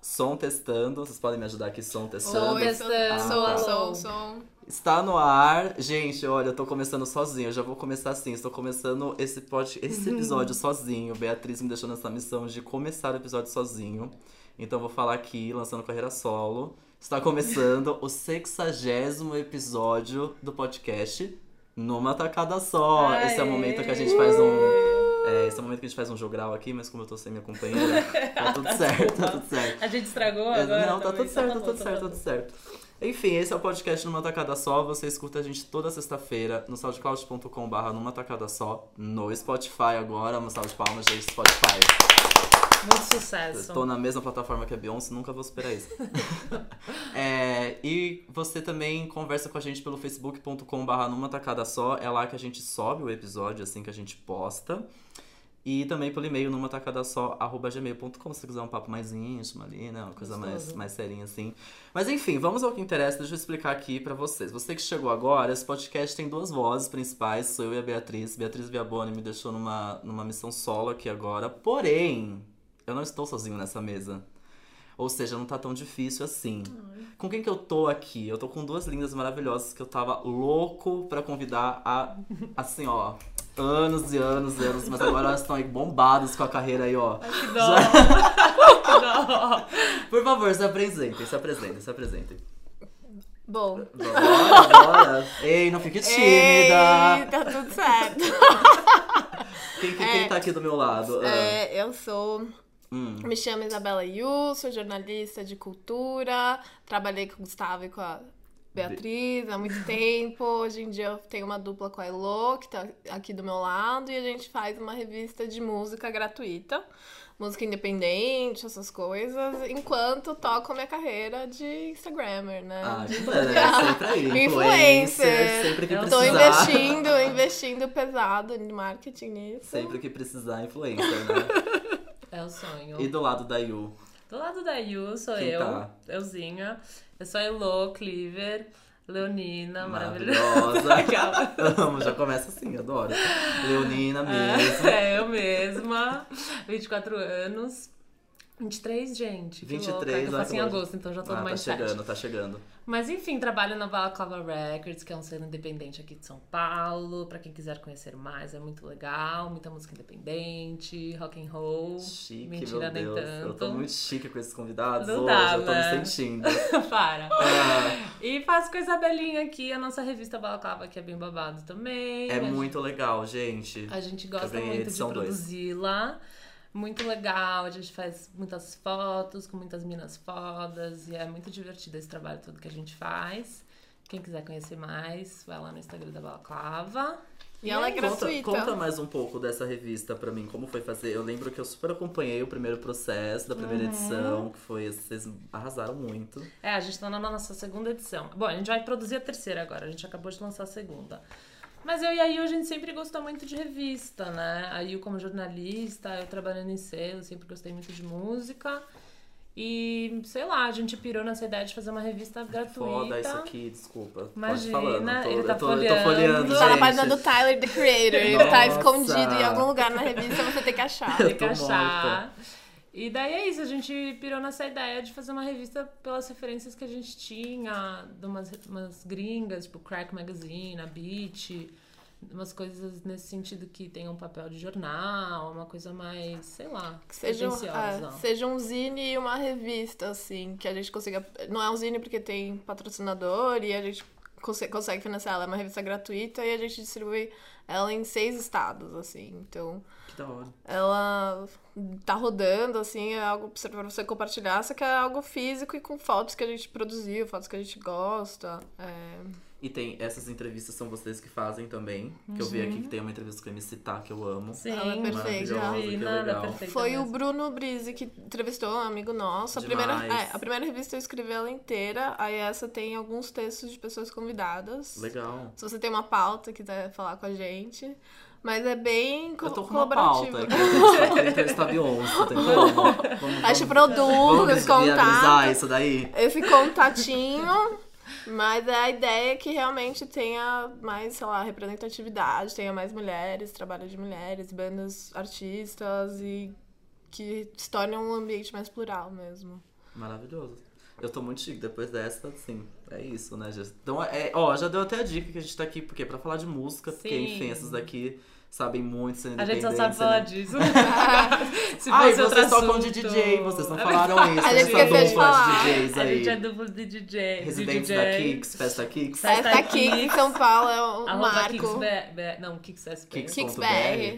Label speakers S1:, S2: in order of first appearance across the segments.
S1: som testando. Vocês podem me ajudar aqui, som testando.
S2: Som
S3: Oi,
S2: testando.
S3: sou um
S1: Ah,
S3: a
S1: tá.
S3: som,
S2: Alô.
S3: som.
S1: Está no ar. Gente, olha, eu tô começando sozinho. Eu já vou começar assim. Estou começando esse, pod... esse episódio sozinho. Beatriz me deixou nessa missão de começar o episódio sozinho. Então eu vou falar aqui, lançando carreira solo. Está começando o sexagésimo episódio do podcast Numa Tacada Só. Esse é o
S2: Aê!
S1: momento que a gente faz um. É, esse é o momento que a gente faz um jogral aqui, mas como eu tô sem minha companheira, tá tudo certo, tá tudo certo.
S2: A gente estragou
S1: É,
S2: agora?
S1: Não, tá
S2: também?
S1: tudo certo, tá
S2: bom,
S1: tudo certo, tá
S2: bom.
S1: tudo certo. Enfim, esse é o podcast Numa Tacada Só. Você escuta a gente toda sexta-feira no soundcloud.com.br Numa Tacada Só, no Spotify agora. Uma salva de palmas, gente, Spotify.
S2: Tá Muito
S1: Eu
S2: sucesso.
S1: Estou na mesma plataforma que a Beyoncé, nunca vou superar isso. É, e você também conversa com a gente pelo facebook.com.br numa tacada só. É lá que a gente sobe o episódio assim que a gente posta. E também pelo e-mail numa tacada só, arroba gmail.com, se você quiser um papo mais íntimo ali, né? Uma coisa mais,
S2: Gostoso.
S1: mais serinha assim. Mas enfim, vamos ao que interessa, deixa eu explicar aqui pra vocês. Você que chegou agora, esse podcast tem duas vozes principais, sou eu e a Beatriz. Beatriz Biaboni me deixou numa, numa missão solo aqui agora. Porém, eu não estou sozinho nessa mesa. Ou seja, não tá tão difícil assim. Com quem que eu tô aqui? Eu tô com duas lindas maravilhosas que eu tava louco pra convidar há, assim, ó, anos e anos e anos, mas agora elas estão aí bombadas com a carreira aí, ó.
S2: Que dó. que dó.
S1: Por favor, se apresentem, se apresentem, se apresentem.
S3: Bom.
S1: Bora, bora. Ei, não fique tímida.
S3: Ei, tá tudo certo.
S1: Quem, quem, quem tá aqui do meu lado? Ah,
S3: É, eu sou.
S1: hum.
S3: Me chamo Isabela Yu, sou jornalista de cultura. Trabalhei com o Gustavo e com a Beatriz há muito tempo. Hoje em dia eu tenho uma dupla com a Elo, que tá aqui do meu lado, e a gente faz uma revista de música gratuita. Música independente, essas coisas, enquanto toco a minha carreira de Instagrammer, né?
S1: Ah, que beleza, sempre aí. Influencer.
S3: Influencer.
S1: Sempre que
S2: Eu
S3: Tô
S1: precisar.
S3: investindo, investindo pesado em marketing nisso.
S1: Sempre que precisar, influencer, né?
S2: É o sonho.
S1: E do lado da Yu.
S2: Do lado da Yu, sou
S1: Quem
S2: eu,
S1: tá?
S2: euzinha. Eu sou a Elo, Cleaver, Leonina, maravilhosa.
S1: Maravilhosa.
S2: Aquela.
S1: Amo, já começa assim, adoro. Leonina mesmo.
S2: É, eu mesma. 24 anos. 23, gente. Que
S1: 23,
S2: louca, que eu
S1: olha
S2: faço
S1: que
S2: em
S1: louco.
S2: agosto, então já tô
S1: Ah,
S2: no
S1: tá
S2: mindset.
S1: chegando, tá chegando.
S2: Mas enfim, trabalho na Balaclava Records, que é um selo independente aqui de São Paulo. Pra quem quiser conhecer mais, é muito legal. Muita música independente, rock and roll.
S1: Chique,
S2: Uh, Mentira, nem
S1: meu Deus. Eu tô
S2: tanto.
S1: muito chique com esses convidados
S2: Não
S1: hoje,
S2: dá,
S1: eu tô
S2: né?
S1: me sentindo.
S2: Para.
S1: Ah,
S2: E faço com a Isabelinha aqui, a nossa revista Balaclava, que é bem babado também.
S1: é
S2: A gente-
S1: muito legal, gente.
S2: A gente gosta
S1: Também é
S2: muito de
S1: edição dois.
S2: produzi-la. Muito legal, a gente faz muitas fotos com muitas minas fodas e é muito divertido esse trabalho todo que a gente faz. Quem quiser conhecer mais, vai lá no Instagram da Balaclava.
S3: E ela é
S1: Conta,
S3: gratuita.
S1: conta mais um pouco dessa revista pra mim, como foi fazer. Eu lembro que eu super acompanhei o primeiro processo da
S2: Uhum.
S1: primeira edição, que foi. Vocês arrasaram muito.
S2: É, a gente tá na nossa segunda edição. Bom, a gente vai produzir a terceira agora, a gente acabou de lançar a segunda. Mas eu e a Yu, a gente sempre gostou muito de revista, né? A Yu como jornalista, eu trabalhando em selo, sempre gostei muito de música. E, sei lá, a gente pirou nessa ideia de fazer uma revista gratuita.
S1: Foda isso aqui, desculpa. Pode
S2: Imagina,
S1: falando. eu Tô,
S2: ele tá
S1: eu tô, eu tô
S2: folheando.
S1: folheando.
S3: Tá na
S1: gente.
S3: página do Tyler, The Creator. Ele tá
S1: Nossa.
S3: escondido em algum lugar na revista, você tem que achar.
S1: Eu
S2: Tem que
S1: tô
S2: achar. E daí é isso, a gente pirou nessa ideia de fazer uma revista pelas referências que a gente tinha, de umas, umas gringas, tipo Crack Magazine, a Beat, umas coisas nesse sentido que tem um papel de jornal, uma coisa mais, sei lá,
S3: Que seja, um-
S2: pretensiosa.
S3: é, seja um zine e uma revista, assim, que a gente consiga. Não é um zine porque tem patrocinador e a gente conse- consegue financiar ela. É uma revista gratuita e a gente distribui ela em seis estados, assim. Então.
S1: Que da hora.
S3: ela tá rodando, assim, é algo pra você- pra você compartilhar, só que é algo físico e com fotos que a gente produziu, fotos que a gente gosta. é.
S1: E tem essas entrevistas são vocês que fazem também. Que eu vi aqui que tem uma entrevista com a MC Tá, que eu amo.
S2: Sim,
S3: Ela é perfeita.
S2: maravilhosa, que
S1: Maravilhosa, que
S2: ela é
S1: legal.
S2: perfeita
S3: Foi o
S2: mesmo.
S3: Bruno Brise que entrevistou, um amigo nosso. A primeira,
S1: Demais.
S3: é, a primeira revista eu escrevi ela inteira, aí essa tem alguns textos de pessoas convidadas.
S1: Legal.
S3: Se você tem uma pauta e quiser falar com a gente. Mas é bem co
S1: eu tô com uma
S3: colaborativo.
S1: pauta aqui. Eu quero entrevistar a Beyoncé, tem como? Vamos,
S3: a gente
S1: vamos,
S3: produz
S1: vamos
S3: os
S1: viabilizar
S3: contatos.
S1: isso daí?
S3: esse contatinho. Mas a ideia é que realmente tenha mais, sei lá, representatividade, tenha mais mulheres, trabalho de mulheres, bandas, artistas e que se torna um ambiente mais plural mesmo.
S1: Maravilhoso. Eu tô muito chique depois dessa, assim. É isso, né, gente? Então, é, ó, já deu até a dica que a gente tá aqui, porque pra falar de música, porque,
S2: Sim.
S1: enfim, essas daqui sabem muito, são
S2: A gente
S1: independentes.
S2: só sabe falar
S1: né?
S2: disso. Se
S1: Ai, é
S2: fosse outro
S1: vocês tocam de
S2: assunto.
S1: DJ, vocês não falaram isso,
S3: A gente
S1: essa
S3: esqueceu de
S1: dupla
S3: falar.
S1: de DJs
S2: A
S1: aí.
S2: gente é duplo de DJ. de
S1: Residentes
S2: DJ.
S1: da Kicks, Festa Kicks.
S2: Festa
S3: Festa aqui em São Paulo é um
S2: Arroba Kicks
S3: marco.
S2: B- B- Não, Kicks SP.
S1: Kicks.br.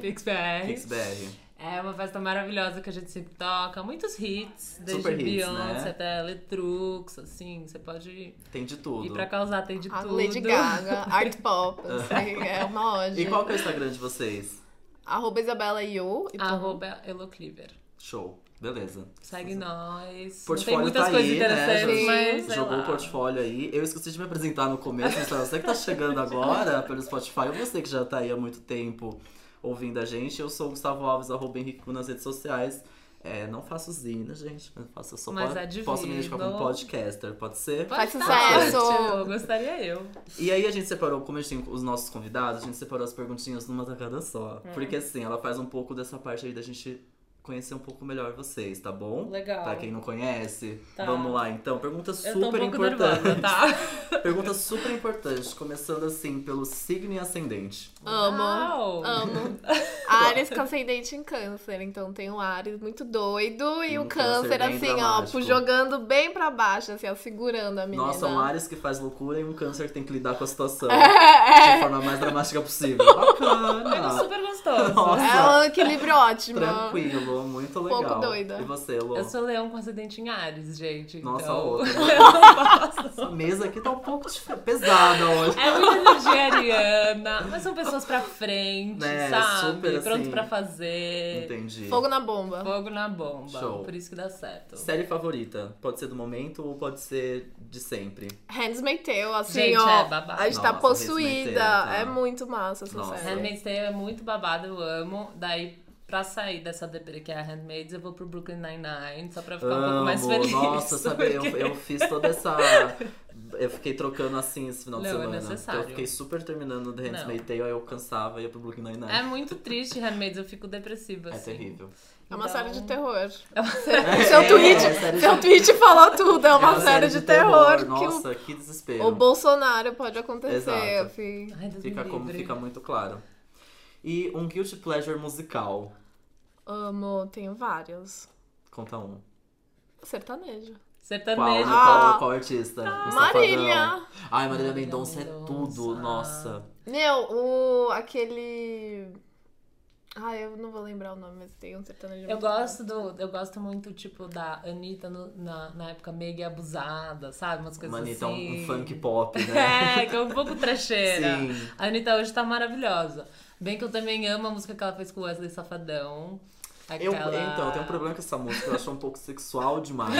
S3: Kicks.br.
S2: KicksBR.
S1: Kicks.br.
S2: É uma festa maravilhosa que a gente sempre toca. Muitos hits, desde
S1: Super hits,
S2: Beyoncé
S1: né?
S2: até Letrux, assim. Você pode ir
S1: Tem de tudo.
S2: pra causar, tem de
S3: A
S2: tudo.
S3: Lady Gaga, Art Pop, assim, é uma ódio.
S1: E qual que é o Instagram de vocês?
S3: Arroba Isabela e eu. e tu?
S2: Arroba Elocliver.
S1: Show. Beleza.
S2: Segue nós. Não tem
S1: Portfólio
S2: muitas
S1: tá
S2: coisas
S1: aí,
S2: interessantes,
S1: né?
S2: mas. sei
S1: Jogou
S2: lá.
S1: o portfólio aí. Eu esqueci de me apresentar no começo, mas pra você que tá chegando agora pelo Spotify, ou você que já tá aí há muito tempo ouvindo a gente, eu sou o Gustavo Alves, arroba Henrique Cu nas redes sociais. É, não faço zina, gente. Eu faço eu só
S2: Mas é
S1: po-
S2: adivinha.
S1: posso me dedicar como podcaster, pode ser?
S2: Pode
S3: Faz
S2: estar,
S1: sucesso.
S2: Tá ótimo, Gostaria eu.
S1: E aí a gente separou, como a gente tem os nossos convidados, a gente separou as perguntinhas numa tacada só.
S2: É.
S1: Porque assim, ela faz um pouco dessa parte aí da gente conhecer um pouco melhor vocês, tá bom?
S2: Legal.
S1: Pra quem não conhece,
S2: Tá.
S1: vamos lá então. Pergunta
S2: Eu tô um
S1: super
S2: pouco nervosa,
S1: importante.
S2: tá?
S1: Pergunta super importante, começando assim pelo signo e ascendente.
S3: Amo.
S2: Uau.
S3: Amo. Ares com ascendente em câncer, então tem um Ares muito doido e
S1: E
S3: um
S1: um câncer
S3: câncer,
S1: bem
S3: assim, ó,
S1: dramático.
S3: pu- jogando bem pra baixo, assim, ó, segurando a menina.
S1: Nossa, um Ares que faz loucura e um câncer que tem que lidar com a situação
S3: É,
S1: da forma mais dramática possível. Bacana!
S2: Super gostoso.
S1: Ah. Nossa.
S3: é um equilíbrio ótimo.
S1: Tranquilo, muito legal.
S3: Pouco doida.
S1: E você, Lô?
S2: Eu sou leão com acidente em Ares, gente.
S1: Nossa,
S2: então...
S1: outra.
S2: Eu posso.
S1: Essa mesa aqui tá um pouco dif- pesada hoje.
S2: É muita energia ariana, mas são pessoas pra frente,
S1: Né,
S2: sabe?
S1: super, assim,
S2: Pronto pra fazer.
S1: Entendi.
S3: Fogo na bomba.
S2: Fogo na bomba.
S1: Show.
S2: Por isso que dá certo.
S1: Série favorita? Pode ser do momento ou pode ser de sempre?
S3: Handmaid's Tale, assim,
S2: Gente,
S3: ó.
S2: é babado.
S3: a gente tá
S1: Nossa, Handmaid's
S3: possuída.
S1: Tale, tá.
S3: É muito massa essa
S1: Nossa.
S3: série.
S2: Handmaid's Tale é muito babado, eu amo. Daí, pra sair dessa deprê que é a Handmaids, eu vou pro Brooklyn Nine-Nine, só pra ficar um pouco mais feliz.
S1: Nossa, sabe? Eu,
S2: porque-
S1: eu fiz toda essa. Eu fiquei trocando assim esse final de
S2: Não, é
S1: semana.
S2: necessário.
S1: Eu fiquei super terminando The Handmaid's Tale, aí eu cansava e ia pro Brooklyn Nine-Nine.
S2: É muito triste, Handmaids, eu fico depressiva,
S1: É
S2: assim.
S1: terrível.
S3: É uma
S2: Então-
S3: série de terror.
S1: É,
S3: seu tweet,
S1: é, série
S3: seu
S1: de-
S3: tweet falou tudo. É
S1: é
S3: uma série de, terror, que o-
S1: Nossa, que, desespero.
S3: o, Bolsonaro pode acontecer,
S1: Exato.
S3: assim.
S2: Ai, Deus
S1: Fica
S2: me
S1: como
S2: livre.
S1: fica muito claro. E um guilty pleasure musical.
S3: Amo, tenho vários.
S1: Conta um. Qual,
S3: Sertanejo.
S1: né?
S2: Sertanejo.
S1: qual, qual artista? Um
S3: tá
S1: safadão.
S3: Marília!
S1: Ai, Marília
S2: Ah! Marília
S1: Mendonça é tudo,
S2: Mendonça.
S1: nossa.
S3: Meu, o. aquele. Ai, eu não vou lembrar o nome, mas tem um sertanejo.
S2: Eu
S3: muito
S2: gosto do. Eu gosto muito, tipo, da Anitta no- na, na época mega e abusada, sabe? Umas coisas
S1: Manita é
S2: assim.
S1: um, um funk pop, né?
S2: É, que é um pouco trecheira.
S1: Sim.
S2: A Anitta hoje tá maravilhosa. Bem que eu também amo a música que ela fez com o Wesley Safadão.
S1: Eu,
S2: Aquela...
S1: Então, eu tenho um problema com essa música, eu acho um pouco sexual demais.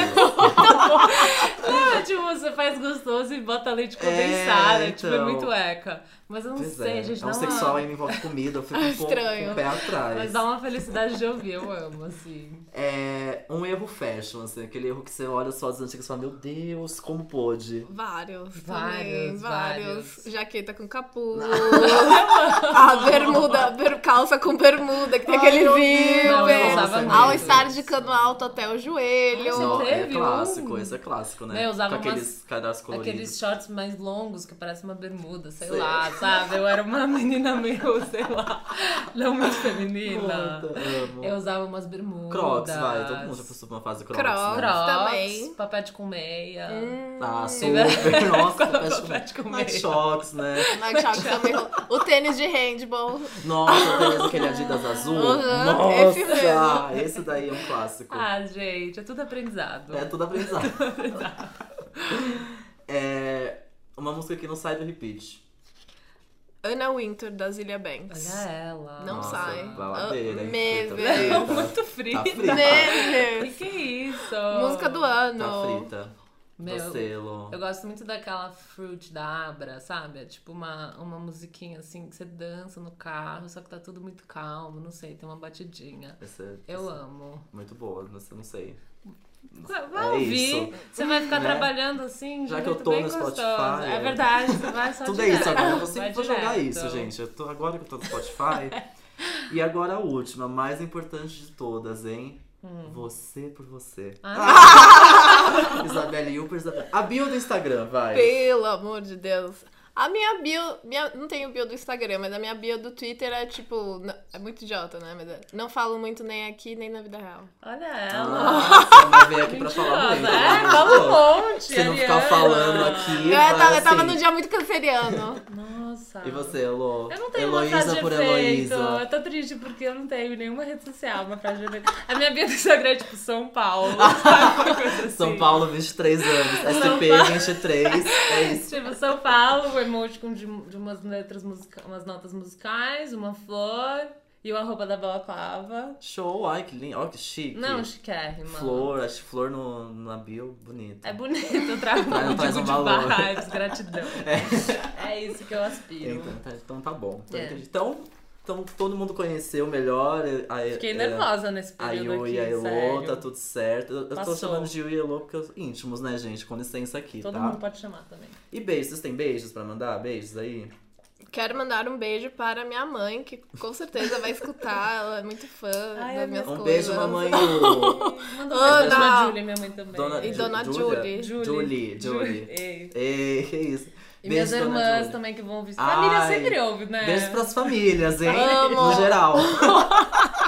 S2: É, tipo, você faz gostoso e bota leite
S1: É,
S2: condensado. É, Tipo, é
S1: então.
S2: muito eca. Mas eu não
S1: Pois
S2: sei,
S1: é,
S2: gente.
S1: é um
S2: dá
S1: sexual
S2: uma...
S1: ainda envolve comida, eu fico um pouco com
S3: Estranho.
S1: o pé atrás.
S2: Mas dá uma felicidade de ouvir, eu amo, assim.
S1: É um erro fashion, assim, aquele erro que você olha só as antigas e fala, meu Deus, como pôde?
S3: Vários,
S2: Vários,
S3: vários, vários,
S2: vários.
S3: Jaqueta com capuz. a bermuda, ber- calça com bermuda, que tem
S1: Ai,
S3: aquele
S1: meu Deus.
S2: Não, eu
S3: zíper.
S2: usava muito.
S1: Ao
S3: All Star de cano alto até o joelho.
S2: Nossa,
S1: Não, é
S2: teve
S1: clássico,
S2: um?
S1: esse é clássico, né?
S2: Eu usava
S1: Com aqueles
S2: umas-
S1: cadarços coloridos.
S2: Aqueles shorts mais longos que parecem uma bermuda, sei,
S1: Sei.
S2: lá, sabe? Eu era uma menina meio, sei lá, não muito feminina.
S1: Puta, amo.
S2: Eu usava umas bermudas.
S1: Crocs, vai, todo mundo já passou por uma fase Crocs,
S3: Crocs.
S1: né?
S2: Crocs,
S3: também. Hum.
S2: papete com meia.
S1: Ah,
S2: né?
S1: super, nossa,
S2: Papete
S1: fashion.
S2: com
S1: Night
S2: meia.
S1: Shocks, né?
S3: Mike Shock também. rolou. O tênis de handball.
S1: Nossa, beleza, aquele Adidas azul.
S3: Aham,
S1: Nossa,
S3: esse mesmo.
S1: esse daí é um clássico.
S2: Ah, gente, é tudo aprendizado.
S1: É tudo aprendizado. é uma música que não sai do repeat.
S3: Ana Winter, da Zilia Banks.
S2: Olha ela.
S3: Não
S1: Nossa,
S3: sai.
S1: baladeira, hein?
S3: Meu
S1: Frita,
S2: Não,
S1: frita.
S3: Deus.
S2: muito frita.
S1: Tá frita.
S2: Que
S3: Neves.
S2: que é isso?
S3: Música do ano.
S1: Tá frita. Tá
S2: Meu,
S1: Você, Lô.
S2: Eu gosto muito daquela Fruit da Abra, sabe? É tipo uma, uma musiquinha assim que você dança no carro, só que tá tudo muito calmo, não sei, tem uma batidinha.
S1: Essa-
S2: Eu
S1: essa-
S2: amo.
S1: Muito boa, mas eu não sei.
S2: Vai vai
S1: É
S2: ouvir, você vai ficar
S1: Né?
S2: trabalhando assim, de
S1: Já que
S2: jeito
S1: eu tô
S2: bem
S1: no
S2: gostoso.
S1: Spotify,
S2: É
S1: é.
S2: verdade, você vai só
S1: Tudo é
S2: Tá direto.
S1: isso agora. Eu vou
S2: vai
S1: sempre vou jogar
S2: direto.
S1: isso, gente. Eu tô, agora que eu tô no Spotify. e agora a última, a mais importante de todas, hein?
S2: Hum.
S1: Você por você.
S2: Ah,
S1: Isabelle Yu por Isabelle. A bio do Instagram, vai.
S3: Pelo amor de Deus. A minha bio. Minha, não tenho bio do Instagram, mas a minha bio do Twitter é tipo. n- É muito idiota, né? Mas é, não falo muito nem aqui nem na vida real.
S2: olha ela.
S1: Nossa, mas veio Ah. aqui pra falar muito.
S2: Mentirosa. É,
S1: né?
S2: fala um
S1: Pô,
S2: monte.
S1: Se não
S2: Ariana.
S1: ficar falando aqui.
S3: eu, eu tava,
S1: vai
S3: eu tava
S1: assim.
S3: num dia muito canceriano.
S2: Nossa.
S1: E você, Elo?
S2: Eu não tenho uma frase de então,
S1: Heloísa por
S2: efeito.
S1: Heloísa.
S2: Eu tô triste porque eu não tenho nenhuma rede social, uma frase de efeito. A minha bio do Instagram é tipo São Paulo, sabe? Uma coisa assim.
S1: São Paulo, 23 anos.
S2: São
S1: SP,
S2: Paulo.
S1: 23. É isso.
S2: Tipo, São Paulo, o emoji com de, de umas letras musica, umas notas musicais, uma flor e o arroba da balaclava.
S1: Show, ai que lindo. Ó, que chique.
S2: Não, chiquérrima.
S1: Flor, acho que flor no, na bio, bonito.
S2: É bonito, eu trago
S1: Traz-
S2: um
S1: traz
S2: tipo
S1: um
S2: de
S1: valor.
S2: vibes, gratidão. É. isso que eu aspiro.
S1: Então tá, então tá bom. Então,
S2: É.
S1: entendi. então, então todo mundo conheceu melhor. A,
S2: Fiquei
S1: é,
S2: nervosa nesse
S1: A
S2: período
S1: Yu
S2: aqui,
S1: e a Elo,
S2: sério.
S1: tá tudo certo. Eu, eu tô
S2: Passou.
S1: chamando de Yu e Elo porque eu- íntimos, né, gente? Com licença aqui,
S2: Todo
S1: tá?
S2: mundo pode chamar também.
S1: E beijos, vocês têm beijos pra mandar? Beijos aí?
S3: Quero mandar um beijo para minha mãe, que com certeza vai escutar. Ela é muito fã
S2: Ai,
S3: das
S2: eu
S3: minhas
S2: amo.
S1: Um
S3: coisas.
S1: beijo, mamãe Yu.
S2: Manda um beijo pra
S3: Ana.
S2: dona Julia, minha mãe também.
S1: Dona
S3: E Dona
S1: Ju-
S3: Julie.
S1: Julia. Julie, Julie.
S2: Ei.
S1: Ei, que isso.
S2: E minhas
S1: Beijo, dona
S2: irmãs
S1: Julie.
S2: também que vão ouvir.
S1: Ai.
S2: Família sempre ouve, né?
S1: Beijos pras famílias, hein?
S3: Amo.
S1: No geral.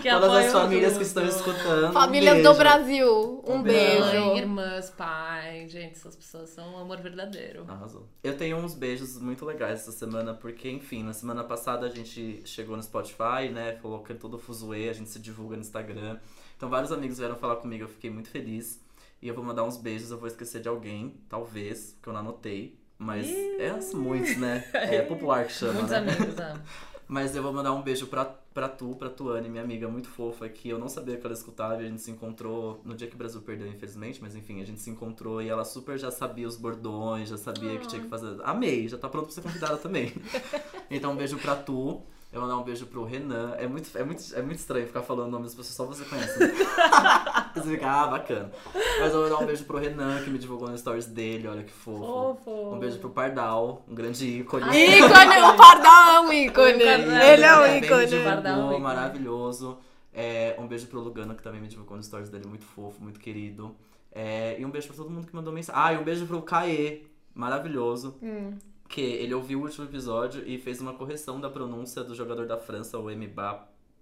S2: que
S1: Todas as
S2: apoiam
S1: famílias que estão
S2: tudo.
S1: escutando. um
S3: Famílias do
S1: beijo.
S3: Brasil, um
S1: Um
S3: beijo.
S2: Mãe, irmãs, pai, gente, essas pessoas são um amor verdadeiro.
S1: Arrasou. Eu tenho uns beijos muito legais essa semana, porque, enfim, na semana passada a gente chegou no Spotify, né? Colocando todo o fuzuê, a gente se divulga no Instagram. Então, vários amigos vieram falar comigo, eu fiquei muito feliz. E eu vou mandar uns beijos, eu vou esquecer de alguém, talvez, porque eu não anotei. Mas é as muitos, né? É popular que chama,
S2: Muitos
S1: né?
S2: amigos, né?
S1: Mas eu vou mandar um beijo pra, pra tu, pra Tuane, minha amiga muito fofa, que eu não sabia que ela escutava e a gente se encontrou no dia que o Brasil perdeu, infelizmente, mas enfim, a gente se encontrou e ela super já sabia os bordões, já sabia que tinha que fazer. Amei, já tá pronto pra ser convidada também. então, um beijo pra tu. Eu vou mandar um beijo pro Renan. É muito, é muito, é muito estranho ficar falando o nome das pessoas, só você conhece. né? Você fica, ah, bacana. Mas eu vou mandar um beijo pro Renan, que me divulgou nos stories dele, olha que fofo.
S2: Fofo.
S1: Um beijo pro Pardal, um grande ícone.
S2: Ai,
S3: Ícone, o Pardal é um ícone.
S2: O Pardal é
S3: Ele é um
S2: bem
S1: de
S3: ícone.
S2: divulgado. Pardal é um
S1: Pardal,
S2: ícone.
S1: maravilhoso. É, um beijo pro Lugano, que também me divulgou nos stories dele, muito fofo, muito querido. É, e um beijo pra todo mundo que mandou mensagem. Ah, e um beijo pro Caê, maravilhoso.
S3: Hum.
S1: Que ele ouviu o último episódio e fez uma correção da pronúncia do jogador da França, o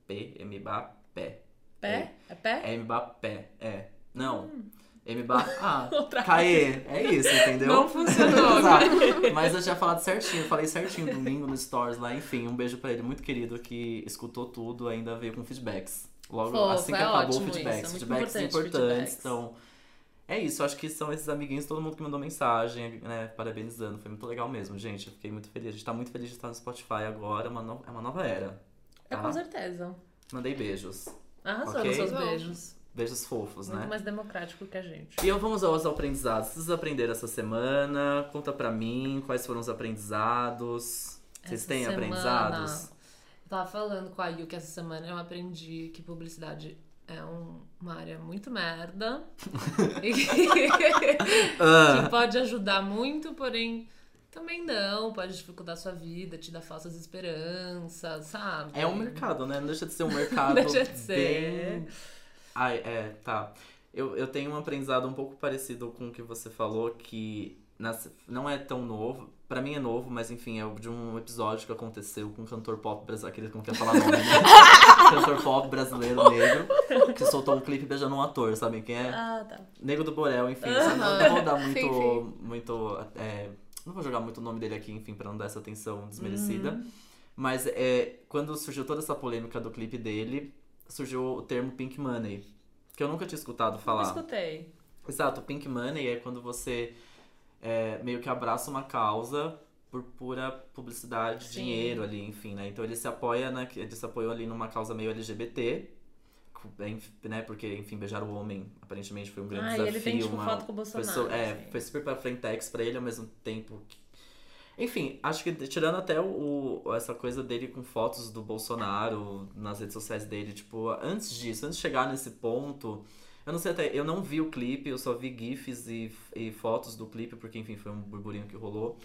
S1: Mbappé. Mbappé.
S2: Pé? É pé?
S1: É Mbappé, é. Não. Mbappé. Ah,
S2: Hum. Outra
S1: Caê. É isso, entendeu?
S2: Não funcionou.
S1: Tá. Mas eu tinha falado certinho, eu falei certinho domingo no Stories lá, enfim, um beijo pra ele muito querido que escutou tudo, ainda veio com feedbacks. Logo
S2: Fofo,
S1: assim que
S2: é
S1: acabou o
S2: ótimo
S1: feedbacks,
S2: isso, é muito
S1: feedbacks
S2: importante,
S1: importantes,
S2: feedbacks.
S1: então é isso, eu acho que são esses amiguinhos, todo mundo que mandou mensagem, né, parabenizando, foi muito legal mesmo, gente, eu fiquei muito feliz, a gente tá muito feliz de estar no Spotify agora, é uma, no- é uma nova era,
S2: É,
S1: tá?
S2: com certeza.
S1: Mandei beijos,
S2: Arrasou
S1: Ok.
S2: nos seus
S3: Arrasou.
S2: beijos.
S1: beijos fofos, né?
S2: Muito mais democrático que a gente.
S1: E eu vamos aos aprendizados. Vocês aprenderam essa semana? Conta pra mim quais foram os aprendizados. Vocês
S2: Essa
S1: têm
S2: semana,
S1: aprendizados?
S2: Eu tava falando com a Yu que essa semana eu aprendi que publicidade é um- uma área muito merda. e que...
S1: Ah,
S2: que pode ajudar muito, porém também não, pode dificultar sua vida, te dar falsas esperanças, sabe?
S1: é um mercado, né? Não deixa de ser um mercado.
S2: Deixa de ser.
S1: bem... Ai, é, tá. Eu, eu tenho um aprendizado um pouco parecido com o que você falou, que nas- não é tão novo. Pra mim é novo, mas enfim, é de um episódio que aconteceu com um cantor pop brasileiro. Aquele que não quer falar nome, né? cantor pop brasileiro negro, que soltou um clipe beijando um ator, sabem quem é?
S2: Ah, tá.
S1: Nego do Borel, enfim. assim, Não,
S3: Aham.
S1: não vou dar muito.
S3: Sim, sim.
S1: muito é, não vou jogar muito o nome dele aqui, enfim, pra não dar essa atenção desmerecida.
S3: Hum.
S1: Mas é, quando surgiu toda essa polêmica do clipe dele, surgiu o termo Pink Money. Que eu nunca tinha escutado
S2: Não
S1: falar.
S2: escutei.
S1: Exato, Pink Money é quando você é, meio que abraça uma causa por pura publicidade,
S2: Sim.
S1: dinheiro ali, enfim, né? Então ele se apoia, na, ele se apoiou ali numa causa meio LGBT, com- enf- né? Porque, enfim, beijar o homem aparentemente foi um grande
S2: Ah, e
S1: desafio.
S2: ele tem tipo
S1: uma
S2: foto com o Bolsonaro.
S1: pessoa- é,
S2: assim.
S1: foi super pra frentex pra ele ao mesmo tempo que- Enfim, acho que tirando até o, o- essa coisa dele com fotos do Bolsonaro nas redes sociais dele, tipo, antes disso, antes de chegar nesse ponto, eu não sei até, eu não vi o clipe, eu só vi gifs e, e fotos do clipe, porque enfim, foi um burburinho que rolou.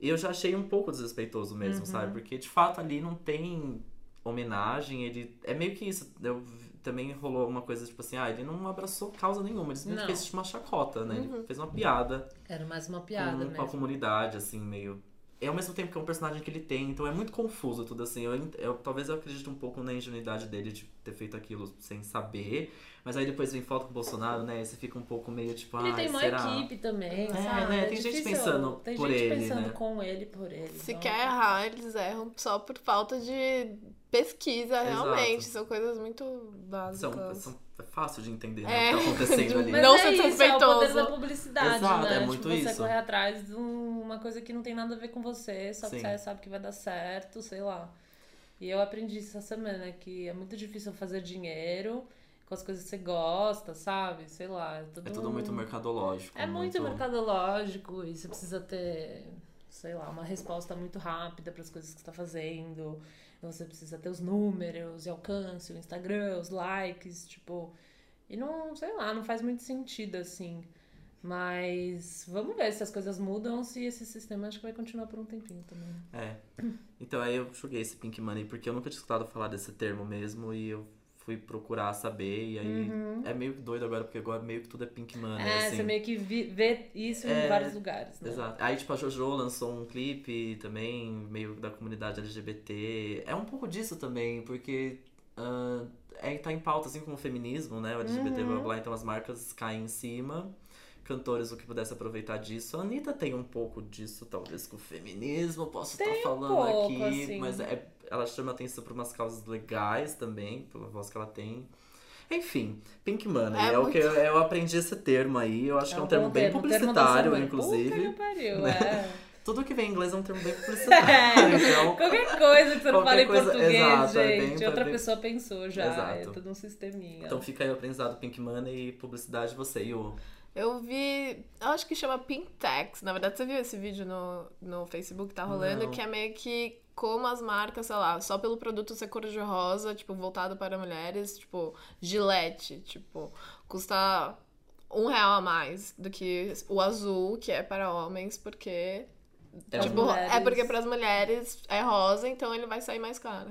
S1: E eu já achei um pouco desrespeitoso
S2: Uhum.
S1: mesmo, sabe? Porque de fato ali não tem homenagem, ele é meio que isso, eu também rolou uma coisa, tipo assim, ah, ele não abraçou causa nenhuma, ele simplesmente
S2: Não.
S1: fez uma chacota, né? Ele fez uma piada,
S2: Era mais uma piada
S1: com, com
S2: mesmo.
S1: a comunidade, assim, meio. É ao mesmo tempo que é um personagem que ele tem, então é muito confuso tudo assim. Eu, en- eu- talvez eu acredite um pouco na ingenuidade dele de ter feito aquilo sem saber. Mas aí depois vem foto com o Bolsonaro, né? E você fica um pouco meio tipo,
S2: Ele
S1: ah,
S2: tem uma
S1: será?
S2: equipe também,
S1: É,
S2: sabe?
S1: né? Tem gente
S2: difícil.
S1: pensando
S2: Tem
S1: por
S2: gente
S1: ele,
S2: pensando
S1: né?
S2: com ele, por ele.
S3: Se
S2: então-
S3: quer errar, eles erram só por falta de pesquisa,
S1: Exato.
S3: realmente. São coisas muito
S1: São,
S3: básicas.
S1: são, é fácil de entender né,
S3: É,
S1: o que tá
S3: de
S1: acontecendo
S3: um
S1: ali.
S2: Mas
S3: Não
S2: é isso,
S3: ser
S2: É o poder
S3: desrespeitoso.
S2: da publicidade,
S1: Exato,
S2: né?
S1: é
S2: Tipo,
S1: muito
S2: você
S1: isso.
S2: correr atrás de um- uma coisa que não tem nada a ver com você, só que
S1: Sim.
S2: você sabe que vai dar certo, sei lá. E eu aprendi isso essa semana, que é muito difícil fazer dinheiro com as coisas que você gosta, sabe? Sei lá. É tudo,
S1: É tudo muito mercadológico.
S2: É muito, mercadológico e você precisa ter, sei lá, uma resposta muito rápida para as coisas que você está fazendo. Você precisa ter os números e alcance, o Instagram, os likes, tipo. E não, sei lá, não faz muito sentido assim. Mas vamos ver se as coisas mudam, se esse sistema acho que vai continuar por um tempinho também.
S1: É. Então aí eu joguei esse Pink Money porque eu nunca tinha escutado falar desse termo mesmo e eu fui procurar saber e aí é meio que doido agora porque agora meio que tudo é Pink Money,
S2: Uhum. é,
S1: assim.
S2: você meio que vi- vê isso
S1: É,
S2: em vários lugares, né?
S1: Exato. Aí, tipo, a Jojo lançou um clipe também, meio da comunidade LGBT. É um pouco disso também, porque ah, é, tá em pauta, assim como o feminismo, né? O LGBT, blá blá, então as marcas caem em cima. Cantores, o que pudesse aproveitar disso. A Anitta tem um pouco disso, talvez, com o feminismo. Posso estar falando
S2: um pouco,
S1: aqui,
S2: assim.
S1: mas é- ela chama atenção por umas causas legais também, pela voz que ela tem. Enfim, Pink Money.
S3: É
S1: É, o que eu, eu aprendi esse termo aí. Eu acho que é um
S2: bom
S1: termo bem
S2: termo, um termo da
S1: publicitário,
S2: semana. Puta
S1: inclusive.
S2: que pariu,
S1: né?
S2: é.
S1: Tudo que vem em inglês é um termo bem publicitário. então,
S2: Qualquer coisa que você não
S1: Qualquer
S2: fala em
S1: coisa-
S2: português,
S1: exato, é
S2: gente.
S1: bem-
S2: outra
S1: bem-
S2: pessoa pensou já. É
S1: Exato.
S2: todo um sisteminha.
S1: então fica aí o aprendizado Pink Money e publicidade você e o.
S3: Eu vi. Eu acho que chama Pintex. Na verdade, você viu esse vídeo no, no Facebook que tá rolando,
S1: Não.
S3: que é meio que como as marcas, sei lá, só pelo produto ser cor-de-rosa, tipo, voltado para mulheres, tipo, gilete, tipo, custa um real a mais do que o azul, que é para homens, porque.
S1: É
S3: tipo,
S2: azul. Mulheres.
S3: é porque para as mulheres é rosa, então ele vai sair mais caro.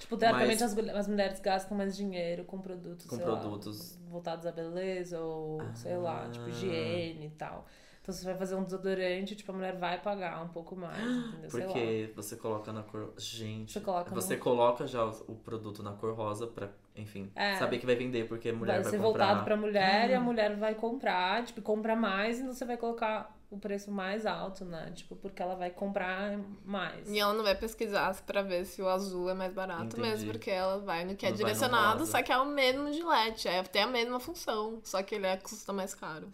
S2: Tipo, teoricamente
S1: Mas-
S2: as, gul- as mulheres gastam mais dinheiro com produtos,
S1: Com
S2: sei lá,
S1: produtos.
S2: voltados à beleza ou, sei lá, tipo,
S1: Ah.
S2: higiene e tal. Então você vai fazer um desodorante, tipo, a mulher vai pagar um pouco mais, entendeu? Sei lá.
S1: Porque você coloca na cor. Gente.
S2: Você coloca um no-
S1: você coloca já o, o produto na cor rosa pra, enfim,
S2: É.
S1: saber que vai vender, porque a mulher
S2: Vai,
S1: vai,
S2: ser
S1: comprar. Hum.
S2: voltado pra mulher e a mulher vai comprar, tipo, compra mais, então você vai colocar o preço mais alto, né? Tipo, porque ela vai comprar mais.
S3: E ela não vai pesquisar pra ver se o azul é mais barato
S1: Entendi.
S3: mesmo, porque ela vai no que é
S1: Não vai no
S3: direcionado,
S1: rosa.
S3: só que é o mesmo gilete, é, tem a mesma função, só que ele é, custa mais caro.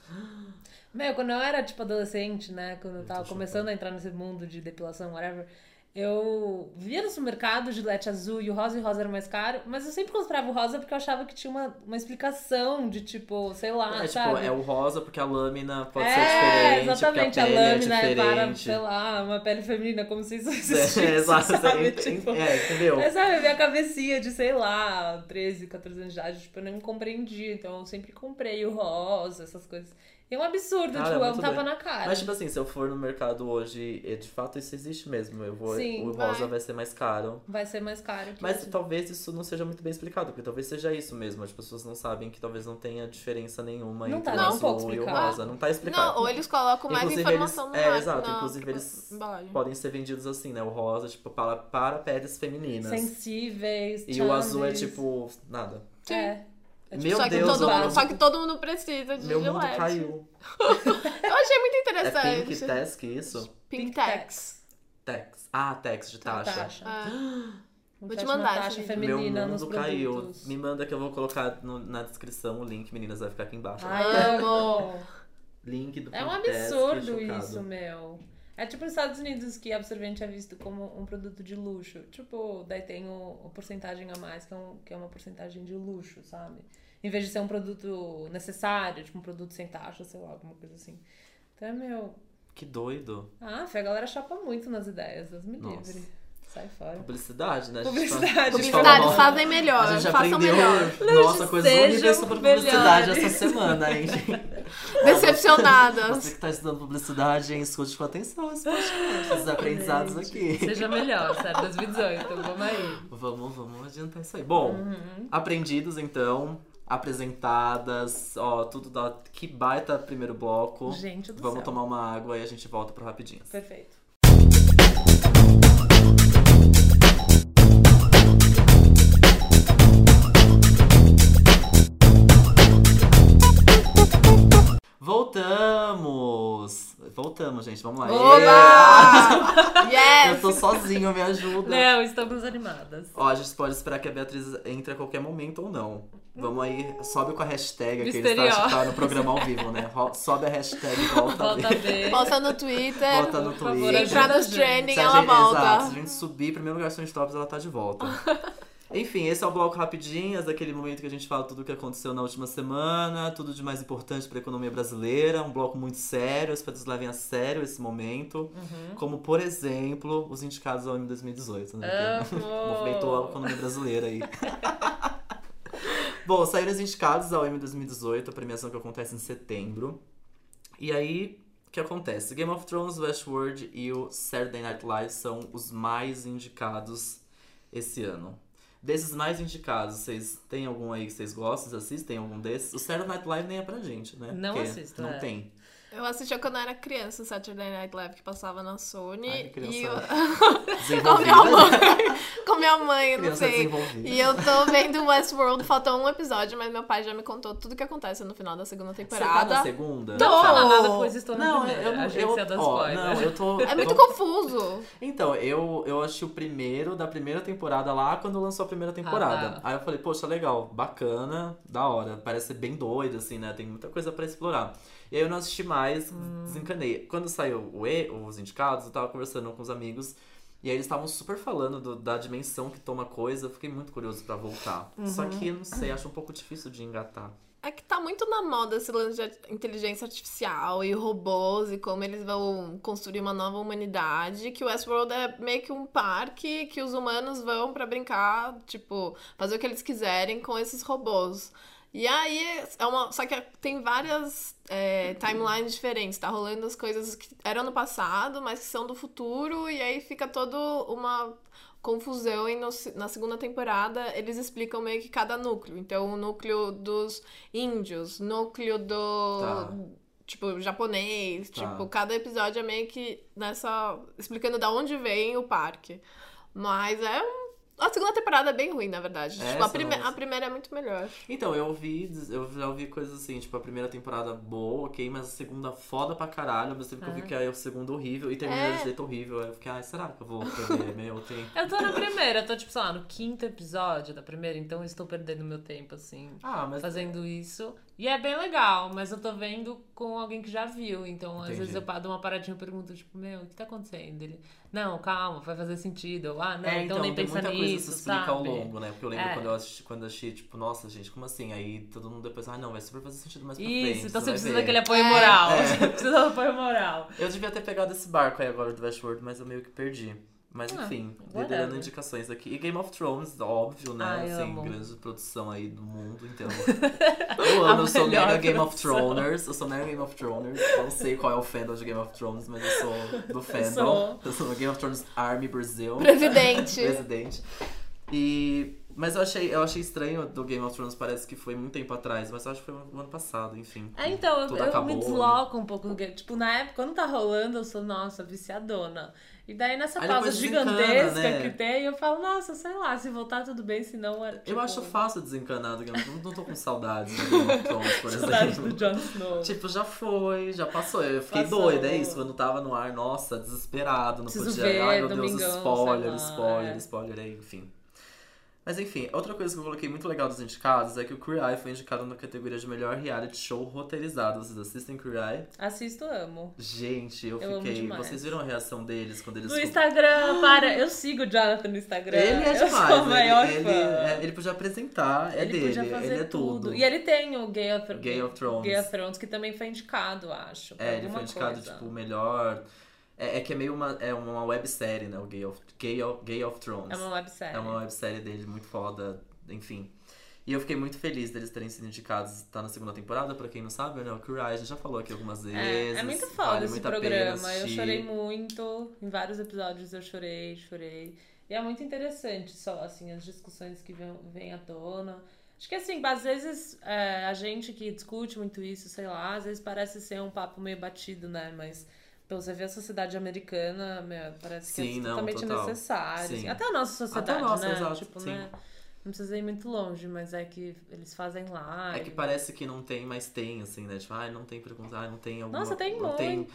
S2: Meu, quando eu era, tipo, adolescente, né? Quando eu
S1: tô
S2: tava
S1: chocado.
S2: começando a entrar nesse mundo de depilação, whatever, eu via no supermercado o gilete azul e o rosa e o rosa era mais caro, mas eu sempre comprava o rosa porque eu achava que tinha uma, uma explicação de, tipo, sei lá,
S1: é,
S2: sabe?
S1: tipo, é o rosa porque a lâmina pode
S2: É,
S1: ser diferente, porque
S2: exatamente,
S1: a pele
S2: a lâmina
S1: é
S2: é, para,
S1: diferente.
S2: sei lá, uma pele feminina, como se isso existisse,
S1: é, exato,
S2: sabe?
S1: você-
S2: Tipo,
S1: é, entendeu?
S2: mas sabe, a minha cabecinha de, sei lá, 13, 14 anos de idade, tipo, eu não me compreendi. Então eu sempre comprei o rosa, essas coisas. E é um absurdo,
S1: Cara,
S2: tipo,
S1: é
S2: é um
S1: muito
S2: tapa
S1: doido.
S2: na cara.
S1: Mas, tipo assim, se eu for no mercado hoje, e de fato isso existe mesmo. Eu vou,
S2: Sim,
S1: o
S3: vai.
S1: rosa vai ser mais caro.
S2: Vai ser mais caro que
S1: Mas
S2: isso.
S1: talvez isso não seja muito bem explicado, porque talvez seja isso mesmo. As pessoas não sabem que talvez não tenha diferença nenhuma
S2: Não
S1: entre
S2: tá
S1: o
S3: nem um
S1: azul
S2: pouco
S1: e o
S2: explicado.
S1: rosa. Não tá
S3: Não,
S1: explicado.
S3: ou eles colocam mais
S1: Inclusive,
S3: informação
S1: eles-
S3: no
S1: é,
S3: mar-
S1: exato,
S3: na
S1: inclusive eles-
S3: embalagem.
S1: Podem ser vendidos assim, né? O rosa, tipo, para, para peles femininas.
S2: Sensíveis,
S1: E o azul é
S2: tchanders.
S1: tipo. nada.
S3: Sim.
S2: É. É tipo
S1: Meu
S3: só, que
S1: Deus,
S3: todo
S1: eu-
S3: mundo, só que todo mundo precisa de
S1: Meu
S3: gilete.
S1: mundo caiu.
S3: Eu achei muito
S1: É
S3: interessante.
S1: pink task isso?
S2: Pink
S3: Pintex.
S2: Tax.
S1: Tax. Ah, tax de taxa.
S2: Taxa.
S3: É.
S2: Vou
S3: te
S2: te
S3: mandar
S2: mandar
S3: esse
S2: taxa
S3: vídeo.
S2: Tá, feminina
S1: Meu
S2: nos
S1: mundo caiu.
S2: produtos.
S1: Me manda que eu vou colocar no- na descrição o link, meninas, vai ficar aqui embaixo.
S2: Ai, amo!
S1: Link do
S2: É um
S1: Pink Task,
S2: absurdo
S1: chocado.
S2: isso, meu. É tipo nos Estados Unidos que absorvente é visto como um produto de luxo. Tipo, daí tem o, o porcentagem a mais, que é, um- que é uma porcentagem de luxo, sabe? Em vez de ser um produto necessário, tipo um produto sem taxa, sei lá, alguma coisa assim. Então é meu.
S1: Que doido.
S2: Ah, a galera chapa muito nas ideias, Deus me
S1: Nossa.
S2: livre. Sai fora.
S1: Publicidade, né? A gente
S2: Publicidade.
S1: fala- a gente fala
S3: Publicidades
S1: mal-
S3: fazem melhor,
S1: A gente
S3: façam
S1: aprendeu,
S3: melhor.
S2: Não
S1: nossa, coisas
S2: sejam
S1: únicas sobre publicidade
S2: melhores.
S1: essa semana, hein, gente? Você
S3: Decepcionadas.
S1: que tá estudando publicidade, hein, escute com atenção esse podcast, esses aprendizados aqui.
S2: Seja melhor, sério, 2018, vamos aí.
S1: Vamos, vamos adiantar isso aí. Bom,
S2: Uhum.
S1: aprendidos então, apresentadas, ó, tudo da... Que baita primeiro bloco.
S2: Gente do
S1: Vamos
S2: céu.
S1: tomar um uma água e a gente volta pro rapidinho.
S2: Perfeito.
S1: Voltamos! Voltamos, gente, vamos lá.
S3: Oba! Né?
S1: Eu tô
S3: Ah, Yes!
S1: sozinho, me ajuda.
S2: Léo, estamos animadas.
S1: Ó, a gente pode esperar que a Beatriz entre a qualquer momento ou não. Vamos aí, sobe com a hashtag que eles tá,
S2: Misteriosa.
S1: tá no programa ao vivo, né? Ro- Sobe a hashtag volta,
S2: Volta a
S1: a ver.
S2: ver.
S3: Posta no Twitter.
S1: Volta no
S2: Por favor,
S1: Twitter.
S3: Entrar
S2: ajuda a
S3: nos
S2: gente.
S3: trending,
S1: Se a
S3: ela
S1: gente- Exato, se a
S3: volta.
S1: gente subir, primeiro lugar são os tops, ela tá de volta. Enfim, esse é o bloco rapidinhas, aquele momento que a gente fala tudo o que aconteceu na última semana, tudo de mais importante pra economia brasileira, um bloco muito sério, espero que vocês levem a sério esse momento.
S2: Uhum.
S1: Como, por exemplo, os indicados ao ano 2018, né? Que- Movimentou a
S2: Amo.
S1: economia brasileira aí. Bom, saíram os indicados ao M 2018, a premiação que acontece em setembro. E aí, o que acontece? Game of Thrones, Westworld e o Saturday Night Live são os mais indicados esse ano. Desses mais indicados, vocês têm algum aí que vocês gostam? Vocês assistem algum desses? O Saturday Night Live nem é pra gente, né?
S2: Não
S1: Porque
S2: assisto,
S1: Não
S2: é.
S1: tem.
S3: Eu assistia quando eu era criança o Saturday Night Live que passava na Sony.
S1: Ai, que criança.
S3: e eu... com
S1: Desenvolvida.
S3: minha mãe. com minha mãe, eu não
S1: Criança
S3: sei.
S1: desenvolvida.
S3: E eu tô vendo Westworld, faltou um episódio, mas meu pai já me contou tudo que acontece no final da segunda
S1: Você tá na
S3: temporada.
S1: segunda?
S2: Não fala nada,
S3: Não.
S2: pois estou na
S1: Não,
S2: primeira.
S1: eu não. Eu,
S2: Agência das né?
S1: ó,
S2: spoilers.
S1: não, eu tô.
S3: É
S1: eu
S3: muito
S1: tô-
S3: confuso.
S1: Então, eu, eu achei o primeiro da primeira temporada lá quando lançou a primeira temporada.
S2: tá.
S1: Aí eu falei, poxa, legal, bacana, da hora. Parece ser bem doido, assim, né? Tem muita coisa pra explorar. E aí eu não assisti mais,
S2: Hum.
S1: desencanei. Quando saiu o E, os indicados, eu tava conversando com os amigos. E aí eles estavam super falando do- da dimensão que toma coisa. Eu fiquei muito curioso pra voltar. Só
S2: Uhum.
S1: que, não sei, acho um pouco difícil de engatar.
S3: É que tá muito na moda esse lance de art- inteligência artificial e robôs e como eles vão construir uma nova humanidade. Que o Westworld é meio que um parque que os humanos vão pra brincar, tipo, fazer o que eles quiserem com esses robôs. E aí, é uma, só que tem várias é, timelines diferentes. Tá rolando as coisas que eram no passado, mas que são do futuro. E aí fica toda uma confusão. E no se- na segunda temporada, eles explicam meio que cada núcleo. Então, o núcleo dos índios, núcleo do.
S1: Tá.
S3: Tipo, japonês.
S1: Tá.
S3: Tipo, cada episódio é meio que nessa. explicando da onde vem o parque. Mas é. um- A segunda temporada é bem ruim, na verdade.
S1: É,
S3: tipo, a,
S1: você não
S3: prime...
S1: gosta?
S3: a primeira é muito melhor.
S1: Então, eu ouvi, diz- eu já ouvi coisas assim, tipo, a primeira temporada boa, ok, mas a segunda foda pra caralho, mas teve que eu
S2: Ah.
S1: vi que a segunda horrível e terminou
S3: É.
S1: de jeito horrível. Aí eu fiquei, ai, será que eu vou perder meu tempo?
S2: Eu tô na primeira, eu tô tipo, sei lá, no quinto episódio da primeira, então eu estou perdendo meu tempo, assim,
S1: Ah, mas.
S2: fazendo isso. E é bem legal, mas eu tô vendo com alguém que já viu, então às
S1: Entendi.
S2: vezes eu pa- dou uma paradinha e pergunto, tipo, meu, o que tá acontecendo? Ele, não, calma, vai fazer sentido. Eu, ah, não,
S1: é,
S2: então, nem
S1: tem
S2: pensa
S1: muita coisa que se
S2: nisso,
S1: explica
S2: sabe?
S1: ao longo, né? Porque eu lembro
S2: É.
S1: quando eu assisti, quando eu achei, tipo, nossa, gente, como assim? Aí todo mundo depois, ah, não, vai super fazer sentido mais pra frente.
S2: Isso, então você
S1: vai
S2: precisa
S1: ver.
S2: daquele apoio
S3: É.
S2: moral.
S1: É.
S2: Você precisa do apoio moral.
S1: Eu devia ter pegado esse barco aí agora do Westworld, mas eu meio que perdi. Mas
S2: Ah,
S1: enfim,
S2: whatever.
S1: liderando indicações aqui. E Game of Thrones, óbvio, né?
S2: Ai,
S1: assim,
S2: amo.
S1: grande produção aí do mundo, então. Eu amo, eu sou
S2: melhor
S1: mega Game of
S2: produção.
S1: Throners. Eu sou mega Game of Throners. Eu Não sei qual é o fandom de Game of Thrones, mas eu sou do fandom.
S2: sou.
S1: Eu sou do Game of Thrones Army Brasil
S3: Presidente.
S1: presidente. E. Mas eu achei, eu achei estranho do Game of Thrones, parece que foi muito tempo atrás, mas eu acho que foi no ano passado, enfim.
S2: É, então, eu,
S1: Tudo
S2: eu
S1: acabou,
S2: me
S1: né?
S2: desloco um pouco. do game. Tipo, na época, quando tá rolando, eu sou, nossa, viciadona. E daí, nessa
S1: Aí
S2: pausa
S1: depois desencana,
S2: gigantesca
S1: né?
S2: que tem, eu falo, nossa, sei lá, se voltar tudo bem, se não... É,
S1: Eu
S2: tipo,
S1: acho fácil desencanar do Game of Thrones. Não tô com saudades do Game of Thrones, por
S2: saudade do
S1: exemplo.
S2: Jon Snow.
S1: Tipo, já foi, já passou. Eu fiquei
S2: Passou.
S1: doida, é isso. Quando tava no ar, nossa, desesperado, não
S2: Preciso
S1: podia.
S2: ver,
S1: Ai, meu
S2: domingão,
S1: Deus, spoiler,
S2: sei lá,
S1: spoiler,
S2: é.
S1: spoiler, aí, enfim. Mas enfim, outra coisa que eu coloquei muito legal dos indicados é que o Queer Eye foi indicado na categoria de melhor reality show roteirizado. Vocês assistem Queer Eye?
S2: Assisto, amo.
S1: Gente, eu,
S2: Eu amo
S1: fiquei.
S2: demais.
S1: Vocês viram a reação deles quando eles.
S2: No Instagram, para. Eu sigo o Jonathan no Instagram.
S1: Ele é
S2: eu sou a
S1: demais.
S2: maior
S1: ele,
S2: fã.
S1: ele, é- ele podia apresentar, é dele,
S2: podia fazer
S1: ele é tudo.
S2: E ele tem o Game of,
S1: Game of Thrones.
S2: Game of Thrones, que também foi indicado, acho. pra
S1: É, ele
S2: alguma
S1: foi indicado,
S2: coisa.
S1: tipo, o melhor. É, é que é meio uma, é uma websérie, né? O Gay of, Gay of, Gay of Thrones.
S2: É uma websérie.
S1: É uma websérie dele muito foda, enfim. E eu fiquei muito feliz deles terem sido indicados. Tá na segunda temporada, pra quem não sabe, né? O Curai, a gente já falou aqui algumas
S2: É,
S1: vezes.
S2: é muito foda
S1: vale
S2: esse
S1: muito a pena
S2: programa. eu
S1: assistir.
S2: chorei muito. Em vários episódios eu chorei, chorei. E é muito interessante só, assim, as discussões que vêm vêm à tona. Acho que, assim, às vezes é, a gente que discute muito isso, sei lá, às vezes parece ser um papo meio batido, né? Mas pelo você ver a sociedade americana, meu, parece que
S1: Sim,
S2: é
S1: não,
S2: totalmente
S1: total.
S2: necessário. assim.
S1: Sim.
S2: Até a nossa sociedade,
S1: nossa,
S2: né?
S1: exato,
S2: tipo,
S1: sim.
S2: né? Não precisa ir muito longe, mas é que eles fazem lá.
S1: É que
S2: e-
S1: parece que não tem, mas tem, assim, né? Tipo, ai, não tem preconceito, ai, não tem alguma...
S2: Nossa, tem
S1: não tem
S2: muito.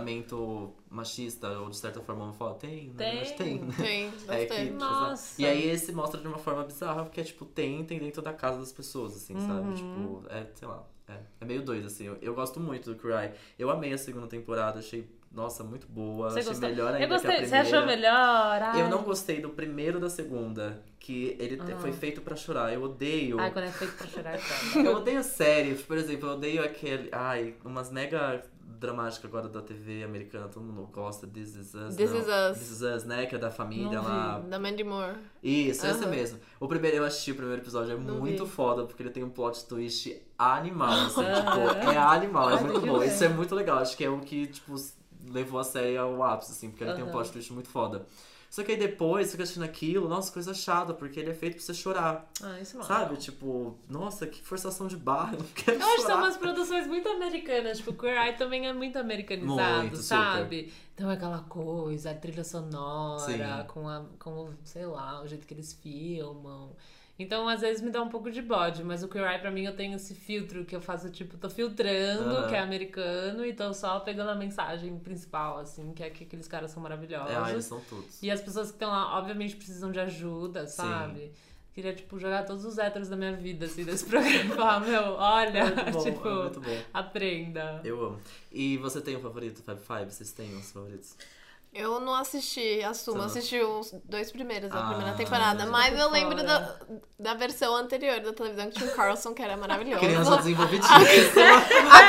S1: comportamento machista ou, de certa forma, homofóbico. Tem, na
S2: Tem.
S1: verdade, tem, né?
S3: Tem,
S1: É que-
S3: bastante.
S2: Nossa.
S1: E aí esse mostra de uma forma bizarra, porque é tipo, tem, tem dentro da casa das pessoas, assim,
S2: Uhum.
S1: sabe? Tipo, é, sei lá, é, é meio doido, assim. Eu, eu gosto muito do Cry. Eu amei a segunda temporada, achei, nossa, muito boa.
S2: Você
S1: achei
S2: gostou?
S1: melhor ainda
S2: Eu gostei.
S1: que a
S2: Você
S1: primeira.
S2: achou melhor? Ai.
S1: né? Eu não gostei do primeiro da segunda, que ele te- foi feito pra chorar. Eu odeio.
S2: Ah. Ai, quando é feito pra chorar, é foda.
S1: Eu odeio séries, por exemplo, eu odeio aquele. Ai, umas mega dramáticas agora da TV americana, todo mundo gosta. This is us.
S3: This
S1: não.
S3: Is Us.
S1: This is us, né? Que é da família
S2: Não vi.
S1: lá.
S3: Da Mandy Moore.
S1: Isso, esse
S3: Aham.
S1: mesmo. O primeiro, eu assisti o primeiro episódio, é
S3: Não
S1: muito
S3: vi.
S1: foda, porque ele tem um plot twist animal, assim,
S2: Aham.
S1: tipo, é animal, é
S2: Ai,
S1: muito
S2: que
S1: bom.
S2: legal.
S1: Isso é muito legal, acho que é o que, tipo, levou a série ao ápice, assim, porque ele tem um
S2: Aham.
S1: plot twist muito foda. Só que aí depois, fica assistindo aquilo, nossa, coisa chata, porque ele é feito pra você chorar,
S2: Ah, isso não.
S1: sabe? Tipo, nossa, que forçação de barra, eu não quero
S2: Eu acho que são
S1: chorar.
S2: umas produções muito americanas. Tipo, Queer Eye também é muito americanizado,
S1: Muito, super.
S2: sabe? Então é aquela coisa, a trilha
S1: Sim.
S2: sonora, com, a, com, o, sei lá, o jeito que eles filmam. Então, às vezes, me dá um pouco de bode, mas o Queer Eye, pra mim, eu tenho esse filtro que eu faço, tipo, tô filtrando,
S1: Aham.
S2: que é americano, e tô só pegando a mensagem principal, assim, que é que aqueles caras são maravilhosos.
S1: É, ah, eles são todos.
S2: E as pessoas que estão lá, obviamente, precisam de ajuda, sabe? Queria, tipo, jogar todos os héteros da minha vida, assim, desse programa. e Falar, meu, olha,
S1: É muito bom,
S2: tipo,
S1: é muito bom.
S2: aprenda.
S1: Eu amo. E você tem um favorito, Fab Five? Vocês têm uns favoritos?
S3: Eu não assisti, assumo.
S1: Tá.
S3: Assisti os dois primeiros da
S1: Ah,
S3: primeira temporada. Mas
S2: por
S3: eu lembro
S2: fora.
S3: da, da versão anterior da televisão que tinha o Carlson, que era maravilhoso.
S1: Criança desenvolvidíssima.
S3: A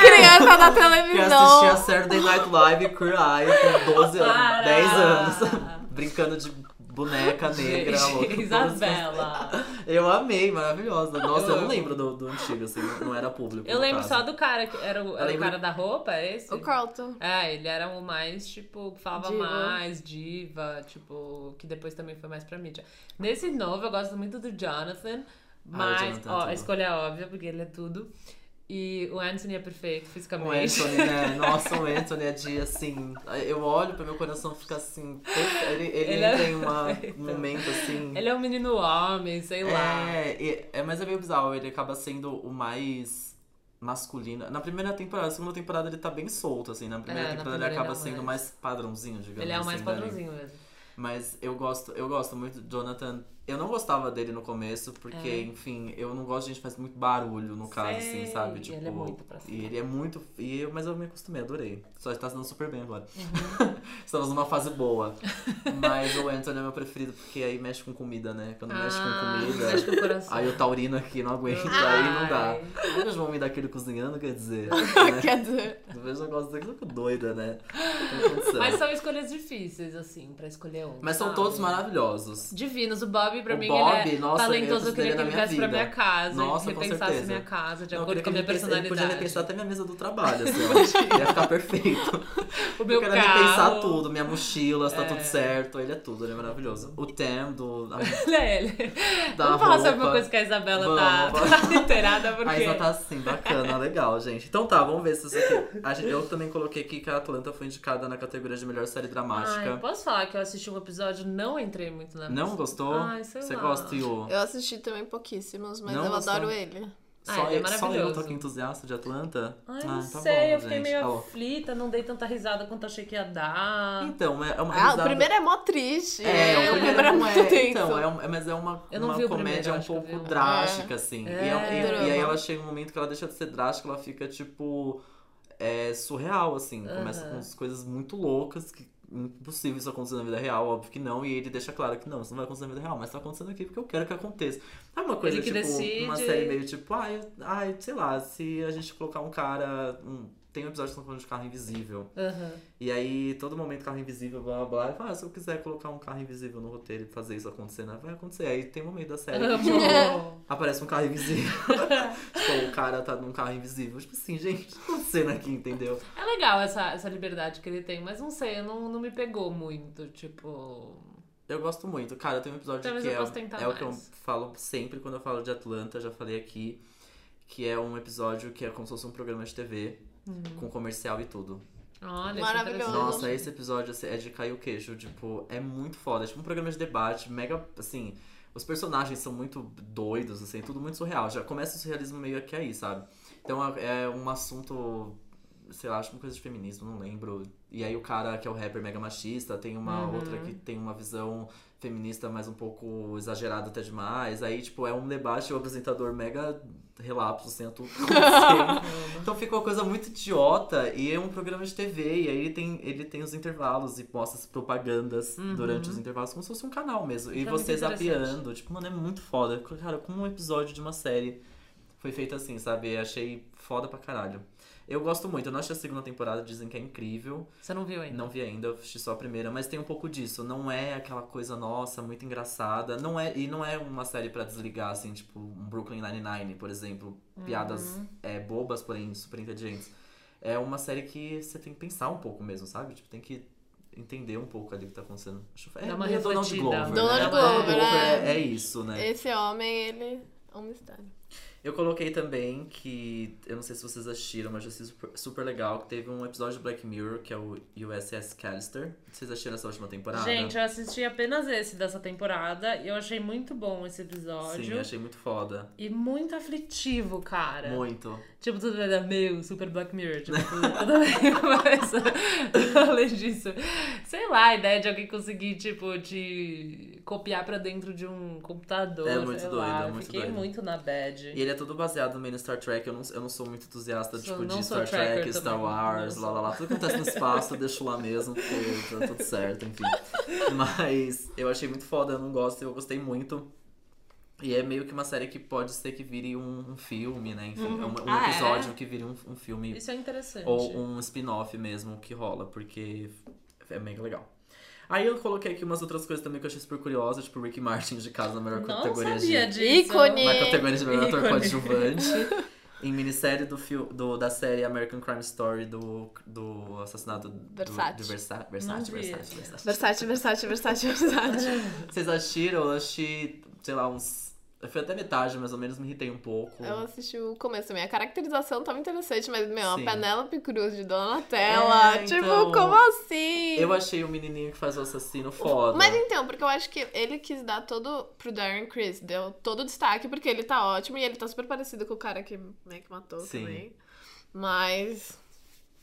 S3: criança da
S1: Que assistia assim.
S3: televisão.
S1: Saturday Night Live e Queer Eye com 12 anos,
S2: Para!
S1: 10 anos, brincando de boneca negra. louca,
S2: Gente,
S1: todas-
S2: Isabela.
S1: Eu amei, maravilhosa. Nossa, eu não
S2: amo.
S1: lembro do, do antigo, assim, não, não era público.
S2: Eu
S1: no
S2: lembro
S1: caso.
S2: só do cara que era o, era o
S1: lembro-
S2: cara da roupa, é esse?
S3: O Carlton.
S2: É, ele era o mais, tipo, que falava
S3: Diva.
S2: mais, diva, tipo, que depois também foi mais pra mídia. Nesse novo, eu gosto muito do Jonathan, mas,
S1: Ah, Jonathan é
S2: ó,
S1: tudo.
S2: a escolha é óbvia, porque ele é tudo. E o Anthony é perfeito
S1: O
S2: fisicamente.
S1: Anthony, né? Nossa, o Anthony é de assim. Eu olho pro meu coração fica assim. perfe- Ele, ele,
S2: Ele é
S1: entra em uma-
S2: perfeito.
S1: um momento assim.
S2: Ele é um menino homem, sei lá.
S1: É, e- é, mas é meio bizarro, ele acaba sendo o mais masculino. Na primeira temporada, na segunda temporada ele tá bem solto, assim. Na primeira
S2: É, na
S1: temporada ele
S2: primeira
S1: acaba
S2: não,
S1: sendo
S2: mas-
S1: mais padrãozinho, digamos
S2: Ele é o
S1: assim,
S2: mais
S1: né?
S2: padrãozinho mesmo.
S1: Mas eu gosto, eu gosto muito do Jonathan. Eu não gostava dele no começo, porque,
S2: É.
S1: enfim, eu não gosto de gente que faz muito barulho no caso,
S2: Sei,
S1: assim, sabe?
S2: e
S1: Tipo,
S2: ele é muito pra cima.
S1: E ele é muito. E eu, mas eu me acostumei, adorei. Só está se dando super bem agora.
S2: Uhum.
S1: Estamos numa fase boa. mas o Anthony é meu preferido, porque aí mexe com comida, né? Quando mexe
S2: Ah,
S1: com comida.
S2: mexe com o coração.
S1: Aí o taurino aqui não aguenta, aí não dá. é Eles vão me dar aquele cozinhando, quer dizer. Né?
S3: Quer dizer,
S1: Talvez eu gosto daquilo, eu fico doida, né? Não tem condição.
S2: Mas são escolhas difíceis, assim, pra escolher um.
S1: Mas são
S2: sabe?
S1: todos maravilhosos.
S2: Divinos. O Bob, pra
S1: O
S2: mim,
S1: Bob,
S2: ele é
S1: nossa,
S2: talentoso.
S1: eu
S2: Eu
S1: considero
S2: queria que
S1: na
S2: ele
S1: minha
S2: viesse pra
S1: vida.
S2: minha casa,
S1: Nossa,
S2: que
S1: com
S2: repensasse
S1: certeza.
S2: minha casa de
S1: Não, eu
S2: acordo
S1: queria
S2: com a minha
S1: que ele pense- Ele podia
S2: personalidade.
S1: repensar até minha mesa do trabalho, assim, eu acho que ia ficar perfeito.
S2: o meu
S1: eu quero é
S2: carro.
S1: repensar tudo, minha mochila, se tá
S2: É.
S1: tudo certo. Ele é tudo, ele é maravilhoso. O Tem do. A,
S2: É, ele.
S1: da
S2: Vamos falar sobre
S1: roupa.
S2: uma coisa que a Isabela
S1: Vamos,
S2: tá, tá inteirada, porque...
S1: A Isa tá assim, bacana, legal, gente. Então tá, vamos ver se isso aqui. A gente- eu também coloquei aqui que a Atlanta foi indicada na categoria de melhor série dramática.
S2: Ai, posso falar que eu assisti um episódio não entrei muito na
S1: Não gostou?
S2: Ai, sei
S1: Você
S2: lá.
S1: gosta, Yu?
S3: eu assisti também pouquíssimos, mas
S1: Não
S3: eu
S1: gostou?
S3: adoro ele.
S2: Ah,
S1: Só,
S2: ele é
S1: eu- só eu
S2: maravilhoso.
S1: tô aqui entusiasta de Atlanta?
S2: Ai,
S1: Ah,
S2: não
S1: tá
S2: sei,
S1: bom,
S2: eu fiquei
S1: gente.
S2: meio
S1: Tá bom.
S2: aflita, não dei tanta risada quanto achei que ia dar.
S1: Então, é é uma
S3: Ah, o
S1: risada-
S3: primeiro é mó triste.
S1: É, o
S3: eu
S1: primeiro
S3: lembro
S1: não
S3: muito
S1: é,
S3: tenso.
S1: Então, é um- é- mas é uma,
S2: Eu não
S1: uma
S2: vi o
S1: comédia
S2: primeiro,
S1: um
S2: acho que eu
S1: pouco
S2: vi um.
S1: drástica, assim. E, é-
S2: É,
S1: e- e aí
S3: drama.
S1: ela chega um momento que ela deixa de ser drástica, ela fica, tipo, é, surreal, assim. Começa
S2: Aham.
S1: com as coisas muito loucas, que impossível isso acontecer na vida real, óbvio que não. E ele deixa claro que não, isso não vai acontecer na vida real, mas tá acontecendo aqui porque eu quero que aconteça. É uma coisa,
S2: Ele que
S1: tipo, uma
S2: decide.
S1: série meio tipo, ai, ai, sei lá, se a gente colocar um cara, um tem um episódio que estão falando de carro invisível.
S2: Aham.
S1: E aí, todo momento, carro invisível, blá blá blá. Eu falo, ah, se eu quiser colocar um carro invisível no roteiro e fazer isso acontecer, né? vai acontecer. Aí tem um momento da série que tipo,
S2: Amo.
S1: aparece um carro invisível. tipo, o cara tá num carro invisível. Tipo assim, gente, o que tá acontecendo aqui, entendeu?
S2: É legal essa, essa liberdade que ele tem, mas não sei, não, não me pegou muito, tipo.
S1: Eu gosto muito. Cara, tem um episódio
S2: Talvez
S1: que
S2: eu
S1: é,
S2: possa tentar
S1: é o que eu
S2: mais.
S1: falo sempre quando eu falo de Atlanta, já falei aqui. Que é um episódio que é como se fosse um programa de TV
S2: Uhum.
S1: com comercial e tudo.
S2: Olha, que
S3: Maravilhoso.
S2: interessante.
S1: Nossa, esse episódio assim, é de cair o queixo. Tipo, é muito foda. É tipo um programa de debate, mega. Assim, os personagens são muito doidos, assim, tudo muito surreal. Já começa o surrealismo meio aqui aí, sabe? Então é é um assunto. Sei lá, acho uma coisa de feminismo, não lembro. E aí o cara que é o rapper mega machista, tem uma
S2: Uhum.
S1: outra que tem uma visão feminista, mas um pouco exagerada até demais. Aí, tipo, é um debate e o apresentador mega relapso, assim, a tudo acontecendo.
S2: Uhum.
S1: Então fica uma coisa muito idiota e é um programa de TV. E aí ele tem, ele tem os intervalos e mostra as propagandas
S2: Uhum.
S1: durante os intervalos, como se fosse um canal mesmo. E
S2: É
S1: você
S2: muito interessante.
S1: zapeando. Tipo, mano, é muito foda. Cara, como um episódio de uma série foi feito assim, sabe? Eu Achei foda pra caralho. Eu gosto muito. Eu não achei a segunda temporada, dizem que é incrível.
S2: Você não viu ainda?
S1: Não vi ainda, eu assisti só a primeira, mas tem um pouco disso. Não é aquela coisa nossa, muito engraçada. Não é, e não é uma série pra desligar, assim, tipo um Brooklyn Nine-Nine, por exemplo. Piadas
S2: Uhum.
S1: é, bobas, porém super inteligentes. É uma série que você tem que pensar um pouco mesmo, sabe? Tipo, tem que entender um pouco ali o que tá acontecendo. Acho- É
S2: Dá uma
S1: meio Donald
S2: refletida.
S1: Glover,
S3: Donald
S1: né?
S3: Glover,
S1: é,
S3: é.
S1: é isso, né?
S3: Esse homem, ele é um mistério.
S1: Eu coloquei também que, eu não sei se vocês assistiram, mas eu achei super, super legal, que teve um episódio de Black Mirror, que é o USS Callister. Vocês assistiram essa última temporada?
S2: Gente, é eu assisti apenas esse dessa temporada e eu achei muito bom esse
S1: Sim,
S2: episódio.
S1: eu achei muito foda.
S2: E muito aflitivo, cara.
S1: Muito.
S2: Tipo, tudo bem, era meio Super Black Mirror. Tipo, tudo bem, mas além disso, sei lá, a ideia de alguém conseguir, tipo, te copiar pra dentro de um computador.
S1: É muito
S2: sei
S1: doido,
S2: lá.
S1: é
S2: Eu
S1: muito
S2: Fiquei
S1: doido.
S2: muito na bad.
S1: E ele é todo baseado meio no Star Trek. Eu não, eu não sou muito entusiasta,
S2: Sou-
S1: tipo,
S2: não
S1: de
S2: sou
S1: Star Trek,
S2: tracker
S1: Star
S2: também,
S1: Wars,
S2: não
S1: lá lá lá. Tudo que acontece no espaço, eu deixo lá mesmo, porque tá tudo certo, enfim. Mas eu achei muito foda, eu não gosto, eu gostei muito. E é meio que uma série que pode ser que vire um, um filme, né? Enfim,
S3: Uhum.
S1: um, um
S3: Ah, é?
S1: episódio que vire um, um filme
S2: Isso é interessante.
S1: Ou um spin-off mesmo que rola, porque é mega legal. Aí eu coloquei aqui umas outras coisas também que eu achei super curiosa, tipo Rick Martin de casa na melhor
S2: Não
S1: categoria
S2: sabia
S1: de.
S2: disso.
S3: Ícone.
S1: Na categoria de melhor ator
S2: Ícone.
S1: coadjuvante. em minissérie do, fil, do da série American Crime Story do, do assassinato do,
S3: Versace.
S1: do Versa, Versace,
S2: vi
S1: Versace,
S2: esse.
S1: Versace.
S3: Versátil, versátil, versátil, versátil.
S1: Vocês assistiram? Eu achei, sei lá, uns. Eu fui até metade, mais ou menos, me irritei um pouco.
S3: Eu assisti o começo também. A caracterização tava interessante, mas, meu,
S1: Sim.
S3: a Penélope Cruz de Donatella.
S1: É,
S3: tipo,
S1: então,
S3: como assim?
S1: Eu achei o menininho que faz o assassino foda.
S3: Mas então, porque eu acho que ele quis dar todo pro Darren Chris, deu todo o destaque, porque ele tá ótimo e ele tá super parecido com o cara que, né, que matou
S1: Sim.
S3: também. Mas.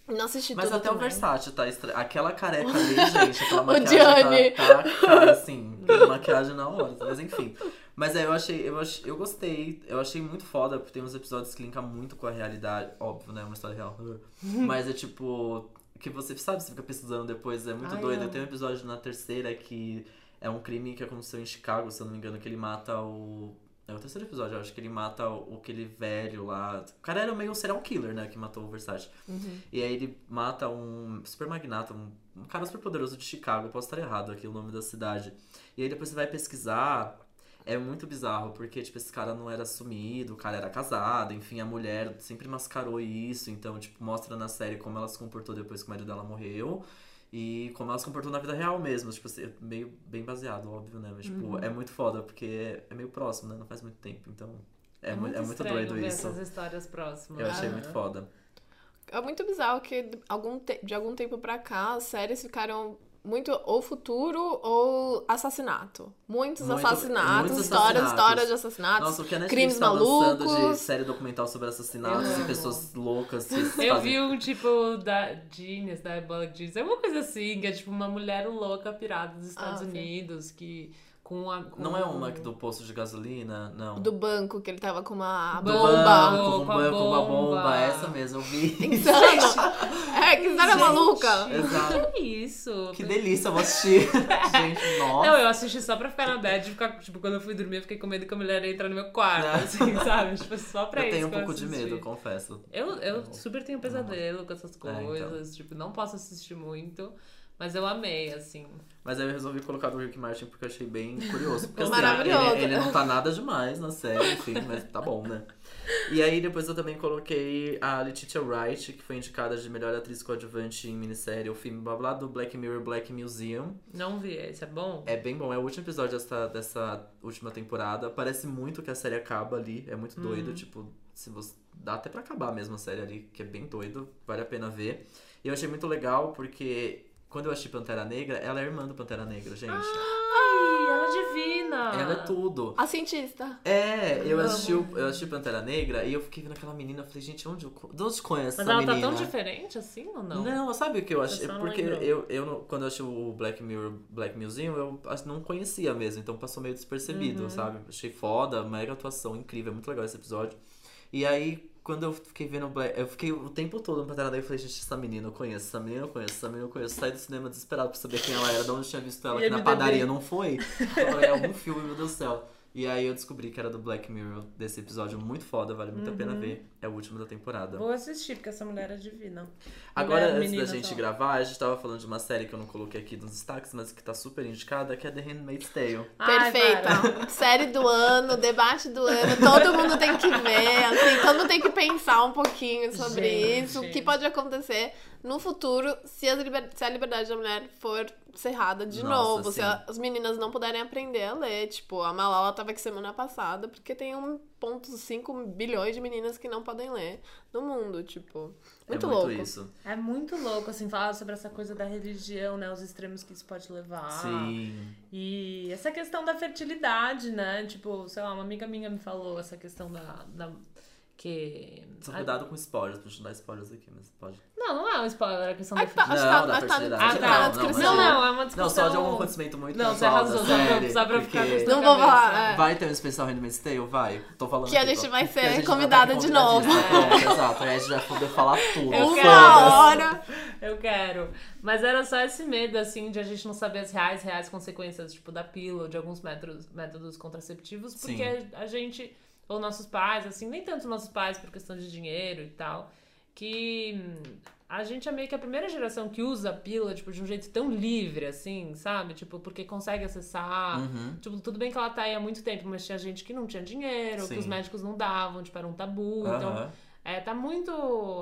S3: Não assisti
S1: Mas
S3: tudo
S1: até o
S3: também.
S1: Versace tá estranho. Aquela careca ali, gente, aquela
S3: O
S1: maquiagem
S3: Gianni.
S1: tá, tá cara, assim, maquiagem na hora, mas enfim. Mas aí eu achei, eu achei, eu gostei, eu achei muito foda, porque tem uns episódios que linkam muito com a realidade, óbvio, né, é uma história real. Mas é tipo, que você sabe, você fica pesquisando depois, é muito
S2: Ai,
S1: doido.
S2: amo.
S1: Tem um episódio na terceira que é um crime que aconteceu em Chicago, se eu não me engano, que ele mata o... É o terceiro episódio, eu acho que ele mata o, aquele velho lá. O cara era meio um serial killer, né? Que matou o Versace. E aí ele mata um super magnata, um, um cara super poderoso de Chicago, posso estar errado aqui o nome da cidade. E aí depois você vai pesquisar, é muito bizarro, porque tipo, esse cara não era sumido, o cara era casado, enfim, a mulher sempre mascarou isso, então tipo, mostra na série como ela se comportou depois que o marido dela morreu. E como ela se comportou na vida real mesmo, tipo, assim, meio bem baseado, óbvio, né? Mas, tipo,
S2: Uhum.
S1: é muito foda, porque é- é meio próximo, né? Não faz muito tempo, então. É, mu- é muito
S2: estranho
S1: doido
S2: ver
S1: isso.
S2: essas histórias próximas.
S1: Eu achei
S2: né?
S1: muito foda.
S3: É muito bizarro que de algum, te- de algum tempo pra cá as séries ficaram muito ou futuro ou assassinato. Muitos
S1: Muito-
S3: assassinatos,
S1: muitos
S3: histórias,
S1: assassinatos.
S3: histórias de
S2: Ah,
S3: assassinatos.
S1: Nossa, o que a Netflix
S3: crimes
S1: tá lançando de
S3: malucos.
S1: série documental sobre assassinatos
S2: Eu
S1: e
S2: amo.
S1: pessoas loucas que se
S2: Eu
S1: fazem-
S2: vi um tipo da Genius, da Ebola Genius, é uma coisa assim, que é tipo uma mulher louca pirada dos Estados
S3: Ah, ok.
S2: Unidos que Com a, com-
S1: Não é uma que do posto de gasolina? Não.
S3: Do banco, que ele tava com uma
S1: Do
S2: Bomba.
S1: banco, com
S2: Com a
S1: banco, com uma
S2: bomba.
S1: bomba. Essa mesmo, eu vi.
S3: Insano. É, que história
S2: Gente.
S3: maluca.
S1: Exato.
S2: Que isso?
S1: Que delícia, eu vou assistir. Gente, nossa.
S2: Não, eu assisti só pra ficar na bad. Ficar, tipo, quando eu fui dormir, eu fiquei com medo que a mulher ia entrar no meu quarto,
S1: Né?
S2: assim, sabe? Tipo, só pra
S1: Eu
S2: isso.
S1: tenho um
S2: que
S1: pouco de
S2: assisti.
S1: medo, confesso.
S2: Eu, eu super tenho pesadelo com essas
S1: então.
S2: coisas, tipo, não posso assistir muito, mas eu amei, assim.
S1: Mas aí eu resolvi colocar do Rick Martin porque eu achei bem curioso. Porque assim,
S3: Maravilhoso.
S1: ele, ele não tá nada demais na série, enfim, mas tá bom, né? E aí depois eu também coloquei a Letitia Wright, que foi indicada de melhor atriz coadjuvante em minissérie, o filme blá blá do Black Mirror Black Museum.
S2: Não vi esse, é bom?
S1: É bem bom, é o último episódio dessa, dessa última temporada. Parece muito que a série acaba ali, é muito
S2: Uhum.
S1: doido, tipo, se você. Dá até pra acabar mesmo a série ali, que é bem doido, vale a pena ver. E eu achei muito legal porque quando eu achei Pantera Negra, ela é irmã do Pantera Negra, gente.
S2: Ai, ela é divina!
S1: ela é tudo.
S3: A cientista.
S1: É, eu
S2: Amo.
S1: assisti, o- eu assisti Pantera Negra e eu fiquei vendo aquela menina, eu falei, gente, onde eu, co- de onde conhece
S2: Mas
S1: essa
S2: ela
S1: menina?
S2: tá tão diferente assim ou não?
S1: Não, sabe o que eu achei?
S2: só não
S1: Porque
S2: lembrou.
S1: eu, eu, não- quando eu achei o Black Mirror Black Museum, eu as- não conhecia mesmo, então passou meio despercebido,
S2: Uhum.
S1: sabe? Achei foda, mega atuação, incrível, é muito legal esse episódio. E aí, quando eu fiquei vendo o Black. Eu fiquei o tempo todo no Pantera Negra e falei, gente, essa menina eu conheço, essa menina eu conheço, essa menina eu conheço. Saí do cinema desesperado pra saber quem ela era, de onde eu tinha visto ela,
S2: E
S1: que na
S2: MDB.
S1: padaria não foi. Eu falei, é algum filme, meu Deus do céu. E aí eu descobri que era do Black Mirror, desse episódio muito foda, vale muito a pena
S2: Uhum.
S1: ver. É o último da temporada.
S2: Vou assistir, porque essa mulher é divina.
S1: Agora,
S2: Mulher,
S1: antes
S2: menina,
S1: da gente
S2: só.
S1: gravar, a gente tava falando de uma série que eu não coloquei aqui nos destaques, mas que tá super indicada, que é The Handmaid's Tale.
S2: Ai,
S3: Perfeita.
S2: para.
S3: Série do ano, debate do ano, todo mundo tem que ver, assim, todo mundo tem que pensar um pouquinho sobre
S2: Gente.
S3: isso, o que pode acontecer no futuro se, as liber- se a liberdade da mulher for cerrada de
S1: Nossa,
S3: novo, se
S1: sim.
S3: a- as meninas não puderem aprender a ler, tipo, a Malala tava aqui semana passada, porque tem 1.5 bilhões de meninas que não podem ler no mundo, tipo, muito
S1: é muito
S3: louco.
S1: isso.
S2: É muito louco, assim, falar sobre essa coisa da religião, né? Os extremos que isso pode
S3: Ah.
S2: levar.
S1: Sim.
S2: E essa questão da fertilidade, né? Tipo, sei lá, uma amiga minha me falou essa questão da. da- que.
S1: Só
S2: Ah,
S1: cuidado com spoilers, pra gente não dar spoilers aqui, mas pode.
S2: Não, não é um spoiler, é a questão
S3: Ah,
S2: da
S3: que tá- acho que tá-
S1: Não, dá
S3: acho que tá-
S1: pra
S3: acho que
S2: tirar.
S3: tá na
S2: Ah,
S1: tá.
S2: Não,
S3: descrição.
S2: não, é uma
S1: Não,
S2: discussão.
S1: só de algum acontecimento muito
S2: Não, você
S1: pessoal da
S2: arrasou, só pra-
S1: série,
S2: só pra ficar com
S1: porque...
S2: isso na
S3: Não vou
S2: cabeça.
S3: falar, é.
S1: Vai ter um especial Handmaid's Tale? Vai. Tô falando
S3: Que a
S1: aqui,
S3: gente
S1: tô-
S3: vai
S1: que
S3: ser
S1: a gente vai
S3: convidada
S1: estar
S3: de novo.
S1: convidadíssima. Pronto, Exato, aí a gente vai poder falar tudo.
S2: Eu
S3: Uma
S2: quero.
S1: Foda-se.
S3: hora.
S2: Eu quero. Mas era só esse medo, assim, de a gente não saber as reais, reais consequências, tipo, da pílula, de alguns métodos, métodos contraceptivos, porque
S1: Sim.
S2: a gente, ou nossos pais, assim, nem tanto nossos pais por questão de dinheiro e tal, que hum, a gente é meio que a primeira geração que usa a pílula, tipo, de um jeito tão livre, assim, sabe? Tipo, porque consegue acessar.
S1: Uhum.
S2: Tipo, tudo bem que ela tá aí há muito tempo, mas tinha gente que não tinha dinheiro, que
S1: Sim.
S2: os médicos não davam, tipo, era um tabu. Então,
S1: Aham.
S2: é, tá muito.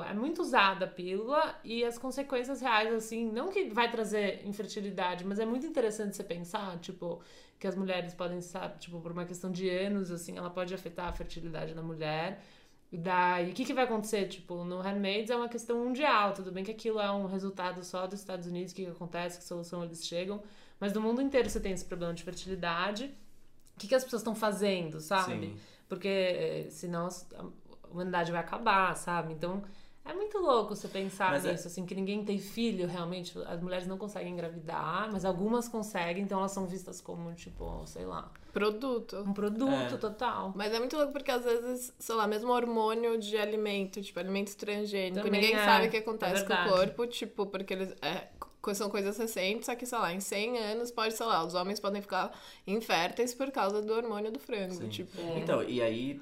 S2: É muito usada a pílula e as consequências reais, assim, não que vai trazer infertilidade, mas é muito interessante você pensar, tipo, que as mulheres podem, sabe, tipo, por uma questão de anos, assim, ela pode afetar a fertilidade da mulher. E Daí, o que, que vai acontecer? Tipo, no Handmaids é uma questão mundial. Tudo bem que aquilo é um resultado só dos Estados Unidos, o que, que acontece, que solução eles chegam. Mas no mundo inteiro você tem esse problema de fertilidade. O que, que as pessoas estão fazendo, sabe?
S1: Sim.
S2: Porque eh, senão as- a humanidade vai acabar, sabe? Então é muito louco você pensar
S1: Mas é-
S2: nisso, assim, que ninguém tem filho realmente. As mulheres não conseguem engravidar, mas algumas conseguem, então elas são vistas como, tipo, sei lá,
S3: Produto.
S2: um produto
S1: É.
S2: total.
S3: Mas é muito louco porque às vezes, sei lá, mesmo hormônio de alimento, tipo, alimento transgênico,
S2: Também
S3: ninguém
S2: é,
S3: sabe o que
S2: é
S3: acontece com
S2: verdade.
S3: o corpo, tipo, porque eles. é, co- são coisas recentes, só que, sei lá, em 100 anos pode, sei lá, os homens podem ficar inférteis por causa do hormônio do frango.
S1: Sim.
S3: Tipo,
S2: É.
S1: Então, e aí,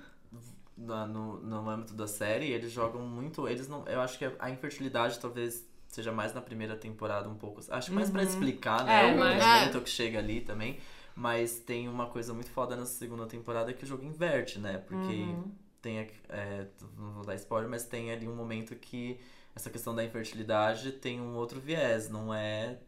S1: na- no, no âmbito da série, eles jogam muito. Eles não. Eu acho que a infertilidade talvez seja mais na primeira temporada um pouco. Acho que mais pra explicar, né?
S2: É,
S1: o
S2: mas-
S1: momento que chega ali também. Mas tem uma coisa muito foda nessa segunda temporada que o jogo inverte, né? Porque
S2: Uhum.
S1: tem. a- é, não vou dar spoiler, mas tem ali um momento que essa questão da infertilidade tem um outro viés, não é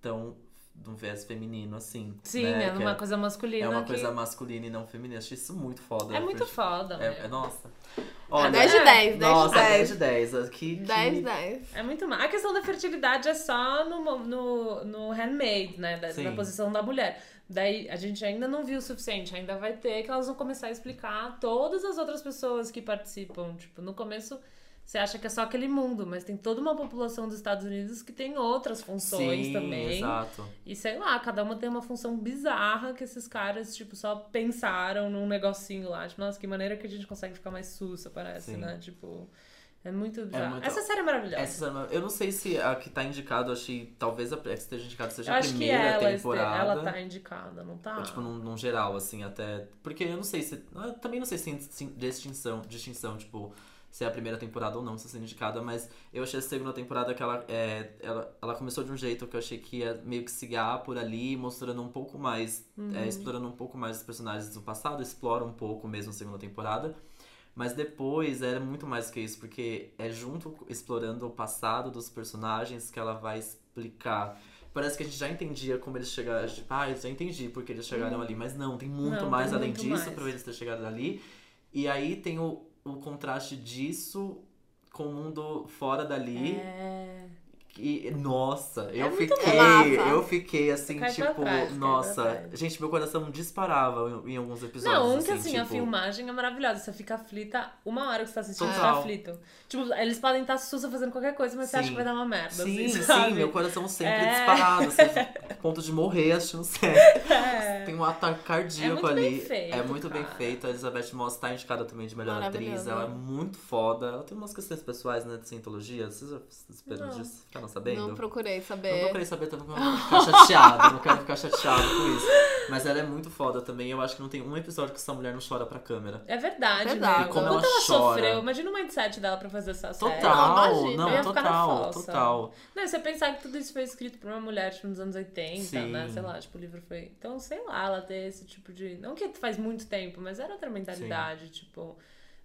S1: tão. de um viés feminino assim.
S2: Sim,
S1: né?
S2: é
S1: Que
S2: uma coisa masculina.
S1: é uma
S2: que-
S1: coisa masculina e não feminina. Achei isso muito foda.
S2: É muito
S1: Porque-
S2: foda. meu.
S1: É, é- nossa.
S3: é
S1: Olha,
S3: 10 de 10, 10
S1: nossa,
S3: de 10.
S1: 10 de 10. Aqui,
S3: 10 de
S1: que...
S3: 10.
S2: É muito má. A questão da fertilidade é só no, mo- no, no handmade, né? Da,
S1: Sim.
S2: na posição da mulher. Daí a gente ainda não viu o suficiente, ainda vai ter que elas vão começar a explicar todas as outras pessoas que participam. Tipo, no começo Você acha que é só aquele mundo, mas tem toda uma população dos Estados Unidos que tem outras funções
S1: Sim,
S2: também.
S1: exato.
S2: E sei lá, cada uma tem uma função bizarra que esses caras, tipo, só pensaram num negocinho lá. Tipo, nossa, que maneira que a gente consegue ficar mais sussa, parece,
S1: Sim.
S2: né? Tipo, é muito bizarro.
S1: muito-
S2: Essa série é maravilhosa.
S1: Essa, eu não sei se a que tá indicado, eu achei. Talvez a que esteja indicada seja
S2: Eu
S1: a
S2: acho que
S1: primeira
S2: ela, este-
S1: temporada.
S2: ela tá indicada, não tá?
S1: Ou, Tipo, num, num geral, assim, até. Porque eu não sei se. eu também não sei se tem distin- distinção, distinção, tipo, se é a primeira temporada ou não, se está sendo indicada, mas eu achei a segunda temporada que ela, é, ela, ela começou de um jeito que eu achei que ia meio que se guiar por ali, mostrando um pouco mais.
S2: Uhum.
S1: é, explorando um pouco mais os personagens do passado, explora um pouco mesmo a segunda temporada. Mas depois era muito mais que isso, porque é junto explorando o passado dos personagens que ela vai explicar. Parece que a gente já entendia como eles chegaram. Tipo, ah, eu já entendi porque eles chegaram ali. Mas não, tem
S2: Uhum. Não,
S1: muito
S2: tem
S1: mais além
S2: muito
S1: disso
S2: mais.
S1: pra eles terem chegado ali. E aí tem o, o contraste disso com o mundo fora dali.
S2: É...
S1: E, nossa, eu
S3: muito
S1: fiquei.
S3: massa.
S1: Eu fiquei assim,
S2: Cai pra
S1: tipo,
S2: trás, cai pra
S1: nossa.
S2: trás.
S1: Gente, meu coração disparava em, em alguns episódios.
S2: Não, um que assim, a
S1: tipo,
S2: filmagem é maravilhosa. Você fica aflita uma hora que você tá assistindo, você
S1: Total.
S2: tá aflito. Tipo, eles podem estar sussa fazendo qualquer coisa, mas você acha
S1: Sim.
S2: que vai dar uma merda.
S1: Sim,
S2: assim,
S1: sim,
S2: sabe?
S1: meu coração sempre
S2: É.
S1: disparado, assim, ponto de morrer assistindo série.
S2: É.
S1: Tem um ataque
S2: É
S1: cardíaco
S2: muito
S1: ali.
S2: bem feito,
S1: é muito bem
S2: cara.
S1: feito. A Elizabeth Moss tá indicada também de melhor atriz.
S3: Maravilhosa.
S1: Ela é muito foda. Ela tem umas questões pessoais, né, de cientologia. Vocês já esperam
S2: Não.
S1: disso? Ficaram sabendo?
S3: Não procurei
S1: Eu não
S3: saber.
S1: queria saber também, porque eu não quero ficar chateado, não quero ficar chateado com isso. Mas ela é muito foda também. Eu acho que não tem um episódio que essa mulher não chora pra câmera.
S2: É verdade,
S3: É
S2: né?
S3: verdade.
S1: E como
S2: Quanto
S1: ela
S2: ela
S1: chora.
S2: sofreu. Imagina o mindset dela pra fazer essa série.
S1: Total,
S3: imagina.
S1: não,
S2: Eu ia ficar na
S1: total,
S2: fossa.
S1: total.
S2: Não, e você pensar que tudo isso foi escrito por uma mulher, tipo, nos anos 80,
S1: Sim.
S2: né? Sei lá, tipo, o livro foi... Então, sei lá, ela ter esse tipo de... Não que faz muito tempo, mas era outra mentalidade, tipo...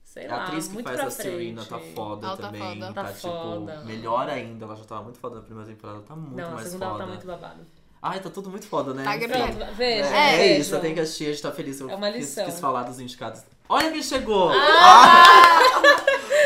S2: Sei
S1: A
S2: lá,
S1: atriz que
S2: muito
S1: faz
S2: pra
S1: a Serena
S2: frente.
S1: tá foda
S3: Ela tá
S1: também.
S3: foda.
S1: Tá,
S2: Tá
S1: tipo,
S2: foda.
S1: melhor ainda. Ela já tava muito foda na primeira temporada, tá muito
S2: Não, a
S1: mais
S2: segunda
S1: foda.
S2: ela tá muito babada.
S1: Ai, tá tudo muito foda, né?
S3: Tá
S1: Enfim.
S3: grande.
S2: Pronto, veja.
S1: É, é
S2: veja.
S1: isso, eu tenho que assistir, a gente tá feliz. Eu
S2: É uma
S1: quis-
S2: lição. Ah!
S1: Quis, falar dos indicados. Olha quem chegou!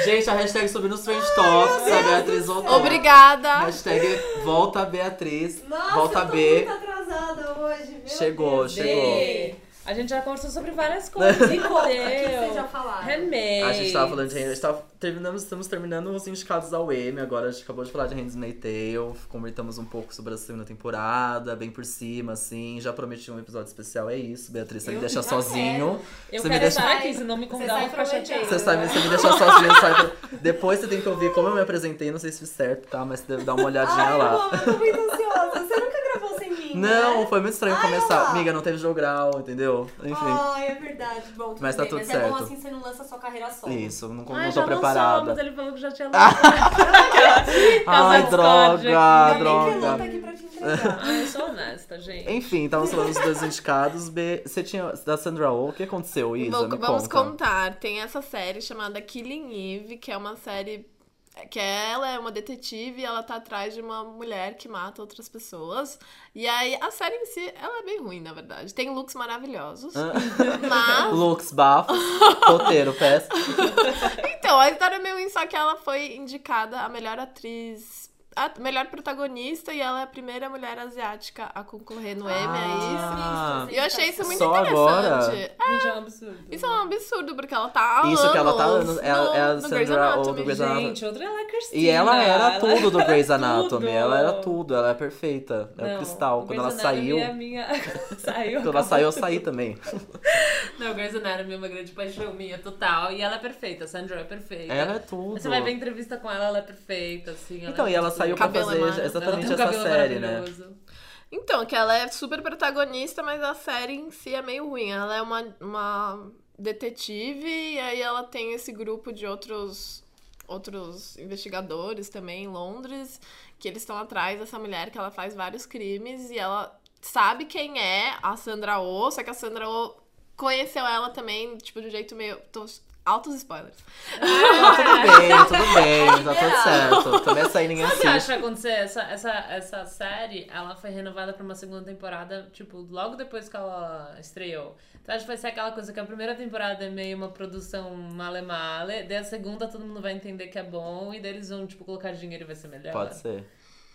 S1: gente, a hashtag subiu nos Trend Tops, a Beatriz voltou.
S3: Obrigada!
S1: Hashtag volta Beatriz,
S4: Nossa,
S1: volta
S4: eu tô
S1: B.
S4: muito atrasada hoje, meu
S1: Chegou,
S4: Deus.
S1: chegou.
S2: A gente já conversou sobre várias coisas. É E
S4: Conta, o que vocês já
S2: deu.
S4: falaram? É
S2: Remake.
S1: A gente tava falando de. A gente tava, terminamos, estamos terminando os indicados ao M agora. A gente acabou de falar de Handmaid's Tale. Comentamos um pouco sobre a segunda temporada, bem por cima, assim. Já prometi um episódio especial, é isso. Beatriz, você me
S4: Eu
S1: deixa
S4: já
S1: sozinho.
S2: Eu
S1: Você me
S2: quero
S1: deixa-
S2: estar aqui, se não me convidar, eu vou
S4: sai
S2: ficar
S4: prometendo.
S2: chateada.
S1: Você, sabe, você me deixa sozinho, sabe? Depois você tem que ouvir como eu me apresentei, não sei se fiz certo, tá? Mas você deve dar uma olhadinha
S4: Ai,
S1: lá.
S4: Roma, eu tô muito ansiosa. Você nunca gravou sem mim,
S1: Não,
S4: né?
S1: foi muito estranho
S4: Ai,
S1: começar.
S4: olha lá.
S1: Amiga, não teve jogral, entendeu? Enfim.
S4: Ai, é verdade. Bom, tudo
S1: Mas tá
S4: bem,
S1: tudo
S4: mas é bom
S1: certo.
S4: assim você não lança a sua carreira solo.
S1: Isso, não,
S2: Ai,
S1: não
S2: Ah, já
S1: tô
S2: lançou,
S1: preparada.
S2: mas ele falou que já tinha lançado.
S1: Ai,
S2: discórdia
S1: droga,
S4: Ainda bem que eu não
S1: Ah, droga.
S4: tô aqui pra te entregar.
S2: Ai, Ah, eu sou honesta, gente.
S1: Enfim, tava falando dos dois indicados. B, você tinha da Sandra Oh, o que aconteceu, Isa?
S3: Vou-
S1: Me
S3: vamos
S1: conta.
S3: contar. Tem essa série chamada Killing Eve, que é uma série que ela é uma detetive e ela tá atrás de uma mulher que mata outras pessoas. E aí a série em si, ela é bem ruim, na verdade. Tem looks maravilhosos,
S1: Ah.
S3: mas
S1: Looks, bafos, roteiro, festa.
S3: Então, a história é meio isso, só que ela foi indicada a melhor atriz, a melhor protagonista, e ela é a primeira mulher asiática a concorrer no Emmy, é isso.
S1: Ah,
S3: E eu achei isso muito
S1: Só agora?
S3: interessante.
S2: Gente, é um absurdo.
S3: Isso é um absurdo, porque ela tá há
S1: né? Isso que ela tá há
S3: anos
S1: anos, ela-
S3: no,
S1: é a
S3: no
S1: Sandra
S3: Grey's
S1: Oh, do
S3: Anatomy,
S1: Grey's
S3: gente.
S2: Gente, outra ela é Cristina.
S1: E ela era tudo do Grey's
S2: era
S1: Anatomy.
S2: tudo.
S1: Ela era tudo, ela é perfeita. É o
S2: Não,
S1: cristal. Quando ela
S2: Grey's Anatomy
S1: saiu.
S2: É a minha... saiu.
S1: Quando ela
S2: acabou.
S1: saiu, eu saí também.
S2: Não, Grey's Anatomy é uma grande paixão minha, total. E ela é perfeita, a Sandra é perfeita.
S1: Ela é tudo.
S2: Você vai ver entrevista com ela, ela é perfeita, assim. ela
S1: Então,
S2: é
S1: e ela
S2: tudo.
S1: saiu pra
S3: Cabelo é
S1: fazer
S3: maravilhoso.
S1: exatamente
S2: ela um
S1: essa série, né?
S3: Então, que ela é super protagonista, mas a série em si é meio ruim. Ela é uma, uma detetive e aí ela tem esse grupo de outros outros investigadores também em Londres, que eles estão atrás dessa mulher que ela faz vários crimes e ela sabe quem é a Sandra Oh, só que a Sandra Oh conheceu ela também, tipo, de um jeito meio... Tô... Altos spoilers.
S1: Tudo bem, tudo bem, tá tudo certo. Também sair ninguém
S2: O que você
S1: assiste.
S2: acha que aconteceu? Essa, essa, essa série, ela foi renovada pra uma segunda temporada, tipo, logo depois que ela estreou. Então acho que vai ser aquela coisa que a primeira temporada é meio uma produção male-male, daí a segunda todo mundo vai entender que é bom, e daí eles vão, tipo, colocar dinheiro e vai ser melhor.
S1: Pode ser.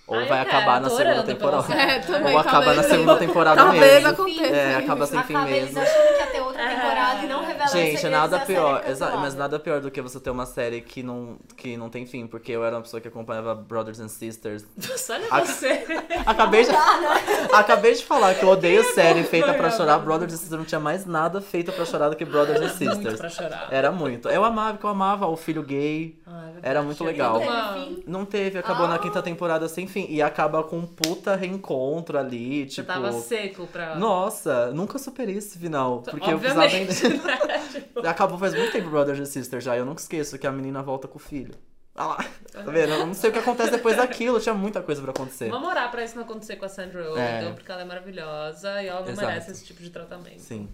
S1: Ou
S2: Ah,
S1: vai
S2: é,
S1: acabar na
S2: tô
S1: segunda
S2: orando pela
S1: temporada.
S3: É, também,
S1: Ou acaba
S3: talvez.
S1: na segunda temporada
S3: Talvez
S1: mesmo.
S3: aconteça.
S1: É, acaba sem fim
S4: Acaba eles
S1: mesmo.
S4: achando que ia ter outra temporada e não revelaram
S1: Gente, é nada pior.
S4: Exato,
S1: Exa- mas nada pior do que você ter uma série que não, que não tem fim, porque eu era uma pessoa que acompanhava Brothers and Sisters.
S2: Só de
S1: Ah,
S2: você.
S1: Acabei de,
S2: né?
S1: acabei de falar que eu odeio
S2: é
S1: série feita pra
S2: acompanhava.
S1: chorar. Brothers and Sisters não tinha mais nada feito pra chorar do que Brothers and
S2: Muito
S1: Sisters. É,
S2: pra chorar.
S1: Era muito. Eu amava, porque eu amava o filho gay.
S2: Ah, é verdade.
S1: Era muito legal.
S2: Uma-
S1: Não teve, acabou na
S2: Ah.
S1: quinta temporada sem fim. E acaba com um puta reencontro ali,
S2: Você
S1: tipo.
S2: tava seco pra.
S1: Nossa, nunca superei esse final. Porque eu
S2: Obviamente,
S1: precisava entender.
S2: né? Tipo,
S1: Acabou faz muito tempo Brothers and Sisters já. e Eu nunca esqueço que a menina volta com o filho. Ah lá. Tá vendo? Eu não sei o que acontece depois daquilo. Tinha muita coisa pra acontecer.
S2: Vamos orar pra isso não acontecer com a Sandra Oh,
S1: É.
S2: então, porque ela é maravilhosa e ela não
S1: Exato.
S2: merece esse tipo de tratamento.
S1: Sim.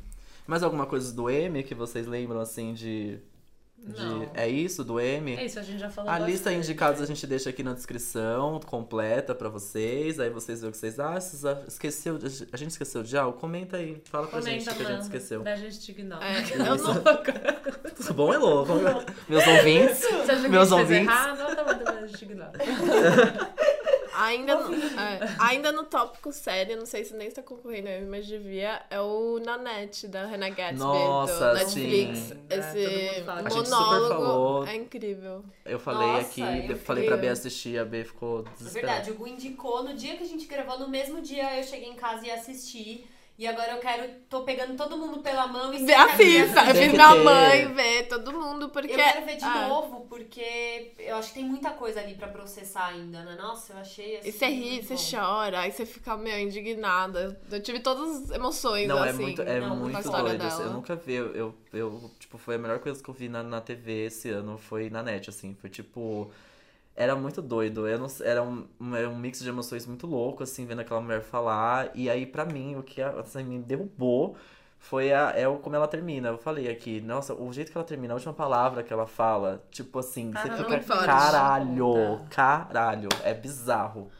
S1: Mais alguma coisa do M que vocês lembram, assim, de. de-
S2: Não.
S1: É isso, do M?
S2: É isso, a gente já falou
S1: A lista
S2: bastante.
S1: indicados a gente deixa aqui na descrição, completa pra vocês. Aí vocês veem o que vocês acham. Esqueceu, de- a gente esqueceu de algo? Comenta aí. Fala pra gente
S2: Comenta,
S1: que a gente
S2: mano.
S1: esqueceu.
S2: Daí a tá gente te ignora.
S3: É,
S2: Que
S3: eu não-
S2: louca.
S1: Tudo bom, Elô? Vamos- Meus ouvintes.
S2: Você acha que
S1: Meus
S2: a gente
S1: ouvintes.
S2: fez errado? Não, tá bom, tá bom, a gente ignora.
S3: Ainda no, é, ainda no tópico série, não sei se nem está concorrendo aí, mas devia, é o Nanette, da Hannah Gatsby,
S1: Nossa,
S3: do Netflix.
S1: sim.
S2: É, todo
S3: Esse
S2: mundo fala. A
S1: gente super falou.
S3: monólogo é incrível.
S1: Eu falei
S4: Nossa,
S1: aqui,
S4: eu
S1: eu falei pra
S3: queria.
S1: B assistir, a B ficou
S4: Na
S1: desesperada.
S4: É verdade, o Gu indicou no dia que a gente gravou, no mesmo dia eu cheguei em casa e assisti. E agora eu quero. tô pegando todo mundo pela mão e
S3: Ver a
S4: senta
S3: FIFA,
S1: Tem
S4: aqui,
S3: ver
S1: que
S3: minha
S1: ter.
S3: mãe, ver todo mundo, porque...
S4: é Eu quero ver de
S3: ah,
S4: novo, porque eu acho que tem muita coisa ali pra processar ainda, né? Nossa, eu achei assim.
S3: E você é ri,
S4: muito
S3: você
S4: bom.
S3: chora, aí você fica meio indignada. Eu tive todas as emoções,
S1: Não,
S3: assim.
S1: é muito, é
S4: não, com a
S1: muito
S3: história
S1: doido. assim,
S3: dela.
S1: Eu nunca vi, eu, eu, eu- tipo, foi a melhor coisa que eu vi na, na TV esse ano, foi na net, assim, foi tipo. Era muito doido, eu não, sei- era, um, um- era um mix de emoções muito louco, assim, vendo aquela mulher falar. E aí, pra mim, o que assim, me derrubou foi a, é o, como ela termina. Eu falei aqui, nossa, o jeito que ela termina, a última palavra que ela fala, tipo assim, você
S2: Caralho,
S1: fica,
S3: muito forte.
S1: caralho,
S4: Tá.
S1: caralho, é bizarro.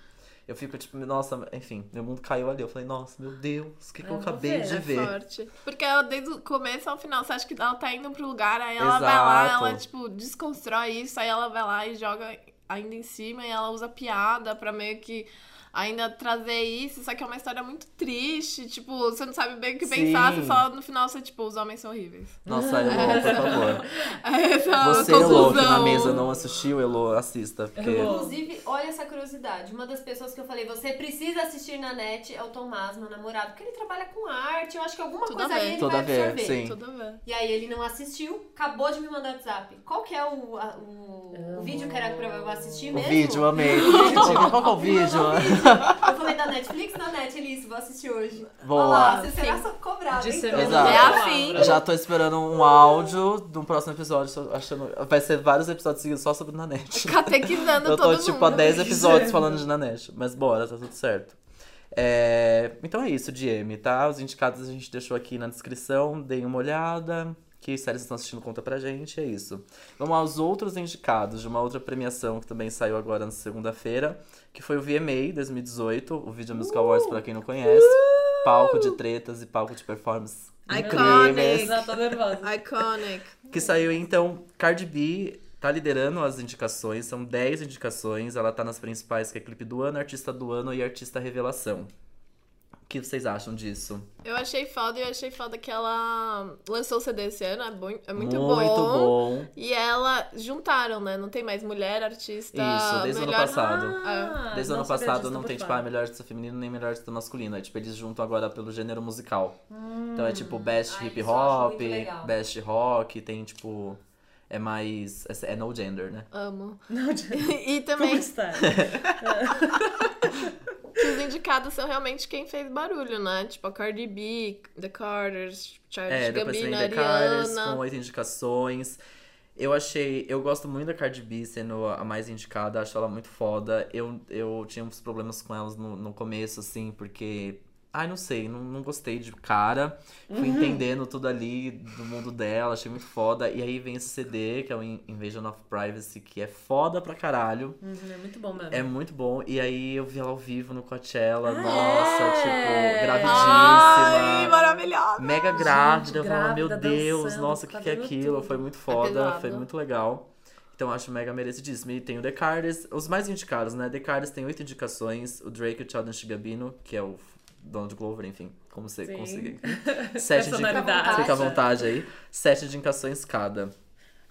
S1: Eu fico tipo, nossa, enfim, meu mundo caiu ali. Eu falei, nossa, meu Deus, o que, que eu
S2: Eu vou
S1: acabei
S2: ver,
S1: de
S3: É
S1: ver?
S3: forte. Porque ela, desde o começo ao final, você acha que ela tá indo pro lugar, aí ela vai
S1: Exato.
S3: lá, ela, tipo, desconstrói isso, aí ela vai lá e joga ainda em cima, e ela usa piada pra meio que ainda trazer isso, só que é uma história muito triste, tipo, você não sabe bem o que
S1: Sim.
S3: pensar, você fala no final, você, tipo, os homens são horríveis.
S1: Nossa, Elô, por favor.
S3: Essa é
S1: Você, Elô,
S3: conclusão.
S1: que na mesa não assistiu, Elô, assista. Porque...
S2: Elô.
S4: Inclusive, olha essa curiosidade. Uma das pessoas que eu falei, você precisa assistir na net, é o Tomás, meu namorado, porque ele trabalha com arte. Eu acho que alguma
S3: Tudo
S4: coisa
S3: a ver.
S4: ali ele
S1: Tudo
S4: vai
S1: a ver,
S4: absorver.
S1: sim.
S3: Tudo bem.
S4: E aí ele não assistiu, acabou de me mandar WhatsApp. Qual que é o, a- o, o vídeo que era pra eu assistir
S1: O
S4: mesmo?
S1: vídeo, amei. Gente, qual que é o
S4: Me mandou um
S1: vídeo?
S4: vídeo. Eu falei da Netflix na net, ele isso, vou assistir hoje.
S1: Boa.
S4: Olá, você será só
S1: Ah,
S4: cobrado,
S2: De ser
S4: então.
S1: Exato.
S3: É assim.
S1: Já tô esperando um áudio do próximo episódio, só achando... vai ser vários episódios seguidos só sobre Nanete.
S3: Catequizando
S1: Eu tô,
S3: todo
S1: tipo, há
S3: mundo. É.
S1: 10 episódios falando de Nanete. Mas bora, tá tudo certo. É, Então é isso, DM, tá? Os indicados a gente deixou aqui na descrição. Deem uma olhada. Que séries vocês estão assistindo, conta pra gente. É isso. Vamos aos outros indicados de uma outra premiação que também saiu agora na segunda-feira. Que foi o VMA 2018. O Video Music Awards, pra quem não conhece. Palco de tretas e palco de performances incríveis.
S3: Uh! Iconic.
S2: tá, Já tô nervosa.
S3: Iconic.
S1: Que saiu então, Cardi B tá liderando as indicações, são 10 indicações, ela tá nas principais, que é clipe do ano, artista do ano e artista revelação. O que vocês acham disso?
S3: Eu achei foda, eu achei foda que ela lançou o CD esse ano, é, bom, é muito,
S1: Muito bom.
S3: E ela juntaram, né? Não tem mais mulher, artista.
S1: Isso, desde o ano
S3: melhor...
S1: passado.
S2: Ah,
S1: Desde o ano
S2: não sabia
S1: passado
S2: disso,
S1: não
S2: tô
S1: tem,
S2: por
S1: tipo, ah,
S2: fora.
S1: melhor artista feminino nem melhor artista masculino. É tipo, eles juntam agora pelo gênero musical. Então é tipo best
S4: Hum. Ah,
S1: hip
S4: isso eu acho
S1: hop,
S4: muito legal.
S1: best rock, tem tipo. É mais. É no gender, né?
S3: Amo.
S2: Não, de-
S3: E
S2: Como
S3: também
S2: está?
S1: é?
S3: que os indicados são realmente quem fez barulho, né? Tipo a Cardi B, The Carters, Charles
S1: É, depois vem
S3: Gambino,
S1: The Cards com
S3: Ariana.
S1: oito indicações. Eu achei. Eu gosto muito da Cardi B sendo a mais indicada, acho ela muito foda. Eu, eu tinha uns problemas com elas no, no começo, assim, porque. Ai, não sei, não, não gostei de cara. Fui entendendo tudo ali do mundo dela, achei muito foda. E aí vem esse CD, que é o In- Invasion of Privacy, que é foda pra caralho.
S2: Uhum, é muito bom mesmo.
S1: É muito bom. E aí eu vi ela ao vivo no Coachella.
S2: Ah,
S1: nossa,
S2: é?
S1: tipo, gravidíssima.
S3: Ai, maravilhosa.
S1: Mega grávida, eu falava,
S2: grávida,
S1: meu Deus,
S2: dançando,
S1: nossa, o que, que é
S2: cabelo
S1: aquilo?
S2: tudo.
S1: Foi muito foda,
S3: Apesado.
S1: foi muito legal. Então eu acho mega merecidíssimo. E tem o The Carters, os mais indicados, né? The Carters tem oito indicações, o Drake e o Sheldon Chigabino, que é o Donald Glover, enfim, como você
S2: Sim.
S1: conseguir. Sete indicações.
S2: Personalidade.
S1: Fica à vontade aí. Sete indicações cada.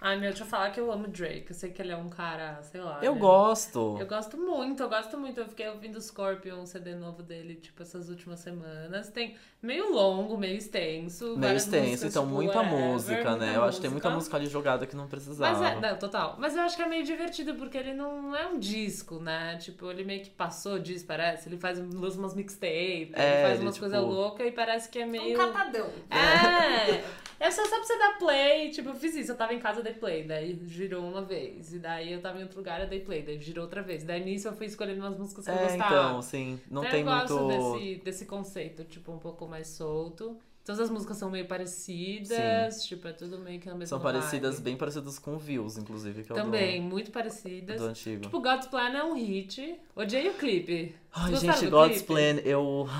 S2: Ai, meu, deixa eu falar que eu amo Drake. Eu sei que ele é um cara, sei lá.
S1: Eu
S2: né?
S1: gosto.
S2: Eu gosto muito, eu gosto muito. Eu fiquei ouvindo o Scorpion, um CD novo dele, tipo, essas últimas semanas. Tem meio longo, meio extenso.
S1: Meio
S2: várias
S1: extenso,
S2: músicas,
S1: então
S2: tipo,
S1: muita
S2: Whatever,
S1: música, né?
S2: muita
S1: Eu acho que tem muita música ali jogada que não precisava.
S2: Mas é, não, total. Mas eu acho que é meio divertido, porque ele não é um disco, né? Tipo, ele meio que passou disso, parece. Ele faz lança umas mixtapes,
S1: É,
S2: ele faz
S1: ele,
S2: umas
S1: tipo,
S2: coisas loucas e parece que é meio.
S4: Um catadão.
S2: É, é só, só pra você dar play. Tipo, eu fiz isso, eu tava em casa, eu dei play. Daí girou uma vez. E daí eu tava em outro lugar, eu dei play. Daí girou outra vez. Daí nisso eu fui escolhendo umas músicas que eu
S1: É,
S2: gostava.
S1: então, sim. Não
S2: Então,
S1: tem
S2: eu gosto
S1: muito.
S2: desse, desse conceito, tipo, um pouco mais solto. Todas as músicas são meio parecidas, tipo, é tudo meio que na mesma
S1: São parecidas,
S2: vibe.
S1: bem parecidas com Views, inclusive, que é o do-
S2: Também, muito
S1: do,
S2: parecidas.
S1: antigo.
S2: Tipo, God's Plan é um hit. Odiei o clipe.
S1: Ai,
S2: Gostaram
S1: gente,
S2: do
S1: God's
S2: clipe?
S1: Plan, eu,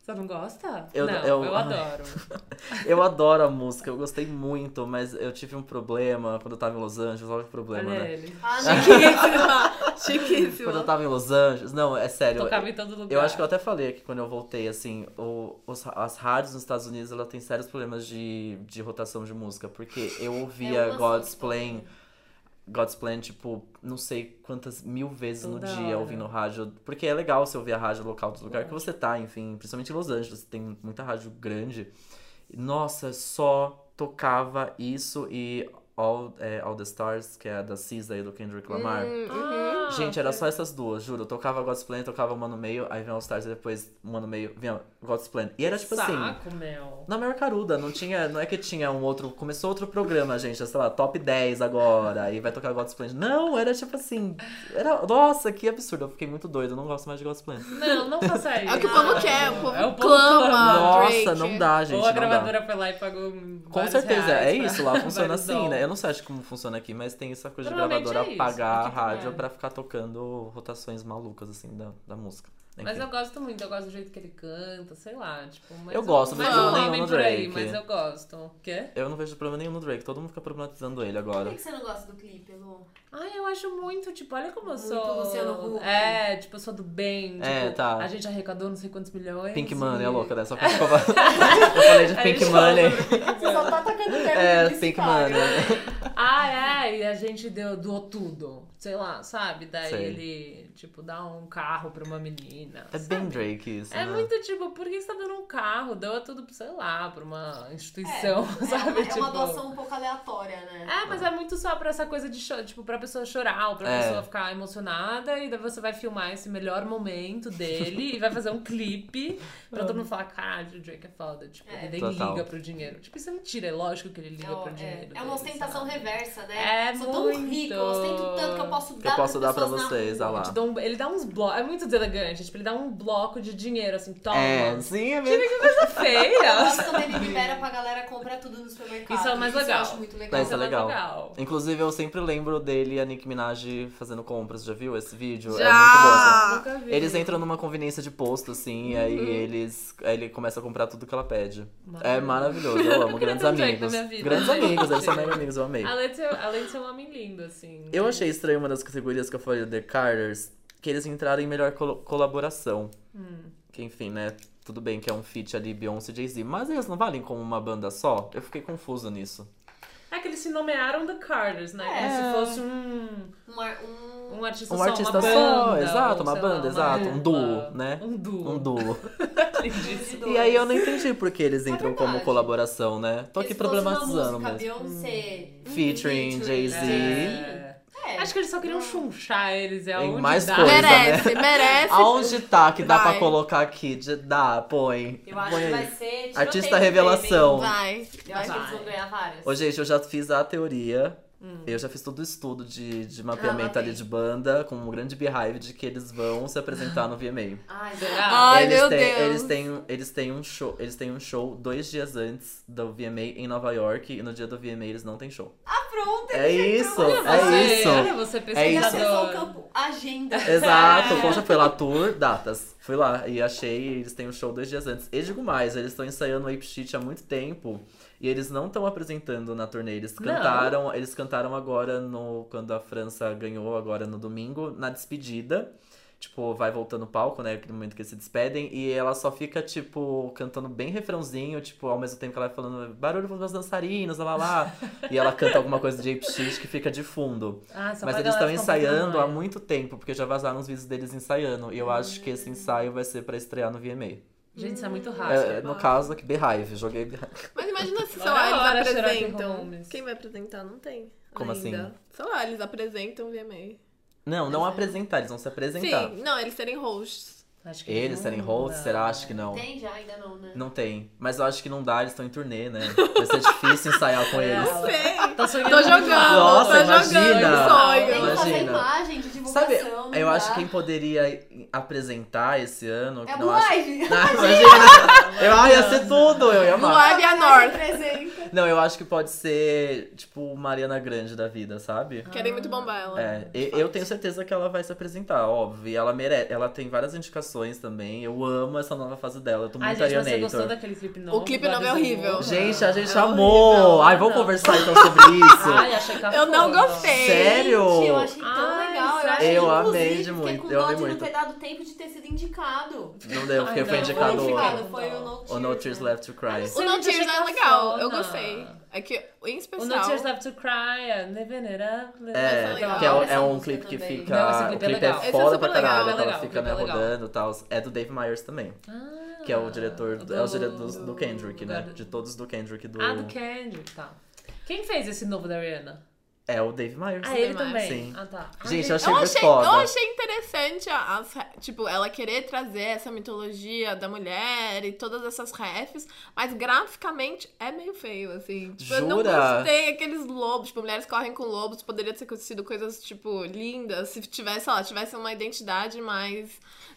S2: Você não gosta?
S1: Eu-
S2: não,
S1: eu-
S2: eu,
S1: ai.
S2: adoro.
S1: eu adoro a música, eu gostei muito, mas eu tive um problema quando eu tava em Los Angeles, olha que problema,
S2: Olha
S1: né?
S2: ele.
S4: Ah,
S3: Chiquíssima.
S1: Quando eu
S3: Chiquíssima.
S1: tava em Los Angeles, não, é sério,
S2: Tocava em todo lugar.
S1: Eu acho que eu até falei aqui quando eu voltei, assim, o- os- as rádios nos Estados Unidos, ela tem sérios problemas de, de rotação de música, porque eu
S2: um
S1: ouvia
S4: É uma
S1: God's
S4: só.
S1: Plan, God's Plan, tipo, não sei quantas mil vezes
S2: Toda
S1: no dia
S2: hora.
S1: ouvindo rádio, porque é legal você ouvir a rádio local do lugar que você tá, enfim, principalmente em Los Angeles, tem muita rádio grande. Nossa, só tocava isso e All, é, All the Stars, que é a da Cisa e do Kendrick Lamar.
S3: Hum.
S2: Ah,
S1: Gente, era só essas duas, juro. Eu tocava God's Plan, tocava uma no meio, aí vinha All Stars, e depois uma no meio, vinha God's Plan. E era tipo assim,
S2: Saco, meu.
S1: na maior caruda, não tinha, não é que tinha um outro, começou outro programa, gente, sei lá, top 10 agora, e vai tocar God's Plan. Não, era tipo assim, era, nossa, que absurdo, eu fiquei muito doido, eu não gosto mais de God's Plan.
S2: Não, não faça isso.
S3: É o que o povo quer, o povo,
S2: É o povo
S3: clama.
S2: clama.
S1: nossa,
S3: Drake.
S1: não dá, gente,
S2: Ou a
S1: não dá.
S2: gravadora foi lá e pagou
S1: Com
S2: vários
S1: certeza, é
S2: reais pra-
S1: isso, lá funciona
S2: vários
S1: assim, né?
S2: dólares.
S1: Eu não sei acho como funciona aqui, mas tem essa coisa de
S2: Normalmente
S1: gravadora
S2: é isso,
S1: pagar a
S2: aqui também
S1: rádio
S2: é.
S1: pra ficar tocando rotações malucas, assim, da, da música.
S2: Mas
S1: Enfim.
S2: eu gosto muito, eu gosto do jeito que ele canta, sei lá, tipo... Mas
S1: Eu gosto,
S2: mas
S3: mas eu
S2: um
S1: nem
S2: homem
S1: amo
S2: por aí,
S1: Drake.
S2: mas eu gosto. O quê?
S1: Eu não vejo problema nenhum no Drake, todo mundo fica problematizando ele
S4: Por
S1: agora.
S4: que que você não gosta do clipe, Lu?
S2: Ai, eu acho muito, tipo, olha como eu
S4: Muito
S2: sou.
S4: Luciano Huck.
S2: É, tipo, eu sou do bem.
S1: É,
S2: tipo,
S1: tá.
S2: A gente arrecadou não sei quantos milhões.
S1: Pink
S2: e-
S1: Money é louca, né? Só pra provar. Eu falei de
S2: Aí
S1: Pink
S2: eles
S1: Money.
S2: falam sobre Pink
S4: Você só
S2: Money.
S4: tá tacando terra
S1: É,
S4: publicitária.
S1: Pink Money.
S2: Ah, é, e a gente deu, doou tudo. Sei lá, sabe? Daí
S1: Sei.
S2: ele, tipo, dá um carro pra uma menina.
S1: É bem Drake isso,
S2: É
S1: né?
S2: muito tipo, por que você tá dando um carro? Doa tudo, sei lá, pra uma instituição,
S4: É
S2: sabe?
S4: uma, é uma
S2: Tipo,
S4: doação um pouco aleatória, né?
S2: É, mas é muito só pra essa coisa de cho- tipo, pra pessoa chorar, ou pra
S1: É.
S2: pessoa ficar emocionada, e daí você vai filmar esse melhor momento dele e vai fazer um clipe pra todo mundo falar, caralho, o Drake é foda, tipo,
S4: É.
S2: ele nem
S1: Total.
S2: liga pro dinheiro. Tipo, isso é mentira, é lógico que ele liga
S4: ó,
S2: pro
S1: né,
S2: dinheiro.
S4: é uma
S2: dele,
S4: ostentação
S2: sabe?
S4: reversa, né?
S2: É
S4: Sou tão
S2: muito.
S4: rico, eu ostento tanto que eu posso
S1: Que
S4: dar
S1: eu posso dar pra
S4: pessoas na
S1: vocês,
S4: rua.
S1: olha
S2: Ele
S1: lá.
S2: te dá um- ele dá uns blocos, é muito deselegante, tipo, ele dá um bloco de dinheiro, assim, toma,
S1: É, sim, é mesmo.
S2: coisa
S4: Eu
S2: feia.
S4: gosto quando ele libera pra galera comprar tudo no supermercado.
S2: Isso é o mais legal.
S4: eu acho muito legal.
S1: Mas é
S2: é mais
S1: legal.
S2: legal.
S1: Inclusive, eu sempre lembro dele e a Nicki Minaj fazendo compras. Já viu esse vídeo? É muito bom. assim.
S3: Já.
S2: Nunca vi.
S1: Eles entram numa conveniência de posto, assim, e aí eles, aí ele começa a comprar tudo que ela pede. É maravilhoso, eu amo.
S2: Uhum. Eu queria
S1: grandes
S2: ter um Drake na
S1: amigos.
S2: minha vida,
S1: Grandes
S2: gente.
S1: amigos, eles são mega amigos, eu amei.
S2: Além de, ser, além de ser um homem lindo, assim.
S1: Eu
S4: É.
S2: né?
S1: achei estranho uma das categorias que eu falei, The Carters, que eles entraram em melhor colo- colaboração.
S4: Hum.
S1: Que enfim, né? Tudo bem que é um feat ali Beyoncé e Jay-Z, mas eles não valem como uma banda só? Eu fiquei confuso nisso.
S2: É que eles se nomearam The Carters, né?
S1: É.
S2: Como se fosse um,
S4: Um ar- um-
S2: um artista
S1: Um
S2: só,
S1: artista
S2: uma
S1: só,
S2: banda.
S1: exato,
S2: ou,
S1: uma
S2: sei
S1: banda,
S2: uma
S1: exato, um
S2: dupla.
S1: duo, né?
S2: Um duo.
S1: Um duo.
S4: um
S2: Entendi.
S1: E aí eu não entendi por que eles
S4: É
S1: entram como
S4: verdade.
S1: colaboração, né? Tô aqui
S4: Se fosse uma
S1: problematizando
S4: música,
S1: mesmo.
S4: Beyoncé, um
S1: Featuring Jay-Z.
S2: É.
S4: É.
S2: Acho que eles só queriam chunchar eles. É
S1: Tem
S2: onde
S1: mais
S2: dá.
S1: coisa.
S3: Merece, merece.
S4: é
S1: Aonde tá que dá pra
S3: Vai.
S1: colocar aqui? De- Dá, põe.
S4: Eu acho
S1: põe
S4: que vai
S1: aí.
S4: ser. tiroteio
S1: Artista
S4: de
S1: revelação.
S3: Vai.
S4: prêmio, hein? Eu acho que eles vão
S2: Vai.
S4: ganhar várias.
S1: Ô, gente, eu já fiz a teoria. Eu já fiz todo o estudo de, de mapeamento
S4: Hum. Ah, lá
S1: ali
S4: vem.
S1: de banda, com um grande beehive de que eles vão se apresentar no VMA.
S4: Ai,
S2: Será?
S3: Ai,
S1: eles
S3: meu
S1: têm,
S3: Deus.
S1: Eles têm, eles, têm um show, eles têm um show dois dias antes do VMA em Nova York, e no dia do VMA eles não têm show.
S4: Ah, pronto,
S1: É isso,
S2: Olha você,
S1: é isso.
S2: Olha você,
S1: É
S4: Ele
S1: isso.
S4: acessou o
S2: pesquisador.
S4: campo agenda.
S1: É, Exato, conta pela tour, datas. Fui lá e achei, eles têm um show dois dias antes. E digo mais, eles estão ensaiando o Ape Shit há muito tempo. E E eles não estão apresentando na turnê. Eles
S2: Não.
S1: cantaram, eles cantaram agora no quando a França ganhou agora no domingo, na despedida. Tipo, vai voltando o palco, né? No momento que eles se despedem. E ela só fica, tipo, cantando bem refrãozinho. Tipo, ao mesmo tempo que ela vai falando barulho pros meus dançarinos, lá lá lá. e ela canta alguma coisa de Ape X que fica de fundo.
S2: Ah, só
S1: Mas
S2: pra
S1: eles estão
S2: galera é. ficar botando
S1: ensaiando há
S2: nós.
S1: muito tempo, porque já vazaram os vídeos deles ensaiando. E eu acho que esse ensaio vai ser pra estrear no VMA.
S2: Gente, isso é muito
S1: É,
S2: rápido.
S1: no caso aqui, Beehive. Joguei Beehive.
S3: Mas imagina se, sei
S2: Agora
S3: lá,
S2: é
S3: eles
S2: hora, Sherlock
S3: apresentam.
S2: Holmes.
S3: Quem vai apresentar? Não tem.
S1: Como
S3: ainda.
S1: assim?
S3: Sei lá, eles apresentam o VMA.
S1: Não, não apresentar, eles vão se apresentar.
S3: Sim, não, eles serem hosts.
S2: Acho que
S1: Eles
S2: não,
S1: serem hosts,
S2: não.
S1: será? Acho que não.
S4: Tem já? Ainda não, né?
S1: Não tem. Mas eu acho que não dá, eles estão em turnê, né? Vai ser difícil ensaiar com
S2: É,
S1: eles.
S2: Não.
S3: Não sei.
S2: Tá sonhando.
S3: Tô jogando,
S1: Nossa,
S3: tô
S1: imagina.
S3: jogando.
S4: Tem que
S3: Sonho.
S4: fazer
S1: Imagina.
S4: imagem de
S1: é Sabe,
S4: divulgação. não
S1: eu
S4: dá.
S1: acho que quem poderia apresentar esse ano. que
S4: É
S1: não acho-
S4: Blind!
S1: Não, imagina! Eu ah, ia ser tudo, eu ia amar.
S3: Live a North.
S4: Apresenta.
S1: Não, eu acho que pode ser, tipo, Mariana Grande da vida, sabe?
S3: Querem muito bombar ela.
S1: É, e- eu tenho certeza que ela vai se apresentar, óbvio. E ela merece. Ela tem várias indicações também. Eu amo essa nova fase dela. Eu tô
S2: Ai,
S1: muito
S2: gente, mas você gostou
S1: Arianator.
S2: daquele clipe novo?
S3: clipe
S2: do
S3: novo é
S2: Aviso
S3: horrível.
S2: Mundo?
S1: tá Gente, a gente
S2: É
S1: amou!
S2: horrível,
S1: Ai, vamos
S2: não.
S1: conversar então sobre isso.
S2: Ai, achei cafona.
S3: Eu não gostei.
S1: Sério?
S4: Gente, eu achei tão
S2: Ai,
S4: legal. Eu,
S2: sério?
S4: achei,
S1: Eu amei
S4: inclusive,
S1: de muito,
S4: Fiquei
S1: eu
S4: com
S1: amei
S4: dó de não
S1: muito.
S4: ter dado tempo de ter sido indicado.
S1: Não deu, porque
S2: Ai,
S1: foi
S2: não,
S1: indicado
S2: foi
S1: o,
S2: indicado.
S4: Foi o No Tears.
S1: o No Tears
S4: né?
S1: Left to Cry.
S3: O
S2: Sim,
S3: No
S2: eu achei
S3: Tears
S4: tá
S3: é legal, eu
S2: cafona.
S3: gostei. É que, em
S2: O
S3: especial...
S2: No Tears Left to Cry, I'm Living It Up.
S1: É,
S3: legal.
S1: que é, o-
S4: Essa
S1: é um
S4: música
S1: clipe que
S4: também.
S1: fica.
S2: Não, esse
S1: o
S2: clipe é
S1: clipe é,
S2: legal. Esse
S3: é
S1: foda
S3: super
S1: pra caralho,
S3: legal,
S1: que ela
S2: legal,
S1: fica
S2: o clipe
S1: né,
S2: é legal.
S1: rodando e tal. É do Dave Myers também.
S2: Ah,
S1: Que é o diretor. É o diretor do, do Kendrick, né?
S2: do-
S1: De todos do Kendrick do.
S2: Ah, do Kendrick, tá. Quem fez esse novo da Rihanna?
S1: É o Dave Myers.
S2: Ah, ele
S3: demais.
S2: também?
S1: Sim.
S2: Ah, tá. Ai,
S1: Gente, eu achei
S3: Eu
S1: muito
S3: achei,
S1: foda.
S3: eu achei interessante, a- as re- tipo, ela querer trazer essa mitologia da mulher e todas essas refs, mas graficamente é meio feio, assim. Tipo, eu não
S1: Jura?
S3: gostei aqueles lobos, tipo, mulheres correm com lobos, poderia ter acontecido coisas, tipo, lindas, se tivesse, sei lá, tivesse uma identidade mais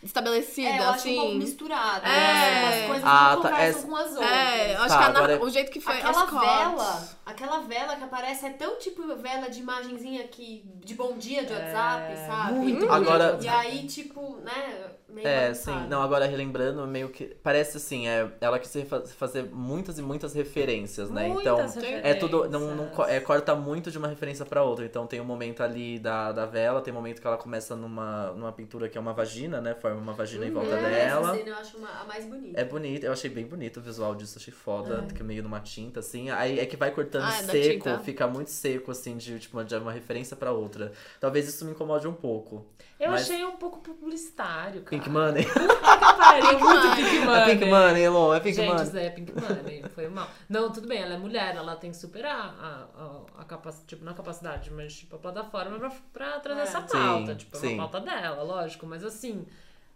S3: estabelecida,
S4: É, eu acho um pouco
S3: assim.
S4: misturado.
S3: É.
S4: né? As coisas
S1: Ah,
S4: não
S1: tá,
S4: conversam
S1: essa-
S4: com as outras.
S3: é, eu acho
S1: Tá,
S3: que a nar-
S1: agora-
S3: o jeito que foi
S4: Aquela
S3: as cortes-
S4: vela, aquela vela que aparece é tão tipo vela de imagenzinha aqui, de bom dia de WhatsApp,
S3: É,
S4: sabe?
S1: muito Agora- bom
S4: E
S1: dia de
S4: aí, tipo, né? Meio
S1: É,
S4: bagunçado.
S1: sim. Não, agora relembrando, meio que. Parece assim, é, ela quis refa- fazer muitas e muitas referências, né?
S2: muitas
S1: então. É
S2: referências.
S1: tudo. Não, não co- é, corta muito de uma referência pra outra. Então tem um momento ali da, da vela, tem um momento que ela começa numa, numa pintura que é uma vagina, né? Forma uma vagina em volta
S4: É,
S1: dela.
S4: Essa cena eu acho uma- a mais bonita.
S1: É bonito, eu achei bem bonito o visual disso, achei foda, que meio numa tinta, assim. Aí é que vai cortando
S3: Ah, é da
S1: seco,
S3: tinta.
S1: fica muito seco, assim, de, tipo, de uma referência pra outra. Talvez isso me incomode um pouco.
S2: Eu
S1: Mas-
S2: achei um pouco publicitário, cara.
S1: Pink Money.
S2: Pariu, muito
S3: Money.
S2: Pink
S1: É
S2: Money.
S1: Pink Money, Elon, é Pink
S2: Gente,
S1: Money.
S2: isso daí é Pink Money, foi mal. Não, tudo bem, ela é mulher, ela tem que superar a, a, a capacidade, tipo, não a capacidade, mas tipo, a plataforma pra, pra trazer
S4: É.
S2: essa
S1: Sim,
S2: pauta. tipo, é
S1: sim.
S2: uma pauta dela, lógico, mas assim,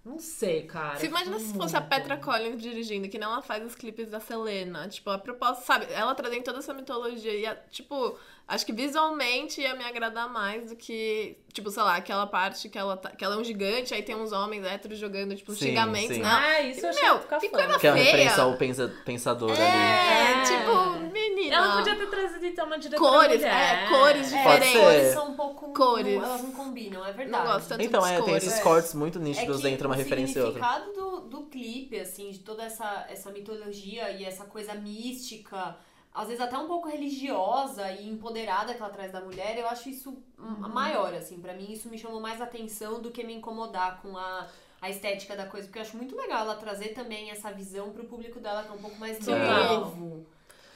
S2: não sei, cara. tipo, hum.
S3: Se imagina se fosse a Petra Collins dirigindo, que não ela faz os clipes da Selena. Tipo, a proposta, sabe? Ela trazendo toda essa mitologia. E, a- tipo, acho que visualmente ia me agradar mais do que, tipo, sei lá, aquela parte que ela, tá- que ela é um gigante, aí tem uns homens héteros jogando, tipo,
S1: Sim,
S3: xingamentos,
S1: sim.
S3: né?
S2: Ah, isso eu achei
S3: Meu,
S2: muito cafona.
S3: que coisa
S1: Que é uma
S3: feia.
S1: referência ao pensa- pensador ali.
S3: É,
S2: É.
S3: tipo, menina.
S2: Ela podia ter trazido então uma diretora
S3: Cores,
S2: mulher.
S3: é, cores
S4: É,
S1: Pode
S4: as
S1: ser.
S3: diferentes.
S4: cores são um pouco.
S3: Cores.
S4: não- elas não combinam, é verdade.
S3: Não gosto tanto
S1: Então,
S3: dos
S1: é, tem
S3: cores.
S1: esses
S4: É.
S1: cortes muito
S4: É
S1: nítidos
S4: que
S1: entre uma
S4: o
S1: referência e outra.
S4: significado do, do clipe, assim, de toda essa, essa mitologia e essa coisa mística, às vezes até um pouco religiosa e empoderada que ela traz da mulher, eu acho isso
S1: Uhum.
S4: hum, maior, assim, pra mim isso me chamou mais atenção do que me incomodar com a, a estética da coisa, porque eu acho muito legal ela trazer também essa visão pro público dela que é um pouco mais
S2: Sim.
S4: novo.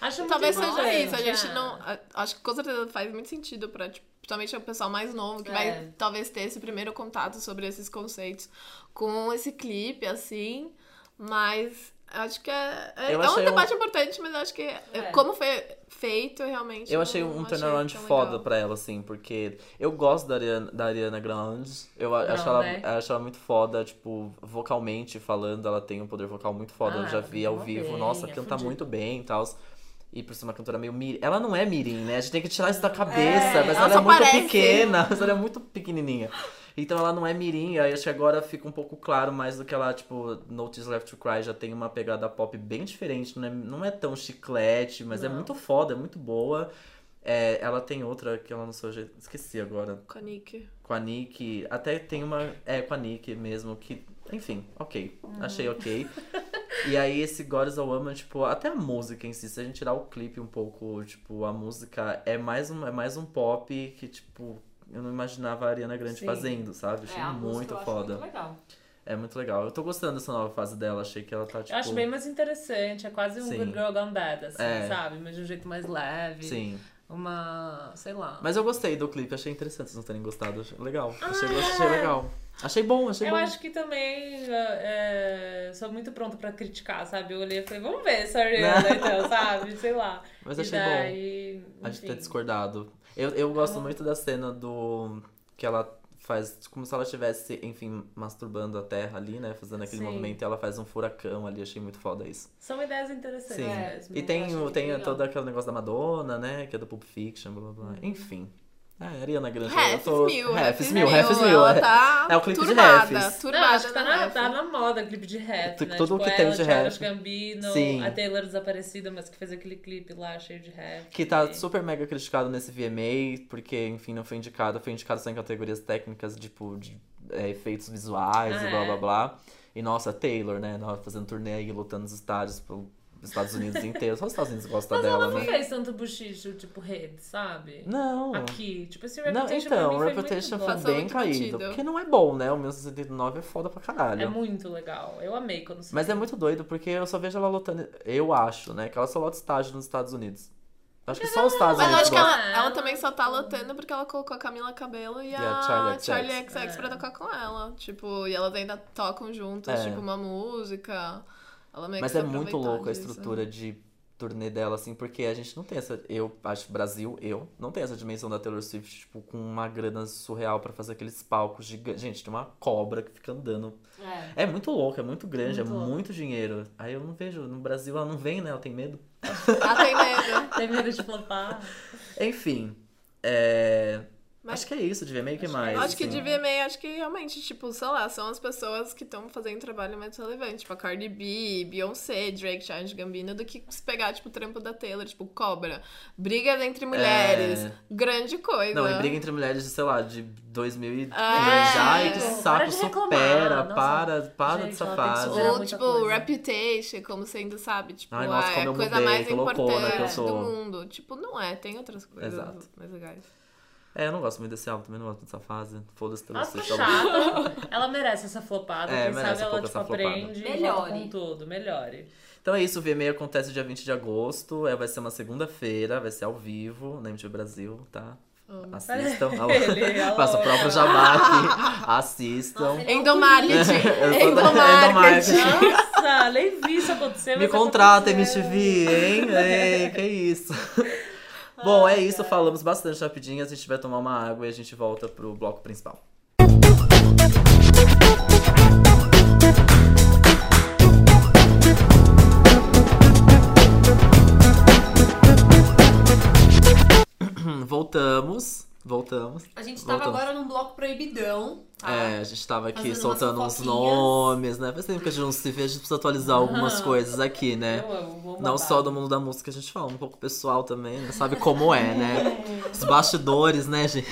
S2: Acho muito
S3: Talvez
S2: bom,
S3: seja isso, a
S2: é.
S3: gente não. a- Acho que com certeza faz muito sentido pra, tipo, principalmente o pessoal mais novo, que
S4: É.
S3: vai talvez ter esse primeiro contato sobre esses conceitos com esse clipe, assim. Mas acho que é. É,
S1: Eu
S3: é um
S1: achei um-
S3: debate importante, mas acho que é- como foi feito, realmente.
S1: Eu
S3: não-
S1: achei
S3: não
S1: um turnaround
S3: é tão
S1: foda
S3: legal.
S1: pra ela, assim, porque eu gosto da Ariana, da Ariana Grande. Eu a-
S2: Não,
S1: acho, ela,
S2: né?
S1: acho ela muito foda, tipo, vocalmente falando, ela tem um poder vocal muito foda.
S2: Ah,
S1: eu já
S2: ela
S1: vi
S2: canta
S1: ao
S2: mó
S1: vivo,
S2: bem,
S1: nossa,
S2: é
S1: canta
S2: fodida.
S1: muito bem e tal. E por ser uma cantora meio mirim. Ela não é mirim, né? A gente tem que tirar isso da cabeça, mas
S3: ela
S1: ela, é
S3: só
S1: muito
S3: parece.
S1: pequena, mas ela é muito pequenininha. Então ela não é mirim, aí acho que agora fica um pouco claro mais do que ela, tipo, Notice Left to Cry já tem uma pegada pop bem diferente, não é, não é tão chiclete, mas é
S2: Não.
S1: muito foda, é muito boa. É, ela tem outra que ela não sou, esqueci agora,
S3: Com a Nick.
S1: com a Nick,
S2: Uhum.
S1: até tem uma, é, com a Nick mesmo, que, enfim, ok, achei ok. E aí esse Goddess of Woman, tipo, até a música em si, se a gente tirar o clipe um pouco, tipo, a música é mais um, é mais um pop que, tipo, eu não imaginava a Ariana Grande
S2: Sim.
S1: fazendo, sabe? Achei
S4: é, a música
S1: muito
S4: eu acho
S1: foda.
S4: muito legal.
S1: É muito legal. Eu tô gostando dessa nova fase dela, achei que ela tá, tipo.
S2: Eu acho bem mais interessante, é quase um
S1: Sim.
S2: Good Girl Gone Bad, assim,
S1: É.
S2: sabe? Mas de um jeito mais leve.
S1: Sim.
S2: Uma. sei lá.
S1: Mas eu gostei do clipe, achei interessante vocês não terem gostado. Achei legal.
S2: Ah,
S1: Achei,
S2: é.
S1: achei legal. Achei bom, achei
S2: eu
S1: bom.
S2: acho que também é, é, sou muito pronta pra criticar, sabe? Eu olhei e falei, vamos ver essa Ariana,
S1: Não.
S2: então, sabe? Sei lá.
S1: Mas
S2: E
S1: achei bom.
S2: daí,
S1: A gente
S2: enfim.
S1: tá discordado. Eu, eu gosto muito da cena do. que ela faz. Como se ela estivesse, enfim, masturbando a terra ali, né? Fazendo aquele
S2: Sim.
S1: movimento e ela faz um furacão ali, achei muito foda isso.
S2: São ideias interessantes
S1: Sim.
S2: mesmo.
S1: E
S4: Eu
S1: tem,
S4: acho
S1: o,
S4: muito
S1: tem
S4: legal. Uhum.
S1: todo aquele negócio da Madonna, né? Que é do Pulp Fiction, blá blá blá. Enfim. Ah, é Ariana Grande. eu
S3: Refs
S1: tô...
S3: mil,
S1: Refs mil, refs mil.
S3: Ela
S1: é.
S3: tá
S1: É o clipe de
S3: turbada,
S1: refs.
S2: Não,
S3: turbada
S2: acho que tá
S3: na
S2: na,
S3: ref.
S2: tá na moda clipe de rap,
S1: É, Tu-
S2: né?
S1: tudo
S2: tipo,
S1: que
S2: ela,
S1: tem de
S2: Charles
S1: rap.
S2: Gambino,
S1: Sim.
S2: a Taylor desaparecida, mas que fez aquele clipe lá cheio de rap.
S1: Que tá super mega criticado nesse VMA, porque, enfim, não foi indicado. Foi indicado só em categorias técnicas, tipo, de é, efeitos visuais
S2: Ah,
S1: e blá
S2: é.
S1: blá blá. E nossa, Taylor, né? Nós fazendo turnê aí, lutando nos estádios pelos Estados Unidos inteiro. Só os Estados Unidos gostam dela,
S2: Ela não
S1: né?
S2: fez tanto bochicho, tipo, rede, sabe?
S1: Não.
S2: Aqui. Tipo, esse
S1: Não,
S2: Reputation pra
S1: então,
S2: mim
S1: o
S2: foi
S1: Reputation
S2: muito
S1: foi
S2: bom.
S3: Passou
S1: bem
S3: muito
S1: caído.
S3: batido.
S1: Porque não é bom, né? O 1979 é foda pra caralho.
S2: É muito legal. Eu amei quando saiu.
S1: Mas é muito doido, porque eu só vejo ela lutando. Eu acho, né? Que ela só lota estágio nos Estados Unidos. Acho que só os Estados
S3: Mas eu
S1: Unidos
S3: acho que
S1: lotam.
S3: ela, ela também só tá lotando porque ela colocou a Camila Cabelo e, a Charlie XX,
S2: É.
S3: pra tocar com ela. Tipo, e elas ainda tocam juntas,
S1: É.
S3: tipo, uma música. Ela meio que
S1: Mas
S3: se
S1: é muito
S3: aproveitou
S1: louco a
S3: disso.
S1: estrutura de turnê dela, assim, porque a gente não tem essa. Eu acho, Brasil, eu, não tem essa dimensão da Taylor Swift, tipo, com uma grana surreal pra fazer aqueles palcos gigantes. Gente, tem uma cobra que fica andando.
S4: É.
S1: É muito louco, é muito grande,
S2: Muito
S1: é
S2: louco.
S1: muito dinheiro. Aí eu não vejo. No Brasil ela não vem, né? Ela tem medo.
S3: Ela tem medo.
S1: é
S2: Tem medo de flopar.
S1: Enfim. É.
S3: Mas-
S1: Acho que é isso, devia meio que
S2: Acho que-
S1: mais.
S3: Eu acho que
S1: assim.
S3: de VMA, acho que realmente, tipo, sei lá, são as pessoas que estão fazendo trabalho mais relevante. Tipo, a Cardi B, Beyoncé, Drake, Charles Gambino, do que se pegar, tipo, o trampo da Taylor, tipo, cobra. Brigas entre mulheres.
S1: É.
S3: Grande coisa.
S1: Não, e briga entre mulheres de, sei lá, de 2003.
S3: É.
S1: Ai, que
S2: Para
S1: saco,
S2: de
S1: supera,
S2: reclamar, nossa.
S1: para, para
S2: Gente,
S1: de
S2: ela tem que
S1: safado.
S2: superar. Era
S3: Ou,
S2: muita
S3: tipo,
S2: coisa.
S3: reputation, como sendo, sabe? Tipo,
S1: Ai, nossa,
S3: ah, é
S1: como
S3: a
S1: eu
S3: coisa
S1: mudei,
S3: mais
S1: que loucona
S3: importante
S1: que eu
S3: do
S1: sou.
S3: mundo. Tipo, não é, tem outras coisas
S1: Exato.
S3: mais legais.
S1: É, eu não gosto muito desse álbum, também não gosto dessa fase. Foda-se, tudo
S2: Nossa,
S1: isso.
S2: chata. Ela merece essa flopada.
S1: É,
S2: Quem
S1: merece
S2: sabe
S1: um
S2: ela,
S1: pouco
S2: tipo,
S1: essa flopada.
S2: aprende e
S4: Melhore.
S2: volta com tudo. Melhore.
S1: Então é isso, o VMA acontece dia 20 de agosto. é, vai ser uma segunda-feira, vai ser ao vivo na MTV Brasil, tá?
S3: Amo.
S1: Assistam.
S2: Ele,
S1: Alô.
S2: alô.
S1: Faço o próprio jabá aqui. Assistam.
S4: Nossa, ele é um
S3: Endomarketing.
S1: Eu sou da-
S3: Endomarketing.
S2: Nossa, nem vi isso acontecer.
S1: Me
S2: mas
S1: contrata,
S2: aconteceu.
S1: MTV,
S4: é."
S1: hein? Ei, que isso. Bom, é isso. Falamos bastante rapidinho. A gente vai tomar uma água e a gente volta pro bloco principal. Voltamos, voltamos.
S4: A gente tava
S1: Voltamos.
S4: agora num bloco proibidão. Tá?
S1: É, a gente tava aqui
S4: Fazendo umas
S1: soltando uns
S4: fofoquinhas.
S1: nomes, né? Faz tempo que a gente não se vê, a gente precisa atualizar algumas
S2: Ah.
S1: coisas aqui, né?
S2: Eu amo, vou
S1: Não
S2: babar.
S1: só do mundo da música, a gente fala um pouco pessoal também, né? Sabe como é, né? Os bastidores, né, gente?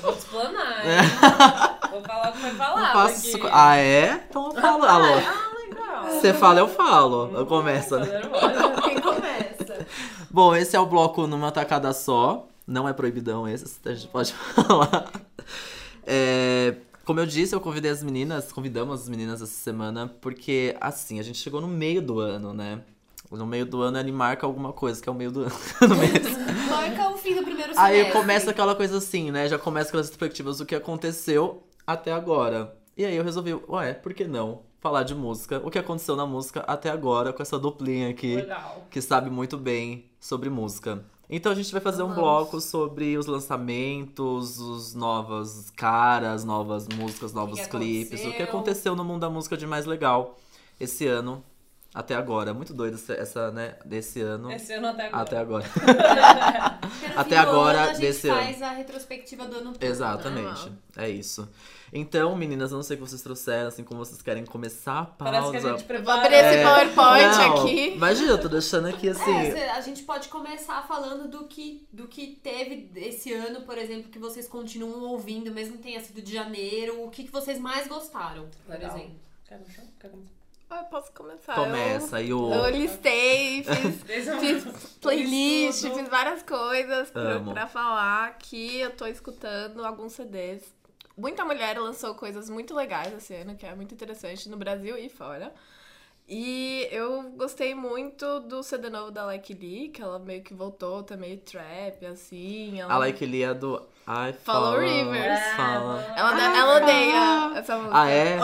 S2: Vou te explanar, hein? Vou falar o que foi falado
S1: É. Faço-
S2: aqui.
S1: Ah, é? Então eu falo. Alô,
S2: Ah, legal.
S1: você fala, eu falo. Eu começo,
S2: Tô
S1: né?
S2: nervosa.
S4: Quem começa?
S1: Bom, esse é o bloco numa tacada só. Não é proibidão esse, a gente pode falar. É, como eu disse, eu convidei as meninas, convidamos as meninas essa semana, porque assim, a gente chegou no meio do ano, né? No meio do ano ele marca alguma coisa, que é o meio do ano. No meio
S4: Marca o fim do primeiro semestre.
S1: Aí começa aquela coisa assim, né? Já começa aquelas perspectivas do que aconteceu até agora. E aí eu resolvi, ué, por que não falar de música? O que aconteceu na música até agora com essa duplinha aqui
S2: Legal.
S1: que sabe muito bem sobre música. Então a gente vai fazer um
S3: Amamos.
S1: bloco sobre os lançamentos, os novas caras, novas músicas, novos clipes, o que
S4: aconteceu.
S1: aconteceu no mundo da música de mais legal esse ano até agora. Muito doido essa- essa, né, desse ano
S2: Esse ano até agora.
S1: até agora. tá.
S4: Quero
S1: até
S4: fim do
S1: agora,
S4: ano, a gente
S1: desse
S4: faz a retrospectiva do ano todo. né?
S1: Exatamente. É isso. Então, meninas, eu não sei o que vocês trouxeram, assim como vocês querem começar a pausa.
S2: Parece que a gente
S3: Vou
S2: prepara.
S3: abrir esse
S1: É,
S3: PowerPoint
S1: não,
S3: aqui.
S1: Imagina, eu tô deixando aqui assim.
S4: É, cê- a gente pode começar falando do que, do que teve esse ano, por exemplo, que vocês continuam ouvindo, mesmo que tenha sido de janeiro. O que, que vocês mais gostaram, por
S2: Legal.
S4: exemplo.
S2: Quer começar? Quer começar?
S3: Ah, eu posso começar.
S1: Começa, e
S3: Eu,
S1: o.
S3: eu listei, fiz,
S2: Desde
S3: fiz playlist,
S2: Estudo.
S3: fiz várias coisas pra,
S1: Amo.
S3: pra falar que eu tô escutando alguns CDs. Muita mulher lançou coisas muito legais esse ano, que é muito interessante, no Brasil e fora. E eu gostei muito do CD novo da Like Lee, que ela meio que voltou, tá meio trap, assim. Ela,
S1: A Like Lee é do. I
S3: Follow
S1: follow
S3: Rivers.
S2: É.
S1: Fala.
S3: ela,
S2: Ah,
S3: ela odeia essa música.
S1: Ah, é?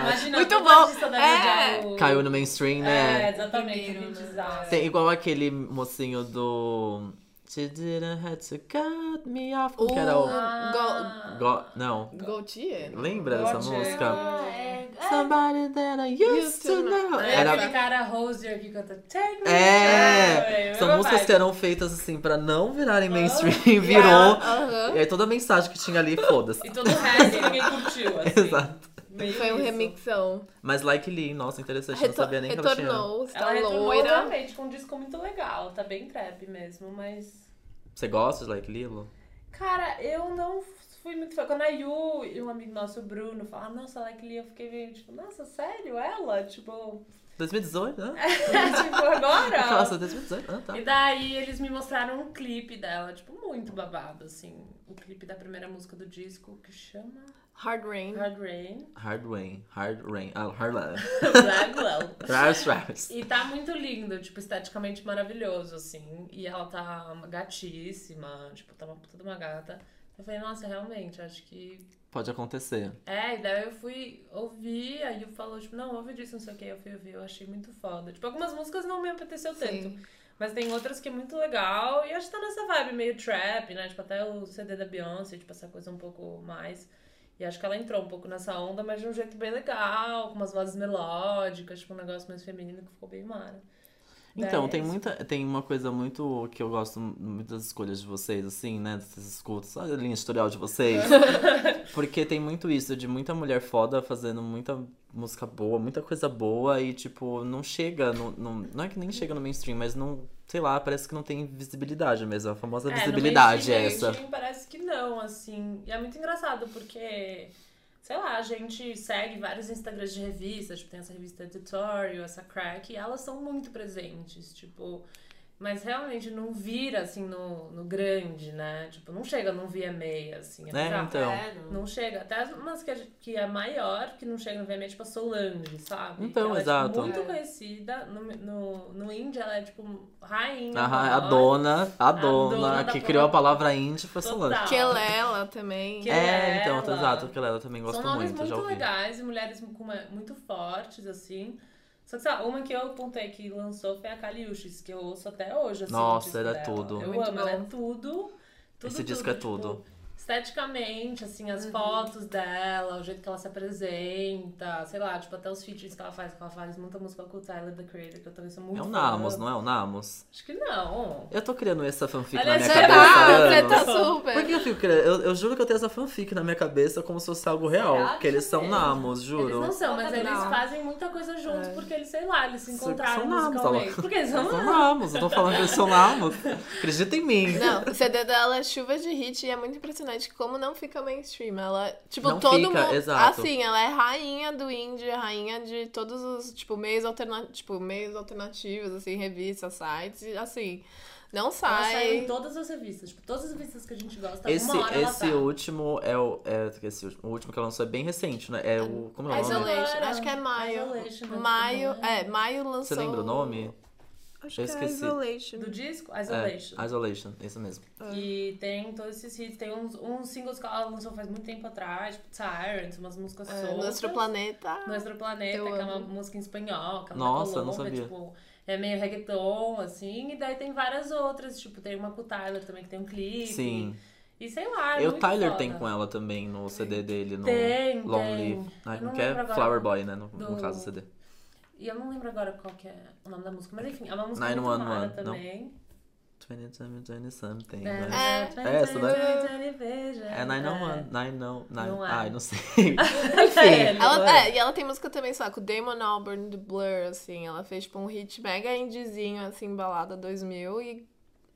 S2: Imagina,
S3: Muito
S2: todo
S3: bom.
S2: artista deve
S3: É.
S2: odiar o-
S1: Caiu no mainstream,
S2: É,
S1: né?
S2: exatamente.
S4: Primeiro, né?
S2: bizarro.
S1: Tem igual aquele mocinho do. She didn't have to cut me off. Como que era o.
S2: Ah.
S1: Go- Não.
S3: Gaultier?
S1: Lembra dessa
S2: Roger.
S1: música?
S4: Ah, é.
S1: Somebody that I
S3: Used
S1: used
S3: to
S1: to know.
S2: É aquele
S1: Era...
S2: cara Rosier que canta Take Me
S1: É!
S2: Away",
S1: São
S2: meu
S1: músicas
S2: pai.
S1: que eram feitas assim pra não virarem
S3: Ah, E
S1: mainstream,
S3: ela-
S1: virou.
S3: aham.
S1: E aí toda a mensagem que tinha ali, foda-se.
S2: E todo o resto ninguém curtiu, assim.
S1: Exato.
S2: Meio
S3: Foi um
S2: isso.
S3: remixão.
S1: Mas Like Lee, nossa, interessante,
S3: Retor-
S1: É não sabia nem que ela tinha.
S3: retornou,
S2: Ela
S3: está
S2: retornou
S3: loira.
S2: realmente com um disco muito legal, tá bem trap mesmo, mas...
S1: Você gosta de Like Lee, Lu?
S2: Cara, eu não fui muito fã. Quando a Yu e um amigo nosso, o Bruno, falaram, nossa, Like Lee, eu fiquei meio tipo, nossa, sério? Ela? Tipo,
S1: 2018, né?
S2: tipo
S3: É,
S2: agora?
S1: Nossa, 2018, ah, tá.
S2: E daí eles me mostraram um clipe dela, tipo, muito babado, assim. O clipe da primeira música do disco, que chama
S3: Hard Rain.
S2: Hard Rain,
S1: Hard Rain, Hard Rain, ah, Hard Rain.
S2: Black Glow.
S1: Travis, Travis.
S2: E tá muito lindo, tipo, esteticamente maravilhoso, assim. E ela tá gatíssima, tipo, tá uma puta de uma gata. Eu falei, nossa, realmente, acho que
S1: Pode acontecer.
S2: É, e daí eu fui ouvir, aí eu falou, tipo, não, ouve disso, não sei o que, eu fui ouvir, eu achei muito foda. Tipo, algumas músicas não me apeteceu tanto,
S3: Sim.
S2: mas tem outras que é muito legal, e acho que tá nessa vibe meio trap, né, tipo, até o CD da Beyoncé, tipo, essa coisa um pouco mais, e acho que ela entrou um pouco nessa onda, mas de um jeito bem legal, com umas vozes melódicas, tipo, um negócio mais feminino que ficou bem mara.
S1: Então,
S2: Daí-
S1: tem muita. Tem uma coisa muito que eu gosto muito das escolhas de vocês, assim, né? Vocês escutam, só a linha editorial de vocês. Porque tem muito isso de muita mulher foda fazendo muita música boa, muita coisa boa, e tipo, não chega. No, no- não é que nem chega no mainstream, mas não. Sei lá, parece que não tem visibilidade mesmo. A famosa
S2: É, no
S1: visibilidade é
S2: mainstream,
S1: essa.
S2: mainstream Parece que não, assim. E é muito engraçado, porque, sei lá, a gente segue vários Instagrams de revistas, tipo, tem essa revista Editorial, essa Crack, e elas são muito presentes, tipo. Mas realmente não vira, assim, no, no grande, né? Tipo, não chega num VMA, assim. É
S1: Né,
S2: bizarro.
S1: então.
S4: É, não.
S2: Não chega. Até as- umas que, a gente- que é maior, que não chega no VMA, tipo a Solange, sabe?
S1: Então,
S2: Que ela É,
S1: exato.
S2: tipo, muito
S4: É.
S2: conhecida. No, no, no indie, ela é, tipo, rainha.
S1: Aham, a
S2: maior.
S1: dona, a
S2: dona
S1: dona,
S2: da
S1: que criou a
S2: palavra-
S1: palavra indie foi
S2: Total.
S1: Solange.
S3: Quelela é também.
S2: Que-
S1: É, então,
S2: Ela.
S1: exato, que ela também gosto
S2: São nomes
S1: muito,
S2: muito,
S1: já ouvi.
S2: legais e mulheres com uma- muito fortes, assim. Só que, sei lá, uma que eu apontei que lançou foi a Kaliushis, que eu ouço até hoje, assim. o
S1: Nossa,
S2: disco
S1: ela é
S2: dela.
S1: tudo.
S2: Eu
S3: Muito
S2: amo, ela é
S3: bom.
S2: tudo. tudo
S1: Esse disco
S2: tudo,
S1: é
S2: tipo,
S1: tudo.
S2: Esteticamente, assim,
S3: Uhum.
S2: as fotos dela, o jeito que ela se apresenta, sei lá, tipo, até os features que ela faz, que ela faz muita música com o Tyler, The Creator, que eu também sou muito
S1: É o
S2: fã.
S1: Namos, não é o Namos?
S2: Acho que não.
S1: Eu tô criando essa fanfic
S2: Aliás,
S1: na
S3: Você
S1: minha
S2: será?
S1: cabeça.
S3: tá,
S1: há
S3: você
S1: anos.
S3: tá
S1: Por
S3: super.
S1: que eu fico criando? Eu, eu juro que eu tenho essa fanfic na minha cabeça como se fosse algo real.
S4: Será?
S1: Porque eles
S4: Deixa
S1: são
S4: eu ver.
S1: namos, juro.
S2: Eles não são, mas
S4: Não.
S2: eles fazem muita coisa
S3: É.
S2: juntos, porque eles, sei lá, eles se
S1: São- tá
S2: encontraram
S1: são namos,
S2: musicalmente.
S1: ela-
S2: Porque eles são
S1: Eles são namos, eu tô falando que eles são namos. Acredita em mim.
S3: Não, o CD dela é chuva de hit e é muito impressionante como não fica mainstream. Ela, tipo,
S1: Não
S3: todo
S1: fica,
S3: mundo.
S1: exato.
S3: Assim, ela é rainha do indie, rainha de todos os, tipo, meios alternativos, tipo, meios alternativos, assim, revistas, sites, e, assim. Não
S2: Ela saiu em
S3: sai.
S2: todas as revistas. Tipo, todas as revistas que a gente gosta,
S1: Esse,
S2: uma hora ela
S1: esse
S2: tá.
S1: último é o. É, esse últtimo, o último que ela lançou é bem recente, né? É o. Como é o nome?
S3: Isolation.
S2: Agora,
S3: Acho que é maio.
S2: Isolation, né?
S3: Maio. É, maio
S1: Você
S3: lançou.
S1: lembra o nome?
S3: Acho
S1: Eu
S3: que é
S1: esqueci.
S3: Isolation.
S2: Do disco?
S1: É, Ah.
S2: Isolation.
S1: Isolation, isso mesmo.
S2: E tem todos esses hits. Tem uns, uns singles que ela lançou faz muito tempo atrás, tipo Tyrant, umas músicas
S3: É,
S2: soltas.
S3: Nosso planeta.
S2: Nosso Planeta,
S3: Eu
S2: que é uma
S3: amo.
S2: música em espanhol, que ela
S1: Nossa,
S2: da
S1: eu não
S2: Colômbia,
S1: sabia.
S2: tipo, é meio reggaeton, assim, e daí tem várias outras, tipo, tem uma com o Tyler também que tem um clipe.
S1: Sim.
S2: E sei lá. é
S1: E o
S2: muito
S1: Tyler
S2: foda.
S1: tem com ela também no CD dele, no
S2: Tem,
S1: Long
S2: tem.
S1: Live. Ai,
S2: Eu
S1: não
S2: não
S1: quer
S2: lembro agora
S1: Flower Boy, né? No,
S2: do-
S1: no caso do CD.
S2: E eu não lembro agora qual que é o nome da música, mas enfim, é uma música muito
S1: 911,
S2: mara
S1: não?
S2: também.
S1: 20, 20, 20 something. né?
S2: É,
S1: É essa, né? É 901,
S2: 911.
S1: 901,
S2: Não é.
S1: ai, não sei.
S2: Enfim.
S1: um
S3: Ela, é, e ela tem música também, sei lá, com o Damon Albarn do Blur, assim. Ela fez, tipo, um hit mega indiezinho, assim, balada 2000 e,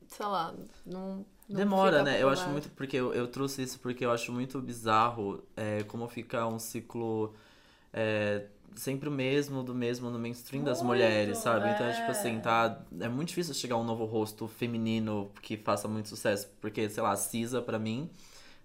S3: sei lá, não... não
S1: Demora,
S3: fica
S1: né? Eu acho
S3: popular.
S1: muito. Porque eu, eu trouxe isso porque eu acho muito bizarro é, como fica um ciclo é, sempre o mesmo, do mesmo no mainstream das
S2: Muito,
S1: mulheres, sabe? Então é tipo
S2: é.
S1: assim, tá. É muito difícil chegar um novo rosto feminino que faça muito sucesso. Porque, sei lá, a Cisa, pra mim.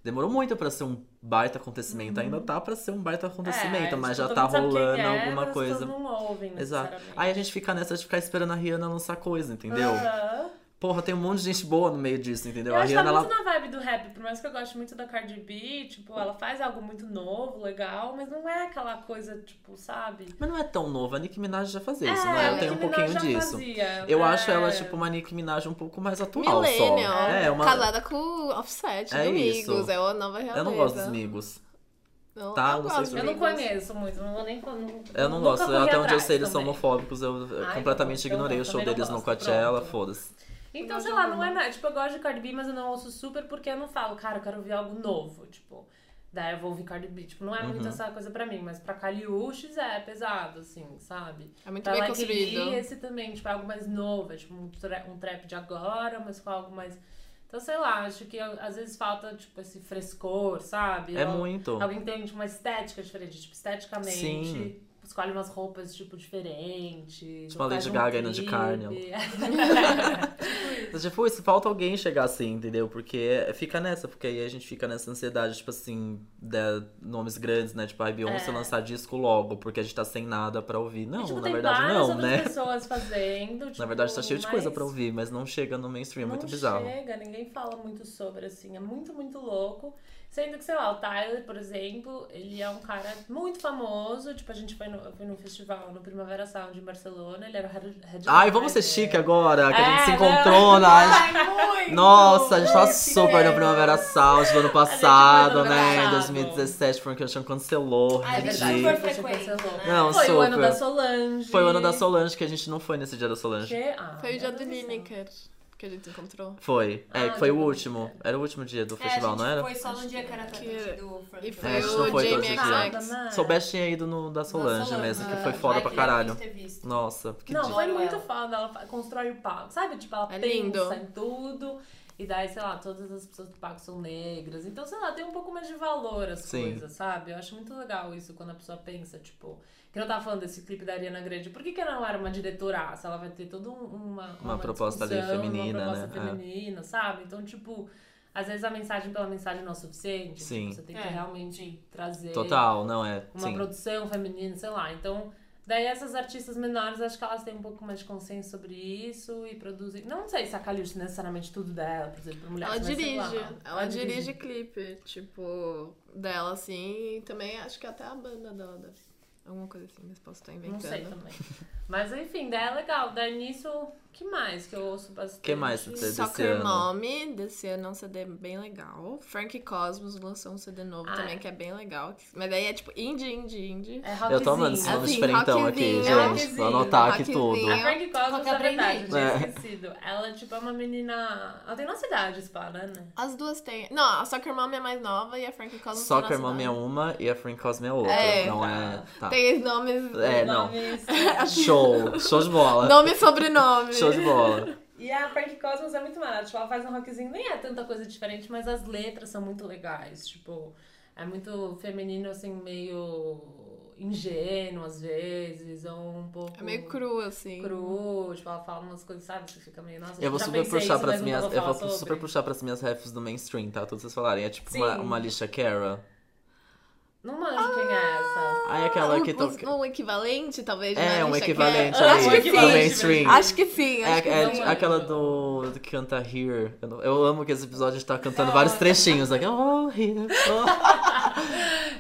S1: Demorou muito pra ser um baita acontecimento. Ainda tá pra ser um baita acontecimento,
S2: Uhum. É,
S1: mas já
S2: tipo, todo
S1: tá
S2: mundo sabe quem
S1: rolando
S2: é, mas
S1: alguma
S2: as
S1: coisa.
S2: pessoas não ouvem,
S1: Exato.
S2: necessariamente.
S1: Aí a gente fica nessa de ficar esperando a Rihanna lançar coisa, entendeu?
S2: Aham.
S1: Porra, tem um monte de gente boa no meio disso, entendeu?
S2: É. Eu
S1: a
S2: acho que tá
S1: Rihanna, ela.
S2: muito na vibe do rap, por mais que eu goste muito da Cardi B, tipo, ela faz algo muito novo, legal, mas não é aquela coisa, tipo, sabe?
S1: Mas não é tão nova. A Nicki Minaj já fazia isso,
S2: é,
S1: né? Eu
S2: o
S1: tenho um
S2: Nicki
S1: pouquinho
S2: Minaj já
S1: disso.
S2: fazia,
S1: Eu
S2: é.
S1: acho ela, tipo, uma Nicki Minaj um pouco mais atual
S3: Millennial.
S1: só. É, uma.
S3: Casada com o Offset,
S1: É
S3: do Migos.
S1: isso.
S3: É a nova realeza.
S1: Eu não gosto dos Migos.
S3: Não,
S1: tá?
S3: eu
S1: Não sei
S3: gosto
S1: se-
S3: dos
S2: Eu não
S3: Migos.
S2: conheço muito, não vou nem. Não,
S1: Eu não
S2: nunca
S1: gosto.
S2: corri
S1: Até onde eu
S2: atrás
S1: sei, eles são
S2: também.
S1: homofóbicos. Eu eu
S2: Ai,
S1: completamente
S2: eu não-
S1: ignorei o show
S2: também não
S1: deles no
S2: gosto,
S1: Coachella,
S2: pronto.
S1: foda-se.
S2: Então,
S3: Não
S2: sei lá,
S3: jogo,
S2: não é nada. Tipo, eu gosto de Cardi B, mas eu não ouço super porque eu não falo, cara, eu quero ouvir algo novo. Tipo, daí eu vou ouvir Cardi B. Tipo, não é muito
S1: Uhum.
S2: essa coisa pra mim, mas pra Caliuches é pesado, assim, sabe?
S3: É muito
S2: pra
S3: bem
S2: Like
S3: construído.
S2: Lee, esse também, tipo, é algo mais novo. É tipo um, tra- um trap de agora, mas com algo mais. Então, sei lá, acho que eu- às vezes falta, tipo, esse frescor, sabe?
S1: É
S2: Al-
S1: muito.
S2: Alguém tem, tipo, uma estética diferente, tipo, esteticamente.
S1: Sim.
S2: Escolhe umas roupas, tipo, diferentes.
S1: Tipo a
S2: faz
S1: Lady
S2: um
S1: Gaga indo de
S2: clipe.
S1: Carnival. Então, Tipo, isso falta alguém chegar assim, entendeu? Porque é- fica nessa, porque aí a gente fica nessa ansiedade, tipo assim, de nomes grandes, né? Tipo, a Beyoncé
S2: É.
S1: lançar disco logo, porque a gente tá sem nada pra ouvir. Não,
S2: E, tipo,
S1: na
S2: tem
S1: verdade
S2: várias
S1: não,
S2: outras
S1: né?
S2: pessoas fazendo.
S1: Na
S2: tipo,
S1: verdade tá cheio de coisa
S2: mas
S1: pra ouvir, mas não chega no mainstream, é muito
S2: não
S1: bizarro.
S2: chega, ninguém fala muito sobre, assim. É muito, muito louco. Sendo que, sei lá, o Tyler, por exemplo, ele é um cara muito famoso. Tipo, a gente foi no, eu fui num festival no Primavera Sound em Barcelona, ele era o head- headliner.
S1: Ai, vamos ser chique agora, que a gente
S2: É,
S1: se
S2: né?
S1: encontrou na.
S4: Ai, muito!
S1: Nossa, a gente tava
S4: Ai,
S1: super no
S4: que-
S1: Primavera Sound do ano
S2: foi
S1: passado,
S2: no
S1: né? Em
S2: passado.
S1: 2017, porque o Chan cancelou.
S2: Ah, é
S4: Ai,
S1: redigi.
S4: verdade.
S2: Super
S4: frequente,
S2: frequente.
S4: né?
S1: Não,
S2: Foi o ano
S1: super.
S2: da Solange.
S1: Foi o ano da Solange que a gente não foi nesse dia da Solange.
S2: Que- ah,
S3: Foi o dia
S2: meu
S3: do
S2: Deus céu.
S3: Lineker que a gente encontrou.
S1: Foi. É,
S2: Ah,
S1: que foi o
S2: de-
S1: último. Era o último dia do
S4: É, a
S1: festival,
S4: gente
S1: não era?
S4: foi só no dia que era
S3: Que-
S4: frente do Front
S3: E
S4: Row.
S3: foi
S1: É, acho que não
S3: o
S1: foi todos
S3: Jamie
S1: os dias.
S2: Nada,
S3: XX.
S2: né?
S1: Sou best tinha ido no da Solange,
S4: Solange, Ah, né?
S1: mesmo, que
S3: é.
S1: foi foda
S4: Ai,
S1: pra
S4: queria
S1: caralho.
S4: muito ter visto.
S1: Nossa, porque
S2: Não, foi
S4: Adoro
S1: é.
S2: muito
S4: ela.
S2: foda. Ela fa- constrói o palco. Sabe? Tipo, ela
S3: É
S2: pensa
S3: lindo.
S2: em tudo. E daí, sei lá, todas as pessoas do palco são negras. Então, sei lá, tem um pouco mais de valor as
S1: Sim.
S2: coisas, sabe? Eu acho muito legal isso quando a pessoa pensa, tipo... Que eu tava falando desse clipe da Ariana Grande. Por que, que ela não era uma diretoraça? Ela vai ter toda um- uma... Uma,
S1: proposta ali
S2: discussão,
S1: feminina,
S2: uma
S1: né?
S2: proposta
S1: É.
S2: feminina, sabe? Então, tipo... Às vezes a mensagem pela mensagem não é o suficiente.
S1: Sim.
S2: Tipo, você tem que
S4: É,
S2: realmente
S4: sim.
S2: trazer
S1: total, não é?
S2: uma
S1: Sim.
S2: produção feminina, sei lá. Então, daí essas artistas menores, acho que elas têm um pouco mais de consciência sobre isso e produzem. Não sei se a Calixto necessariamente tudo dela, por exemplo, mulher.
S3: Ela dirige, ela dirige clipe, tipo, dela assim, e também acho que até a banda dela deve. Alguma coisa assim, mas posso estar inventando.
S2: Não sei também. Mas enfim, daí é legal. Daí nisso, que mais que eu ouço bastante?
S1: Que mais que você- desse
S3: Soccer
S1: ano.
S3: Mommy, desse ano é um CD bem legal. Frank Cosmos lançou um CD novo
S2: Ah,
S3: também, que é bem legal. Mas daaí é tipo indie, indie, indie.
S2: É
S1: Eu tô amando esse
S2: rockzinho.
S1: nome
S3: Assim,
S1: diferentão aqui,
S3: rockzinho,
S1: gente. Vou
S2: rockzinho,
S1: anotar aqui tudo.
S3: rockzinho.
S2: A Frank Cosmos,
S4: Porque
S2: é verdade, eu
S4: aprendi.
S2: tinha
S1: É.
S2: esquecido. Ela, tipo, é uma menina... Ela tem nossa idade, spa, né?
S3: As duas têm. Não, a Soccer Mommy é mais nova e a Frank Cosmos é
S1: Soccer
S3: nossa
S1: Mom é
S3: idade.
S1: uma e a Frank Cosme é outra.
S3: É,
S1: não
S2: tá.
S1: é. Tá.
S3: Tem nomes.
S1: É,
S2: um
S1: não.
S2: Nomes-
S1: Show. Show de bola.
S3: Nome e sobrenome.
S1: Show de bola.
S2: E a Frank Cosmos é muito maravilhosa. Tipo, ela faz um rockzinho, nem é tanta coisa diferente, mas as letras são muito legais. Tipo, é muito feminino, assim, meio ingênuo às vezes, ou um pouco.
S3: É meio cru, assim.
S2: Cru, tipo, ela fala umas coisas, sabe? Você fica meio, nossa,
S1: Eu vou
S2: já
S1: super
S2: pensei
S1: puxar
S2: isso,
S1: pras
S2: mas nunca
S1: minhas. Eu
S2: falar
S1: vou super
S2: sobre.
S1: puxar pras minhas refs do mainstream, tá? Todos vocês falarem. É tipo uma,
S2: Sim.
S1: uma lixa Cara.
S2: Não manjo quem é essa.
S1: Aí aquela
S3: um,
S1: que toca.
S3: um equivalente, talvez,
S1: É,
S3: né?
S1: um
S3: Acho que
S1: equivalente
S3: é.
S1: ali
S3: Acho que
S2: Um
S1: ao
S3: sim.
S2: equivalente.
S1: mainstream.
S3: Acho que sim, acho que
S1: É, é
S2: sim.
S1: aquela do, do que canta Here. Eu, não- eu amo que esse episódio a gente tá cantando vários trechinhos. Aqui, oh, Here. oh.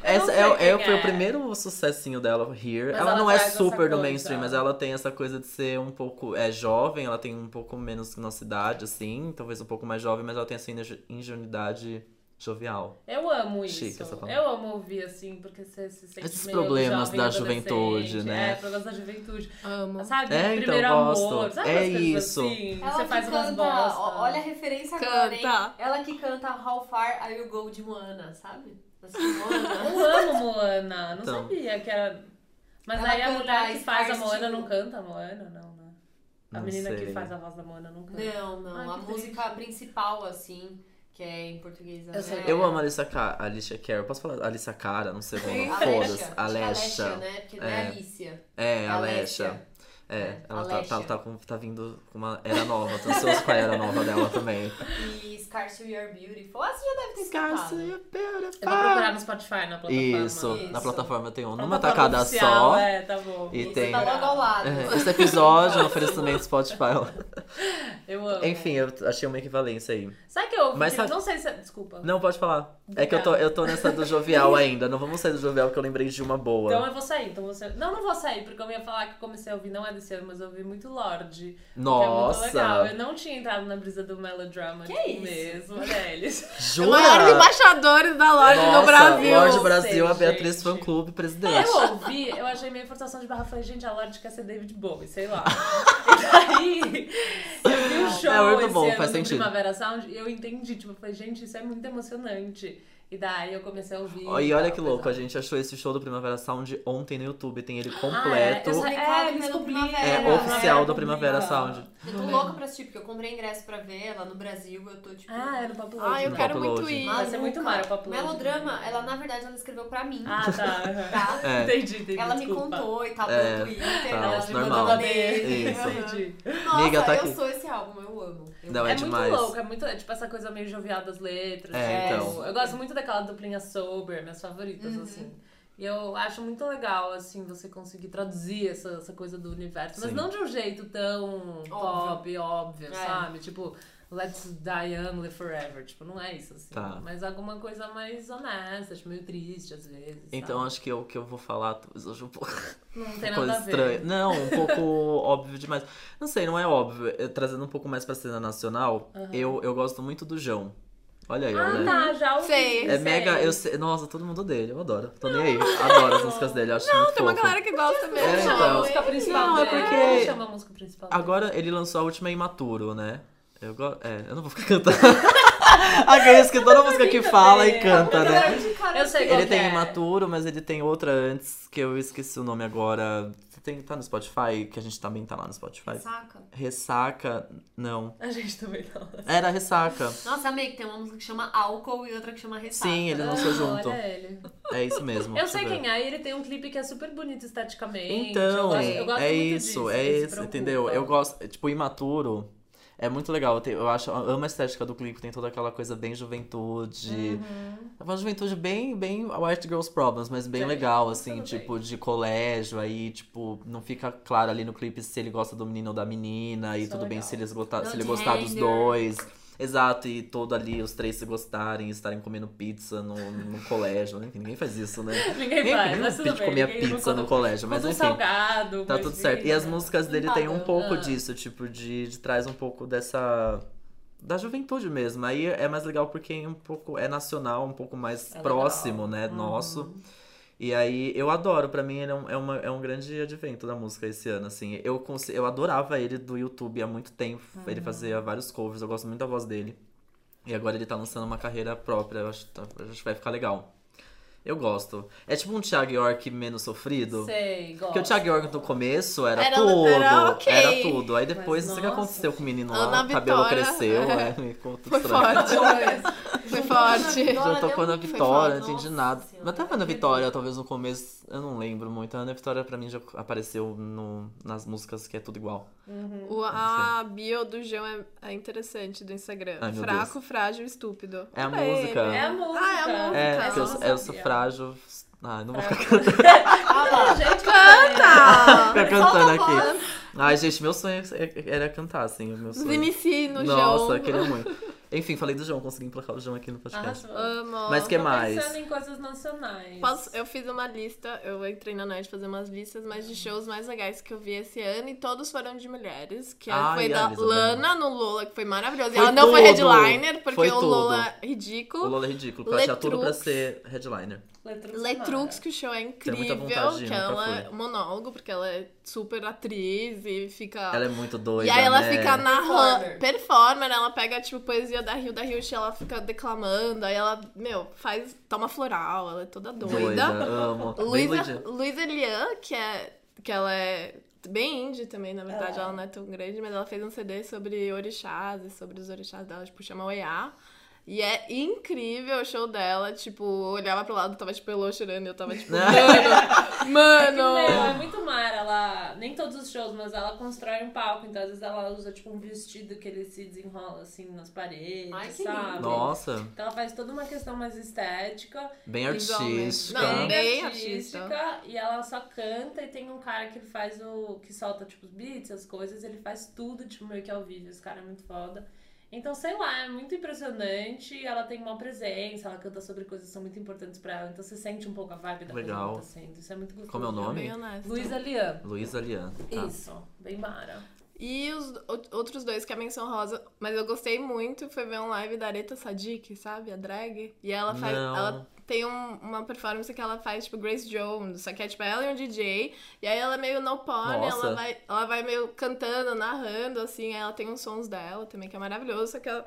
S1: Essa
S2: Eu não sei
S1: é, é,
S2: quem
S1: foi o
S2: é.
S1: primeiro sucessinho dela, Here.
S2: Mas
S1: Ela,
S2: ela
S1: não é
S2: traz essa
S1: super do
S2: coisa.
S1: mainstream, mas ela tem essa coisa de ser um pouco. É jovem, ela tem um pouco menos que nossa idade, assim. Talvez um pouco mais jovem, mas ela tem essa inge- ingenuidade jovial.
S2: Eu amo isso.
S1: Chique essa palavra.
S2: eu amo ouvir, assim, porque você se sente
S1: tá Esses
S2: meio
S1: problemas
S2: jovem,
S1: da
S2: adolescente.
S1: juventude, né?
S2: É, problemas da juventude.
S3: Amo.
S2: Sabe?
S1: É, então,
S2: Primeiro
S1: gosto.
S2: amor. Sabe
S1: É
S2: umas coisas
S1: isso.
S2: assim?
S4: Ela
S2: você
S4: que
S2: faz umas
S4: canta,
S2: bosta.
S4: ó, olha é a referência agora, hein?
S3: Canta.
S4: Ela que canta How Far I Will Go de Moana, sabe? Assim, Moana.
S2: Eu amo Um Moana. Não
S1: Então.
S2: sabia que era. Mas
S4: Ela
S2: aí a
S4: canta
S2: mulher que
S4: Stars
S2: faz a Moana
S4: Too.
S2: não canta a Moana, não, né? A
S1: Não
S2: menina que
S1: sei.
S4: É.
S2: faz a voz da Moana não canta.
S4: Não, não.
S2: Ai,
S4: a
S2: que
S4: música principal, assim, que é em português.
S2: Eu sei.
S4: né?
S1: Eu amo a Alicia, Ca... Alicia Cara. Posso falar Alicia Cara? Não sei o nome.
S4: Alexia.
S1: Foda-se.
S4: Acho que é Alexia,
S1: Alexia.
S4: né? Porque não é
S1: É.
S4: Alicia.
S1: É,
S4: É
S1: Alexia.
S4: Alexia.
S1: É,
S4: É,
S1: ela tá, tá,
S4: Alexia.
S1: tá, com- tá vindo com uma era nova. Tô ansioso com a era nova dela também.
S4: E Scars You Are Beautiful. Ah, você já deve ter escutado.
S1: Scarcely beautiful.
S2: Eu vou procurar no Spotify, na plataforma.
S1: Ah! Isso, na
S4: Isso.
S1: plataforma tem um numa
S2: Plataforma
S1: tacada
S2: oficial,
S1: só.
S2: É, tá bom.
S1: E
S4: Você
S1: tem-
S4: tá logo ao lado.
S1: É, Esse episódio é um oferecimento Spotify.
S2: Eu amo.
S1: Enfim, eu achei uma equivalência aí.
S2: Sabe que eu ouvi?
S1: Mas
S2: que-
S1: sabe-
S2: Não sei se... é- Desculpa.
S1: Não, pode falar. É que eu tô, eu tô nessa do jovial ainda. Não vamos sair do jovial que eu lembrei de uma boa.
S2: Então eu vou sair, então você. Não, não vou sair, porque eu ia falar que eu comecei a ouvir, não é desse ano, mas eu ouvi muito Lorde. que É muito legal.
S1: Nossa!
S2: Eu não tinha entrado na brisa do melodrama
S4: Que
S2: tipo,
S4: isso?
S2: mesmo, né? Eles.
S3: É
S1: Jura?
S3: Maiores embaixadores da Lorde
S1: Nossa,
S3: no Brasil.
S1: Lorde
S2: Ou
S1: Brasil,
S2: seja,
S1: a Beatriz
S2: gente. É,
S1: Fan Clube, presidente.
S2: Ah, Eu ouvi, eu achei meio forçação de barra, falei, gente, a Lorde quer ser David Bowie, sei lá. e daí, eu vi o show
S1: É, muito
S2: esse
S1: bom,
S2: ano
S1: faz
S2: no
S1: sentido.
S2: Primavera Sound e eu entendi, tipo, eu falei, gente, isso é muito emocionante. E daí eu comecei a ouvir.
S1: Ó, E olha
S2: tal,
S1: que louco, a
S2: coisa.
S1: gente achou esse show do Primavera Sound ontem no YouTube. Tem ele
S2: Ah, é,
S1: completo.
S2: eu sa- é, eles
S4: Publicado pelo
S2: publicam.
S1: É,
S4: Primavera.
S1: oficial da
S2: publica.
S1: Primavera Sound.
S4: Eu tô louca pra assistir, porque eu comprei ingresso pra ver lá no Brasil. Eu tô tipo.
S2: Ah, era o Papo
S3: Ah, eu
S1: No
S2: Load,
S3: quero
S1: Upload.
S3: muito ir.
S4: maluca.
S2: vai ser é muito mara o Papo Load.
S4: Melodrama, ela na verdade ela escreveu pra mim.
S2: Ah, tá. aham.
S4: Tá?
S1: É.
S2: Entendi, entendi.
S4: Ela
S2: desculpa.
S4: me contou e tal pelo
S1: É,
S4: Twitter.
S1: tá,
S4: ela
S2: Ela
S4: me
S1: normal.
S2: me
S4: mandou
S2: mandou
S4: uma
S2: uma DM.
S1: Isso.
S2: Entendi.
S4: Nossa,
S1: Amiga, tá aqui.
S4: eu sou esse álbum, eu amo. Eu
S1: Não, é,
S2: É,
S1: demais.
S2: muito louco, é muito. É tipo essa coisa meio jovial das letras.
S1: É,
S2: tipo,
S1: então.
S2: Eu gosto muito daquela duplinha sober, minhas favoritas,
S4: Uhum.
S2: assim. E eu acho muito legal, assim, você conseguir traduzir essa, essa coisa do universo. Mas
S1: Sim.
S2: não de um jeito tão pop, óbvio,
S4: É.
S2: sabe? Tipo, let's die young, live forever. Tipo, não é isso, assim.
S1: Tá.
S2: Mas alguma coisa mais honesta, tipo, meio triste, às vezes.
S1: Então
S2: sabe?
S1: acho que o que eu vou falar talvez hoje um pouco
S2: Não tem
S1: coisa
S2: nada a ver.
S1: estranha. Não, um pouco óbvio demais. Não sei, não é óbvio. Eu, trazendo um pouco mais pra cena nacional, eu, eu gosto muito do João. Olha aí,
S2: Ah,
S1: olha.
S2: tá, já ouvi.
S3: Sei.
S1: né? É mega. Eu sei, nossa, todo mundo odeia ele, eu adoro. Tô nem aí. Adoro as músicas dele, eu acho muito
S3: Tem uma
S1: fofo.
S3: galera que gosta mesmo.
S1: É,
S2: chama
S1: então.
S2: a música principal
S1: Não, é
S2: dele.
S1: porque-
S2: Ele chama a música principal dele.
S1: Agora ele lançou a última Imaturo, né? Eu go... É, eu não vou ficar cantando. a Grace que toda música que fala e canta, né?
S4: é
S2: Eu sei qual
S1: Ele
S2: que
S1: tem
S2: é.
S1: Imaturo, mas ele tem outra antes que eu esqueci o nome agora. Tem, tá no Spotify? Que a gente também tá lá no Spotify.
S4: Saca?
S1: Ressaca, não.
S2: A gente também não.
S1: Era Ressaca.
S4: Nossa, amei que tem uma música que chama Álcool e outra que chama Ressaca.
S1: Sim, eles lançou junto.
S2: Ah, Olha ele.
S1: É isso mesmo.
S2: Eu
S1: deixa
S2: sei
S1: ver.
S2: quem é, e ele tem um clipe que é super bonito esteticamente. eu
S1: Então,
S2: gosto, eu gosto
S1: é
S2: muito
S1: isso,
S2: disso,
S1: é
S2: ele se
S1: isso,
S2: preocupa.
S1: entendeu? Eu gosto, é, tipo, imaturo. É muito legal, eu, te- eu acho, eu amo a estética do clipe, tem toda aquela coisa bem juventude.
S2: Uhum.
S1: É uma juventude bem, bem White Girls Problems, mas bem
S2: Sim,
S1: legal, assim,
S2: tudo
S1: tipo, de colégio, aí, tipo, não fica claro ali no clipe se ele gosta do menino ou da menina, e
S2: Isso é
S1: tudo bem
S2: legal.
S1: se, eles gostar,
S4: Não,
S1: se ele
S4: de
S1: gostar dos
S4: hanger.
S1: dois. Exato, e todo ali, os três se gostarem, estarem comendo pizza no, no colégio, enfim, ninguém faz isso, né?
S2: Ninguém
S1: Ninguém
S2: faz,
S1: ninguém um
S2: mas tudo bem.
S1: comia
S2: ninguém não
S1: pizza
S2: conta-
S1: no colégio, mas
S2: conta um
S1: enfim.
S2: salgado,
S1: Tá
S2: mas
S1: tudo certo. E
S2: ninguém-
S1: as músicas dele têm um
S4: padrão.
S1: pouco
S2: Ah.
S1: disso, tipo, de, de traz um pouco dessa. Da juventude mesmo. Aí é mais legal porque é um pouco é nacional, um pouco mais
S2: É
S1: próximo, né? Nosso. E aí eu adoro, pra mim ele é um, é, uma- é um grande advento da música esse ano, assim. Eu, cons- eu adorava ele do YouTube há muito tempo. Ele
S2: Uhum.
S1: fazia vários covers, eu gosto muito da voz dele. E agora ele tá lançando uma carreira própria, eu acho, tá- eu acho que vai ficar legal. Eu gosto. É tipo um Thiago York menos sofrido.
S2: Sei, gosto.
S1: Porque o Thiago York no começo era,
S3: Era-
S1: tudo.
S3: era ok.
S1: era tudo. Aí depois,
S2: Mas,
S1: não sei o que
S2: nossa.
S1: aconteceu com o menino lá.
S3: Ana
S1: O cabelo
S3: Vitória,
S1: cresceu,
S3: é.
S1: é. ficou tudo
S3: Foi
S1: estranho.
S3: forte, Luiz. Foi forte.
S1: Já
S4: Dora
S1: tocou
S4: deu
S1: na
S4: um- foi
S1: Vitória,
S4: forte,
S1: não entendi
S4: nossa
S1: nada.
S4: senhora,
S1: Mas tava Ana
S4: acredito.
S1: Vitória, talvez no começo, eu não lembro muito. A Ana Vitória pra mim já apareceu no- nas músicas que é tudo igual.
S3: O, a bio do João é, é interessante do Instagram.
S1: Ai, meu
S3: Fraco, frágil, estúpido.
S1: É a
S3: Pra ele.
S1: música.
S2: É a música.
S3: Ah, é a música.
S1: É,
S3: Essa
S1: porque
S3: eu
S1: eu,
S3: não
S1: eu sou
S2: sabia.
S1: frágil. Ai, não vou ficar
S2: Ah, Gente, canta!
S3: Tá.
S1: ficar cantando aqui. Ai, gente, meu sonho é- era cantar, assim. o Meu sonho.
S3: Vinici no
S1: Nossa,
S3: João.
S1: queria muito. Enfim, falei do João, consegui emplacar o João aqui no podcast.
S3: Amo.
S1: Mas é. que
S2: tô
S1: mais?
S2: pensando em coisas nacionais.
S3: Posso- eu fiz uma lista, eu entrei na Nerd fazer umas listas, mas de shows mais legais que eu vi esse ano e todos foram de mulheres. Que é-
S1: Ai,
S3: foi
S1: a
S3: da
S1: Elisa
S3: Lana no Lola, que foi maravilhosa. E
S1: Foi
S3: ela não foi
S1: tudo.
S3: headliner, porque
S1: Foi
S3: o
S1: tudo.
S3: Lola é
S1: O
S3: ridículo.
S1: Lola é ridículo, porque ela tinha tudo pra
S3: Letrux.
S1: ser headliner.
S2: Letrux.
S3: Letrux, que o show é
S1: Tenho muita
S3: incrível,
S1: vontade de ir,
S3: que
S1: nunca
S3: ela
S1: fui.
S3: é monólogo, porque ela é super atriz e fica.
S1: Ela é muito doida.
S3: E aí ela
S1: né?
S3: fica narrando.
S4: Performer.
S3: Performer, ela pega, tipo, poesia da Rio da Hilch, ela fica declamando, aí ela, meu, faz. toma floral, ela é toda
S1: doida.
S3: doida.
S1: Amo. Bem
S3: Luísa
S1: doidinha.
S3: Luísa Lian, que é. que ela é bem indie também, na verdade, é ela não é tão grande, mas ela fez um CD sobre orixás e sobre os orixás dela, tipo, chama Oiá. E é incrível o show dela. Tipo, eu olhava pro lado, tava tipo Elô chorando. e Eu tava tipo,
S2: É que, meu,
S3: mano.
S2: é muito mara. Ela, nem todos os shows, mas ela constrói um palco. Então, às vezes, ela usa, tipo, um vestido que ele se desenrola, assim, nas paredes,
S4: Ai, que
S2: sabe?
S4: lindo.
S1: Nossa,
S2: Então, ela faz toda uma questão mais estética.
S1: bem
S3: Igualmente.
S1: artística.
S2: bem
S3: Não, Bem
S2: artística, E ela só canta e tem um cara que faz o... Que solta, tipo, os beats, as coisas. Ele faz tudo, tipo, meio que ao vivo. Esse cara é muito foda. Então, sei lá, é muito impressionante. Ela tem uma presença, ela canta sobre coisas que são muito importantes pra ela. Então, você sente um pouco a vibe da
S1: Legal.
S2: coisa que tá sendo. Isso é muito gostoso.
S1: Como é o
S2: de
S1: nome?
S3: Bem honesto.
S2: Luísa Lian.
S1: Luísa Lian. Tá.
S2: Isso, bem mara.
S3: E os o- outros dois que é menção rosa, mas eu gostei muito, foi ver um live da Areta Sadik, sabe? A drag. E ela faz.
S1: Não.
S3: Ela tem um- uma performance que ela faz, tipo, Grace Jones. Só que é tipo ela e um DJ. E aí ela é meio no porn,
S1: Nossa.
S3: ela vai, ela vai meio cantando, narrando, assim, aí ela tem uns sons dela também, que é maravilhoso, só que ela,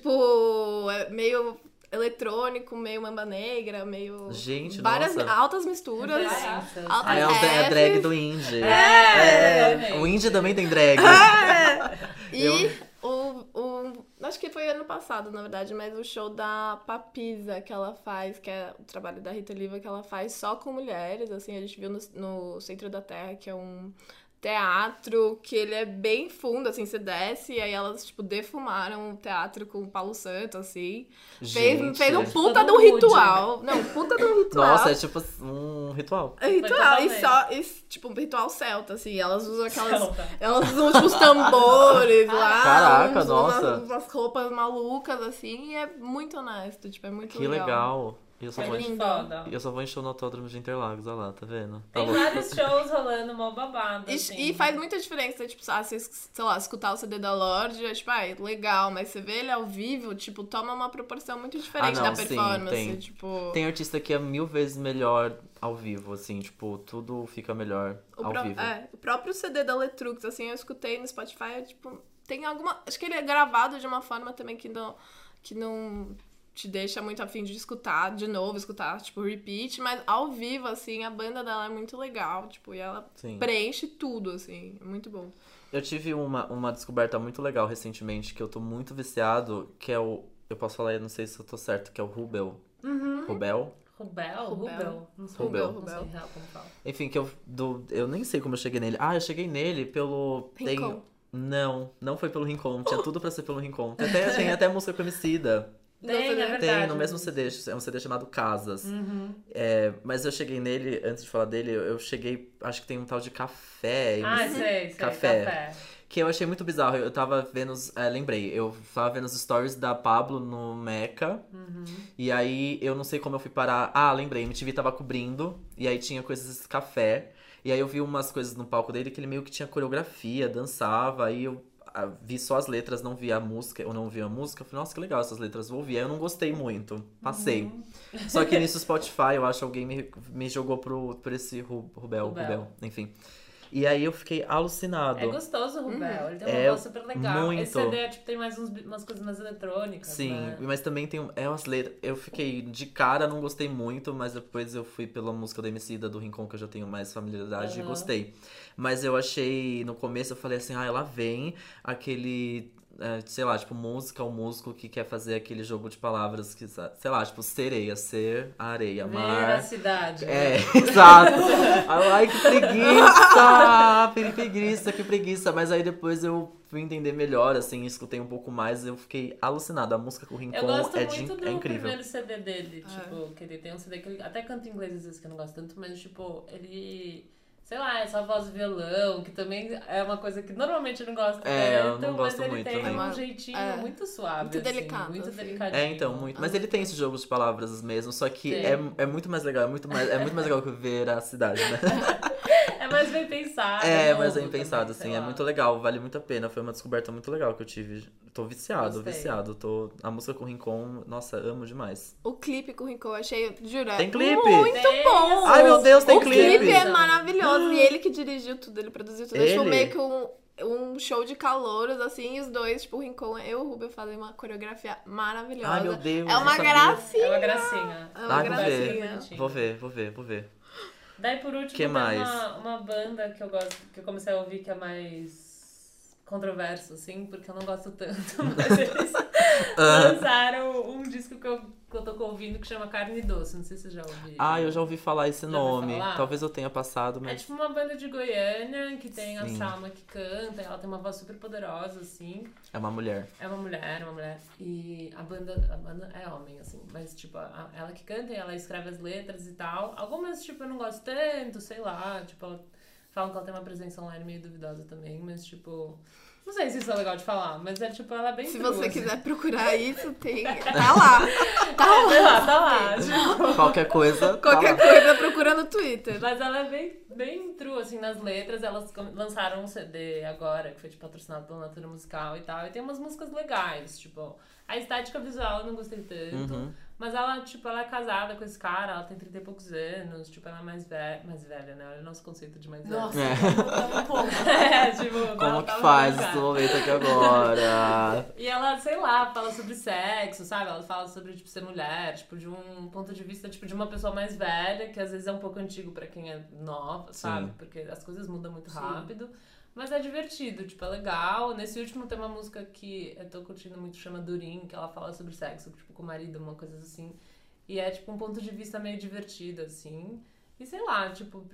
S3: tipo, é meio eletrônico, meio mamba negra, meio.
S1: Gente,
S3: várias
S1: nossa.
S3: altas misturas.
S4: Caraca.
S3: Altas
S1: Ah, é, o dra- é a drag
S3: Fs.
S1: do Indie.
S2: É,
S1: O Indie também tem drag.
S3: É. E
S1: Eu-
S3: o, o. Acho que foi ano passado, na verdade, mas o show da Papisa que ela faz, que é o trabalho da Rita Oliva, que ela faz só com mulheres, assim, a gente viu no, no Centro da Terra, que é um teatro que ele é bem fundo, assim, você desce, e aí elas, tipo, defumaram o teatro com o Paulo Santo, assim. Fez,
S1: Gente.
S3: fez um puta
S2: Todo
S3: de um
S2: mood,
S3: ritual. Não, puta de um ritual.
S1: Nossa, é tipo um ritual.
S3: É ritual, e
S2: totalmente.
S3: só, e, tipo, um ritual celta, assim, elas usam aquelas
S2: Celta.
S3: elas usam tipo, os tambores lá.
S1: Caraca,
S3: usam umas-
S1: nossa.
S3: Umas, roupas malucas, assim, e é muito honesto, tipo, é muito
S1: Que
S3: legal.
S1: legal. Eu só,
S2: é
S1: vou,
S2: muito
S3: lindo.
S2: foda.
S1: eu só vou encher no autódromo de Interlagos, olha lá, tá vendo? Tá
S2: Tem
S1: louco.
S2: vários shows rolando, mó babado.
S3: E,
S2: assim.
S3: e faz muita diferença, tipo, ah, você, sei lá, escutar o CD da Lorde, é tipo, ai, legal, mas você vê ele ao vivo, tipo, toma uma proporção muito diferente
S1: Ah, não,
S3: da
S1: sim,
S3: performance,
S1: tem.
S3: tipo...
S1: Tem artista que é mil vezes melhor ao vivo, assim, tipo, tudo fica melhor
S3: O,
S1: ao
S3: pró-
S1: vivo.
S3: é, o próprio CD da Letrux, assim, eu escutei no Spotify, eu, tipo, tem alguma. Acho que ele é gravado de uma forma também que não, que não te deixa muito afim de escutar de novo, escutar, tipo, repeat, mas ao vivo, assim, a banda dela é muito legal, tipo, e ela
S1: Sim.
S3: preenche tudo, assim, é muito bom.
S1: Eu tive uma, uma descoberta muito legal recentemente, que eu tô muito viciado, que é o. Eu posso falar, eu não sei se eu tô certo, que é o Rubel.
S2: Uhum.
S1: Rubel?
S2: Rubel?
S3: Rubel.
S2: Rubel. Não sei,
S1: Rubel.
S2: Não sei real como fala.
S1: Enfim, que eu. Do, eu nem sei como eu cheguei nele. Ah, eu cheguei nele pelo. tem-
S3: Rincon.
S1: Não, não foi pelo Rincon. Tinha tudo pra ser pelo Rincon. Tem até, tem até música com Emicida.
S2: Tem,
S3: CD
S2: é verdade. Uhum.
S1: Tem no mesmo CD, é um CD chamado Casas. É, mas eu cheguei nele, antes de falar dele, eu- eu cheguei. Acho que tem um tal de café.
S2: Ah,
S1: Emicida.
S2: sei, sei.
S1: Café.
S2: Café.
S1: Que eu achei muito bizarro. Eu tava vendo. os- é, lembrei, eu tava vendo os stories da Pablo no Meca. E aí eu não sei como eu fui parar. Ah, lembrei, MTV tava cobrindo. E aí tinha coisas desse café. E aí eu vi umas coisas no palco dele que ele meio que tinha coreografia, dançava. Aí eu ah, vi só as letras, não vi a música. Eu não vi a música. Eu falei, nossa, que legal essas letras, vou ouvir. Aí eu não gostei muito. Passei. Só que nisso Spotify, eu acho, alguém me, me jogou pro, pro esse Ru- Rubel,
S2: Rubel.
S1: Rubel, enfim. E aí eu fiquei alucinado.
S2: É gostoso o Rubel. Ele tem uma
S1: É
S2: voz super legal.
S1: muito.
S2: Esse CD é, tipo, tem mais uns, umas coisas mais eletrônicas.
S1: Sim,
S2: né?
S1: mas também tem um- é umas letras. Eu fiquei de cara, não gostei muito, mas depois eu fui pela música da Emicida do Rincon, que eu já tenho mais familiaridade e
S2: Aham.
S1: gostei. Mas eu achei, no começo eu falei assim, ah, lá vem aquele, é, sei lá, tipo, música ou músico que quer fazer aquele jogo de palavras que, sa- sei lá, tipo, sereia, ser, areia,
S2: Ver a
S1: mar.
S2: cidade.
S1: É, exato. Ai, que preguiça! Que preguiça, que preguiça. Mas aí depois eu fui entender melhor, assim, escutei um pouco mais eu fiquei alucinado. A música com o
S2: Eu
S1: Rincon
S2: gosto
S1: é, de-
S2: muito do
S1: é incrível.
S2: primeiro CD dele,
S3: Ah.
S2: tipo, que ele tem um CD que ele até canta em inglês às vezes que eu não gosto tanto, mas tipo, ele. Sei lá, essa voz violão, que também é uma coisa que normalmente eu não gosto
S1: É, eu
S2: tanto,
S1: não gosto
S2: mas ele
S1: muito
S2: tem
S1: também.
S2: um jeitinho
S3: É.
S2: muito suave.
S3: Muito
S2: assim,
S3: delicado,
S2: Muito
S3: assim.
S2: delicadinho.
S1: É, então, muito. Mas ele tem esse jogo de palavras mesmo, só que
S2: Tem.
S1: é, é muito mais legal, é muito mais, é muito mais legal que ver a cidade, né?
S2: É mais bem pensado.
S1: É,
S2: novo
S1: mas é
S2: também,
S1: impensado,
S2: sei
S1: assim, é
S2: lá.
S1: muito legal, vale muito a pena. Foi uma descoberta muito legal que eu tive. Tô viciado,
S2: Gostei.
S1: viciado. Tô... A música com o Rincon, nossa, amo demais.
S3: O clipe com o Rincon, eu achei, juro, é
S1: Tem clipe?
S3: muito
S2: Tem,
S3: bom! assim.
S1: Ai, meu Deus, tem
S3: o clipe,
S1: clipe
S3: é maravilhoso. E ele que dirigiu tudo, ele produziu tudo. É tipo
S1: Ele?
S3: meio que um, um show de calouros, assim, e os dois, tipo, o Rincon e o Rubio fazem uma coreografia maravilhosa.
S1: Ai, meu Deus.
S3: é
S1: não
S3: uma
S1: sabia.
S2: É uma
S3: gracinha.
S2: gracinha.
S3: É uma
S1: Ah, vou ver.
S3: gracinha.
S1: Vou ver, vou ver, vou ver.
S2: Daí por último,
S1: Que
S2: tem
S1: mais?
S2: Uma, uma banda que eu gosto, que eu comecei a ouvir que é mais controverso, assim, porque eu não gosto tanto, mas eles lançaram um disco que eu, que eu tô ouvindo que chama Carne Doce, não sei se você já ouviu.
S1: Ah, eu já ouvi falar esse
S2: ouviu
S1: nome.
S2: falar?
S1: Talvez eu tenha passado,
S2: É
S1: mas.
S2: tipo uma banda de Goiânia que
S1: Sim.
S2: tem a Salma que canta, ela tem uma voz super poderosa, assim.
S1: É uma mulher.
S2: É uma mulher, é uma mulher. E a banda, a banda é homem, assim. Mas, tipo, a- ela que canta e ela escreve as letras e tal. Algumas, tipo, eu não gosto tanto, sei lá. Tipo, ela, falam que ela tem uma presença online meio duvidosa também, mas, tipo. Não sei se isso é legal de falar, mas é tipo, ela é bem.
S3: Se
S2: crua,
S3: você
S2: assim.
S3: quiser procurar isso, tem. Tá lá. Tá
S2: É, sei
S3: lá.
S2: lá, tá lá. tipo.
S1: Qualquer coisa.
S3: Qualquer
S1: tá lá.
S3: coisa, procura no Twitter.
S2: Mas ela é bem, bem true, assim, nas letras. Elas com- lançaram um CD agora, que foi tipo, patrocinado pela Natura Musical e tal. E tem umas músicas legais, tipo... A estética visual eu não gostei tanto.
S1: Uhum.
S2: Mas ela, tipo, ela é casada com esse cara. Ela tem 30 e poucos anos. Tipo, ela é mais velha, mais velha né? Olha o nosso conceito de mais velha.
S4: Nossa,
S1: É.
S4: é. um pouco.
S2: é, tipo... ela
S1: Como que
S2: tava
S1: faz
S2: casada.
S1: esse momento aqui agora?
S2: E ela, sei lá, fala sobre sexo, sabe? Ela fala sobre, tipo, ser mulher, tipo, de um ponto de vista, tipo, de uma pessoa mais velha, que às vezes é um pouco antigo pra quem é nova, sabe?
S1: Sim.
S2: Porque as coisas mudam muito
S4: Sim.
S2: rápido. Mas é divertido, tipo, é legal. Nesse último tem uma música que eu tô curtindo muito, chama Durin, que ela fala sobre sexo, tipo, com o marido, uma coisa assim. E é, tipo, um ponto de vista meio divertido, assim. E sei lá, tipo...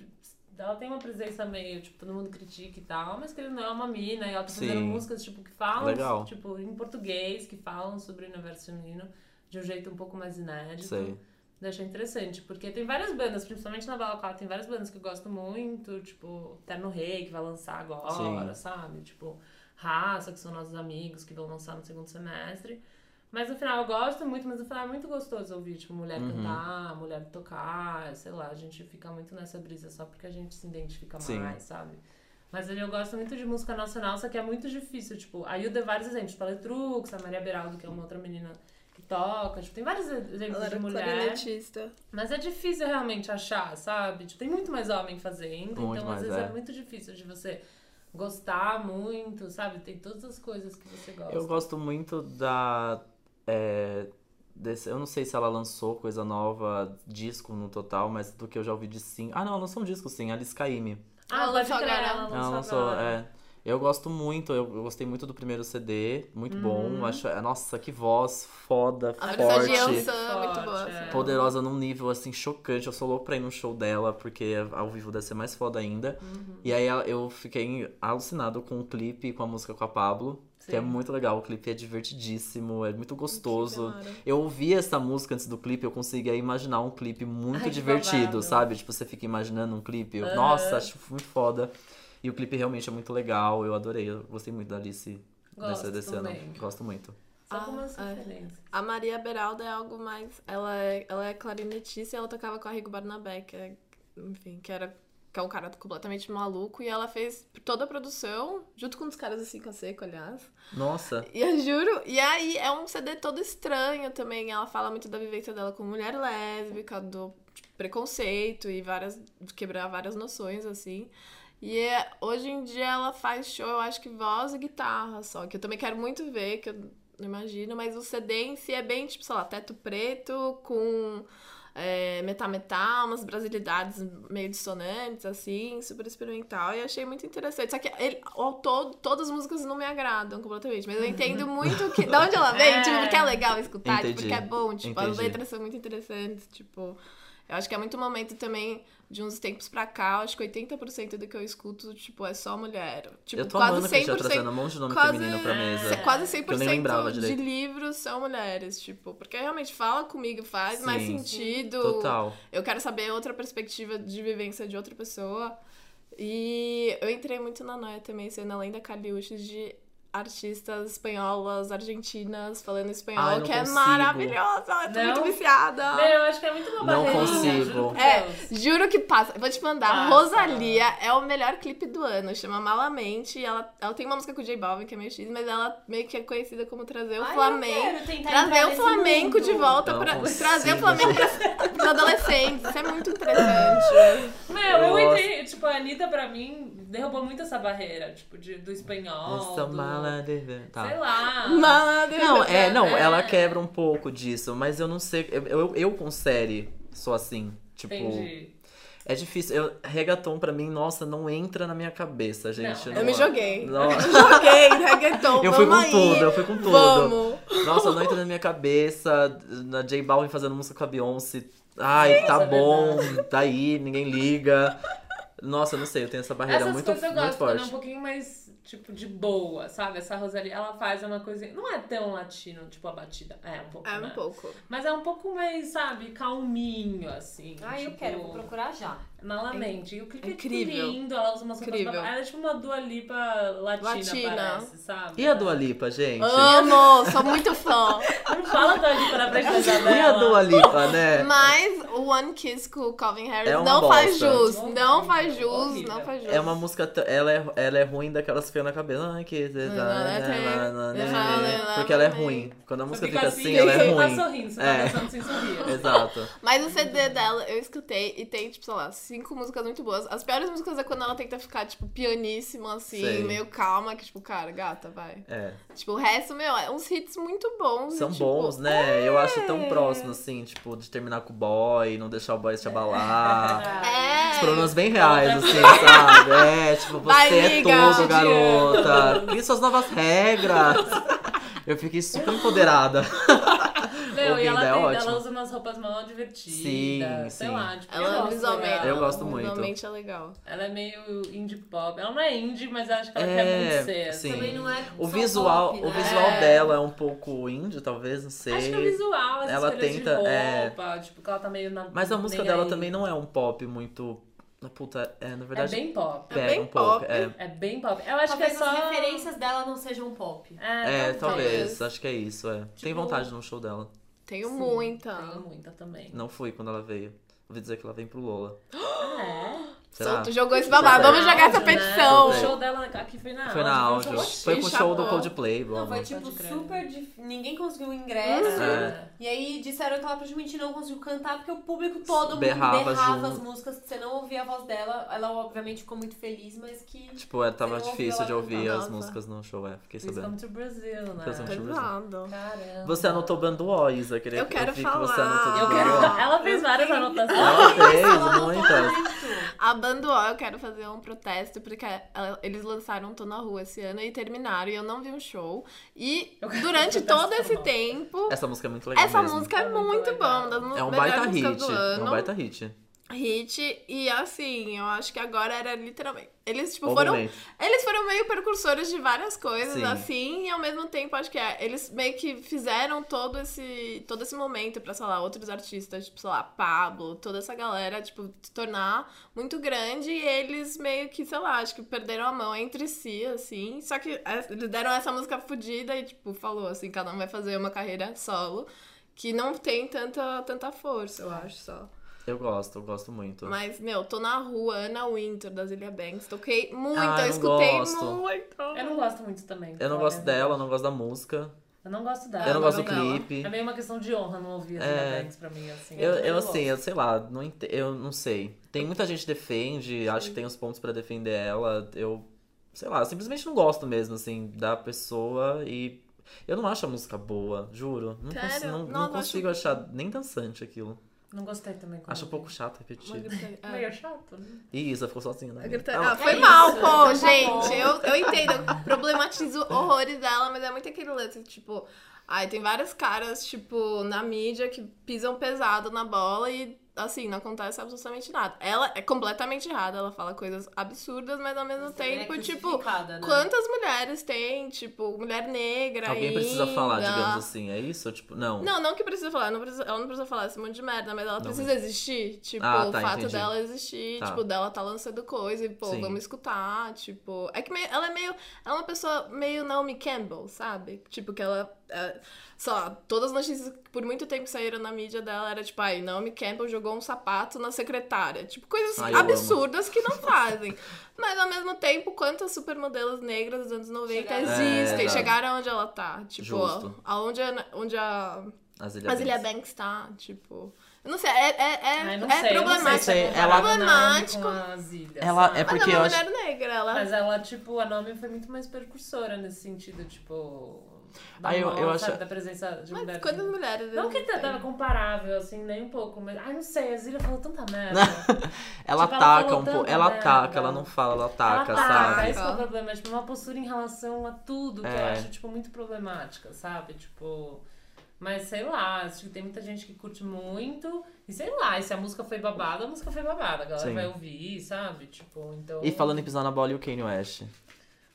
S2: Ela tem uma presença meio, tipo, todo mundo critica e tal, mas que não é uma mina, e ela tá fazendo
S1: Sim.
S2: músicas, tipo, que falam,
S1: Legal.
S2: tipo, em português, que falam sobre o universo feminino de um jeito um pouco mais inédito.
S1: Sei.
S2: Eu achei interessante, porque tem várias bandas, principalmente na Balaclava, tem várias bandas que eu gosto muito, tipo Terno Rei, que vai lançar agora, sabe? Tipo Raça, que são nossos amigos, que vão lançar no segundo semestre. Mas no final eu gosto muito, mas no final é muito gostoso ouvir, tipo, mulher
S1: Uhum.
S2: cantar, mulher tocar, sei lá, a gente fica muito nessa brisa só porque a gente se identifica
S1: Sim.
S2: mais, sabe? Mas eu gosto muito de música nacional, só que é muito difícil, tipo, aí eu dei vários exemplos, tipo, a Letrux, a Maria Beraldo, que é uma outra menina que toca, tipo, tem vários exemplos
S3: Ela
S2: de
S3: era
S2: mulher.
S3: clarinetista.
S2: Mas é difícil realmente achar, sabe? Tipo, tem muito mais homem fazendo,
S1: Muito
S2: então
S1: mais,
S2: às vezes é.
S1: é.
S2: muito difícil de você gostar muito, sabe? Tem todas as coisas que você gosta.
S1: Eu gosto muito da. é, desse- eu não sei se ela lançou coisa nova, disco no total, mas do que eu já ouvi de sim. Ah, não, ela lançou um disco sim, Alice Caymmi.
S2: Ah,
S3: Ela
S2: pode
S3: lançou
S2: crer,
S3: agora.
S2: ela
S1: Ela
S2: lançou
S1: lançou,
S2: agora.
S1: é. Eu gosto muito, eu, eu gostei muito do primeiro CD, muito
S2: Uhum.
S1: bom. Acho, é, nossa, que voz foda,
S3: A versão de
S1: forte.
S3: Elsa é muito boa.
S2: Forte, é.
S3: assim.
S1: Poderosa num nível assim chocante. Eu sou louco pra ir num show dela, porque ao vivo deve ser mais foda ainda. E aí ela- eu fiquei alucinado com o clipe e com a música com a Pablo, que é
S2: Sim.
S1: muito legal. O clipe é divertidíssimo, é muito gostoso.
S3: Que da hora.
S1: Eu ouvi essa música antes do clipe, eu conseguia imaginar um clipe muito
S2: Ai, que
S1: divertido,
S2: babado.
S1: sabe? Tipo, você fica imaginando um clipe. eu,
S2: Aham.
S1: Nossa, acho muito foda. E o clipe realmente é muito legal, eu adorei. Eu gostei muito da Alice
S2: Gosto
S1: dessa, desse ano.
S2: também.
S1: Gosto muito.
S2: Só algumas
S3: Ah, é.
S2: referências.
S3: A Maria Beralda é algo mais. Ela é, ela é clarinetista e ela tocava com a Rigo Barnabé, que é, enfim, que era. Que é um cara completamente maluco. E ela fez toda a produção, junto com os caras do Cinco a Seco, aliás.
S1: Nossa,
S3: E eu juro. E aí é um CD todo estranho também. Ela fala muito da vivência dela com mulher lésbica, do preconceito e várias. de quebrar várias noções, assim. E é- hoje em dia ela faz show, eu acho que voz e guitarra só, que eu também quero muito ver, que eu não imagino, mas o CD em si é bem, tipo, sei lá, teto preto com é, metal-metal, umas brasilidades meio dissonantes, assim, super experimental, e achei muito interessante. Só que ele, ao todo, todas as músicas não me agradam completamente, mas eu entendo muito que, de onde ela vem,
S2: É.
S3: tipo, porque é legal escutar, tipo,
S1: Entendi,
S3: porque é bom, tipo, as
S1: entendi.
S3: letras são muito interessantes, tipo... Eu acho que é muito momento também de uns tempos pra cá, acho que 80% do que eu escuto, tipo, é só mulher. Tipo,
S1: eu tô
S3: quase
S1: amando que a gente tá
S3: 100%.
S1: trazendo um monte de nome
S3: quase-
S1: feminino pra mesa.
S3: É, quase
S1: eu nem lembrava
S3: 100% de
S1: direito.
S3: livros são mulheres, tipo, porque realmente fala comigo, faz mais
S1: Sim.
S3: sentido.
S1: Total.
S3: Eu quero saber outra perspectiva de vivência de outra pessoa. E eu entrei muito na noia também, sendo além da Caliuches, de artistas espanholas, argentinas, falando espanhol,
S1: Ai, não
S3: que é
S1: consigo.
S3: maravilhosa. Eu tô
S2: Não?
S3: muito viciada.
S2: Meu, eu acho que é muito uma
S1: Não
S2: barreirinha,
S1: consigo.
S2: juro por
S3: É.
S2: Deus.
S3: Juro que passa. Vou te mandar.
S2: Passa.
S3: Rosalia é o melhor clipe do ano. Chama Malamente. E ela, ela tem uma música com o J Balvin, que é meio X, mas ela meio que é conhecida como trazer o
S4: Ai, eu
S3: Flamengo.
S4: quero tentar entrar
S3: Trazer o
S4: nesse
S3: Flamengo
S4: mundo.
S3: de volta
S1: Não
S3: pra.
S1: consigo,
S3: Trazer o Flamengo pra, pros adolescentes. Isso é muito interessante.
S2: Meu,
S1: Eu
S2: eu, entrei, tipo, a Anitta pra mim derrubou muito essa barreira, tipo, de, do espanhol,
S1: Essa
S2: do-
S1: mala de- Tá.
S2: sei lá.
S3: Nada.
S1: Não, é, não,
S2: É.
S1: ela quebra um pouco disso, mas eu não sei. Eu, eu, eu com série sou assim. Tipo,
S2: Entendi.
S1: É difícil. Eu, reggaeton, pra mim, nossa, não entra na minha cabeça, gente.
S2: Não,
S3: Eu me
S1: ó-
S3: joguei.
S1: Não. é.
S3: Joguei,
S2: Então
S3: reggaeton,
S1: Eu fui
S3: vamos
S1: com
S3: aí.
S1: tudo, eu fui com tudo.
S3: Vamos.
S1: Nossa, não entra na minha cabeça. Na J Balvin fazendo música com a Beyoncé. Ai, tá
S2: é
S1: bom, tá aí, ninguém liga. Nossa, eu não sei, eu tenho essa barreira
S2: Essas
S1: muito,
S2: coisas eu
S1: muito
S2: gosto, quando é um
S1: forte.
S2: pouquinho mais, tipo, de boa, sabe? Essa Rosalia, ela faz uma coisinha. Não é tão latino, tipo, a batida. É, um pouco.
S3: É
S2: né?
S3: um pouco.
S2: Mas é um pouco mais, sabe, calminho, assim.
S4: Ah, eu
S2: tipo,
S4: quero, vou procurar já.
S2: Na Lamente. E o clipe é tipo,
S3: Incrível.
S2: lindo, ela usa umas
S3: Incrível.
S2: roupas. Ela é tipo uma Dua Lipa latina,
S3: Latina.
S2: parece, sabe?
S1: E a Dua Lipa, gente?
S3: Amo, sou muito fã.
S2: Não fala Dua Lipa na frente da
S1: E a
S2: janela.
S1: Dua Lipa, né?
S3: Mas o One Kiss com o Calvin Harris
S1: É uma
S3: não faz
S1: bosta.
S3: jus. Não faz
S2: Horrível,
S3: jus,
S2: horrível.
S3: não faz jus.
S1: É uma música. t- Ela é, ela é ruim daquelas que ficam na cabeça. Ai,
S3: Hum,
S1: que. né,
S3: né,
S1: Porque ela é ruim. Quando a música fica assim, ela é
S2: você Tá
S1: ruim.
S2: sorrindo, você
S1: É.
S2: tá dançando sem sorrir.
S1: Exato.
S3: Mas o CD dela eu escutei e tem, tipo, sei lá, cinco músicas muito boas. As piores músicas é quando ela tenta ficar, tipo, pianíssima, assim,
S1: Sei.
S3: meio calma, que, tipo, cara, gata, vai.
S1: É.
S3: Tipo, o resto, meu, é uns hits muito bons.
S1: São
S3: e, tipo,
S1: bons, né? Eu acho
S3: É.
S1: tão próximo, assim, tipo, de terminar com o boy, não deixar o boy se abalar. Os
S3: É.
S1: problemas bem reais, assim, sabe? É, tipo, você
S3: Vai,
S1: é
S3: liga,
S1: todo,
S3: te
S1: garota. Crie suas novas regras. Eu fiquei super empoderada.
S2: Não, e
S1: Ouvindo,
S2: ela,
S1: é
S2: tem-
S1: ótimo.
S2: ela usa umas roupas mal divertidas.
S1: Sim,
S2: sei
S1: sim.
S2: lá. Tipo,
S3: Ela
S2: gosto
S3: visualmente.
S2: dela.
S1: Eu gosto muito.
S3: Visualmente é legal.
S2: Ela é meio indie pop. Ela não é indie, mas eu acho que ela
S1: É,
S2: quer muito ser.
S1: sim.
S4: Também não é
S1: O
S4: só
S1: visual,
S4: pop,
S1: o
S4: né?
S1: visual
S3: É.
S1: dela é um pouco índio, talvez, não sei.
S2: Acho que é visual, as
S1: Ela
S2: ela tenta,
S1: tenta, é.
S2: de roupa, tipo, que ela tá meio na.
S1: Mas a música
S2: nem
S1: dela
S2: aí.
S1: também não é um pop muito. Puta, é, na verdade,
S2: É bem pop.
S1: pega
S3: bem
S1: um pouco.
S3: pop.
S1: É,
S2: É bem pop. Eu acho
S4: Talvez
S2: que é só.
S4: as referências dela não sejam pop.
S2: É,
S1: é, talvez.
S3: talvez.
S1: Acho que é isso, é. Tem
S2: Tipo-
S1: vontade no show dela.
S3: Tenho
S2: Sim,
S3: muita.
S2: Tenho muita também.
S1: Não fui quando ela veio. Ouvi dizer que ela vem pro Lola.
S2: Ah,
S1: Será?
S3: Solto, jogou esse babado. Vamos jogar essa
S2: Né?
S3: petição.
S2: O show dela aqui foi na
S1: Foi na áudio.
S2: áudio, foi um show
S1: Foi pro show do
S3: chapou.
S1: Coldplay,
S4: Não,
S1: Bola.
S4: foi tipo
S2: Pode crer.
S4: super dif... Ninguém conseguiu ingresso.
S1: É.
S4: E aí disseram que ela praticamente não conseguiu cantar porque o público todo
S1: Berrava
S4: berrava, berrava
S1: junto.
S4: as músicas, você não ouvia a voz dela. Ela obviamente ficou muito feliz, mas que.
S1: Tipo, é, tava
S4: Você não
S1: difícil
S4: ouviu
S1: de
S4: ela
S1: ouvir
S3: cantar,
S1: as
S3: nossa.
S1: músicas no show, é. Fiquei
S2: Please
S1: sabendo.
S2: come to Brazil, né?
S1: Please come to-
S3: Pesado.
S2: Caramba.
S1: Você anotou Bando Ó, Isa. Queria
S3: Eu quero
S1: vi que você anotou
S3: falar.
S2: Eu
S1: Bando
S2: quero.
S1: Ó.
S2: Ela fez várias anotações.
S1: Ela
S4: Ela
S1: fez
S4: notou
S1: muitas.
S4: muito.
S3: A Bando O, eu quero fazer um protesto, porque ela- eles lançaram um Tô na Rua esse ano e terminaram, e eu não vi um show. E
S2: Eu quero
S3: durante
S2: fazer um
S3: todo esse
S2: protesto,
S3: tempo,
S1: Essa música é muito legal.
S3: essa
S1: mesmo.
S3: música é
S2: É muito
S3: muito
S2: legal.
S3: bom, das mu-
S1: É um
S3: melhores
S1: baita
S3: músicas
S1: hit.
S3: do
S1: É
S3: ano. Tipo,
S1: um baita hit.
S3: Hit, e assim, eu acho que agora era literalmente. Eles, tipo,
S1: Ou
S3: foram.
S1: momento.
S3: Eles foram meio precursores de várias coisas,
S1: Sim.
S3: assim, e ao mesmo tempo, acho que é, eles meio que fizeram todo esse, todo esse momento pra, sei lá, outros artistas, tipo, sei lá, Pablo, toda essa galera, tipo, se tornar muito grande, e eles meio que, sei lá, acho que perderam a mão entre si, assim, só que é, eles deram essa música fodida e, tipo, falou, assim, cada um vai fazer uma carreira solo, que não tem tanta, tanta força, eu acho, só.
S1: Eu gosto, eu gosto muito.
S3: Mas, meu, tô na rua, Ana Winter, das Ilha Banks. Toquei muito,
S1: Ah, eu
S3: eu
S1: não
S3: escutei
S1: gosto.
S3: muito.
S2: Eu não gosto muito também.
S1: Eu não
S2: pra falar a
S1: gosto
S2: verdade.
S1: dela, eu não gosto da música.
S2: Eu não gosto dela.
S1: eu não
S3: não
S1: gosto do
S3: gosto dela.
S1: clipe.
S2: É meio uma questão de honra não ouvir as
S1: É.
S2: é... Banks pra mim, assim.
S1: Eu,
S4: também
S1: eu
S4: não
S1: assim, eu sei lá, não ente... eu não sei. Tem muita gente que defende, acho que tem os pontos pra defender ela. Eu, sei lá, eu simplesmente não gosto mesmo, assim, da pessoa e. Eu não acho a música boa, juro. Não,
S3: Sério?
S1: consigo, não, não
S3: Nossa, eu
S1: consigo
S3: acho-
S1: achar nem dançante aquilo.
S2: Não gostei também. quando
S1: Acho um
S2: ouvi.
S1: pouco chato repetir.
S3: Uma ah,
S2: Meio chato, né?
S1: E isso, ficou sozinha, né?
S3: grita-
S1: Ah,
S3: Ah, foi
S4: isso,
S3: mal,
S4: tá
S3: pô,
S4: bom.
S3: gente. Eu, eu entendo. Eu problematizo horrores dela, mas é muito aquele lance, tipo. Ai, tem vários caras, tipo, na mídia que pisam pesado na bola e, assim, não acontece absolutamente nada. Ela é completamente errada, ela fala coisas absurdas, mas ao mesmo tempo,
S4: Ela é
S3: tipo,
S4: crucificada, né?
S3: quantas mulheres tem? Tipo, mulher negra.
S1: Alguém precisa falar,
S3: ainda.
S1: digamos assim, é isso? Tipo, não.
S3: Não, não que precisa falar, não precisa- ela não precisa falar esse monte de merda, mas ela
S1: Não,
S3: precisa existir. Tipo,
S1: Ah, tá,
S3: o fato
S1: entendi.
S3: dela existir,
S1: Tá.
S3: tipo, dela tá lançando coisa e, pô,
S1: Sim.
S3: vamos escutar, tipo. É que meio- ela é meio. Ela é uma pessoa meio Naomi Campbell, sabe? Tipo, que ela. É, sei lá, todas as notícias que por muito tempo saíram na mídia dela era tipo, ai, Naomi Campbell jogou um sapato na secretária. Tipo, coisas
S1: Ai, eu amo.
S3: absurdas que não fazem. Mas ao mesmo tempo, quantas supermodelos negras dos anos 90
S4: Chegaram.
S1: É,
S3: existem?
S1: exato.
S3: chegaram onde ela tá. Tipo,
S1: Justo.
S3: aonde a- onde a
S1: As Ilha
S3: mas Ilha
S1: Banks.
S3: Banks tá, tipo. eu Não sei, é, é, é,
S2: Ai, não
S3: é
S2: sei, eu não sei
S3: problemático.
S2: se é
S1: Sei, ela-
S2: problemático.
S3: Problemático.
S1: Ela é
S3: Mas
S1: Porque
S3: ela é
S1: eu
S3: uma
S1: acho-
S3: mulher negra, ela.
S2: Mas ela, tipo, a Naomi foi muito mais precursora nesse sentido, tipo. Da
S1: Ah, eu- eu
S2: moda, sabe?
S1: acho-
S2: Da presença de
S3: Mas é
S2: mulheres.
S3: quantas mulheres.
S2: Não que
S3: existem?
S2: tava comparável, assim, nem um pouco, mas. Ai, não sei, a Zília falou tanta merda.
S1: Ela
S2: Tipo, ela
S1: ataca
S2: falou
S1: um pouco.
S2: tanta
S1: Ela
S2: merda.
S1: ataca, ela não fala, ela ataca,
S2: ela ataca,
S1: sabe?
S2: esse
S3: tá.
S2: que é o problema. É tipo, uma postura em relação a tudo que eu
S1: É.
S2: acho, tipo, muito problemática, sabe? Tipo. Mas sei lá, acho que tem muita gente que curte muito. E sei lá, e se a música foi babada, a música foi babada. A galera
S1: Sim.
S2: vai ouvir, sabe? Tipo, então. É.
S1: E falando em pisar na bola e o Kanye West.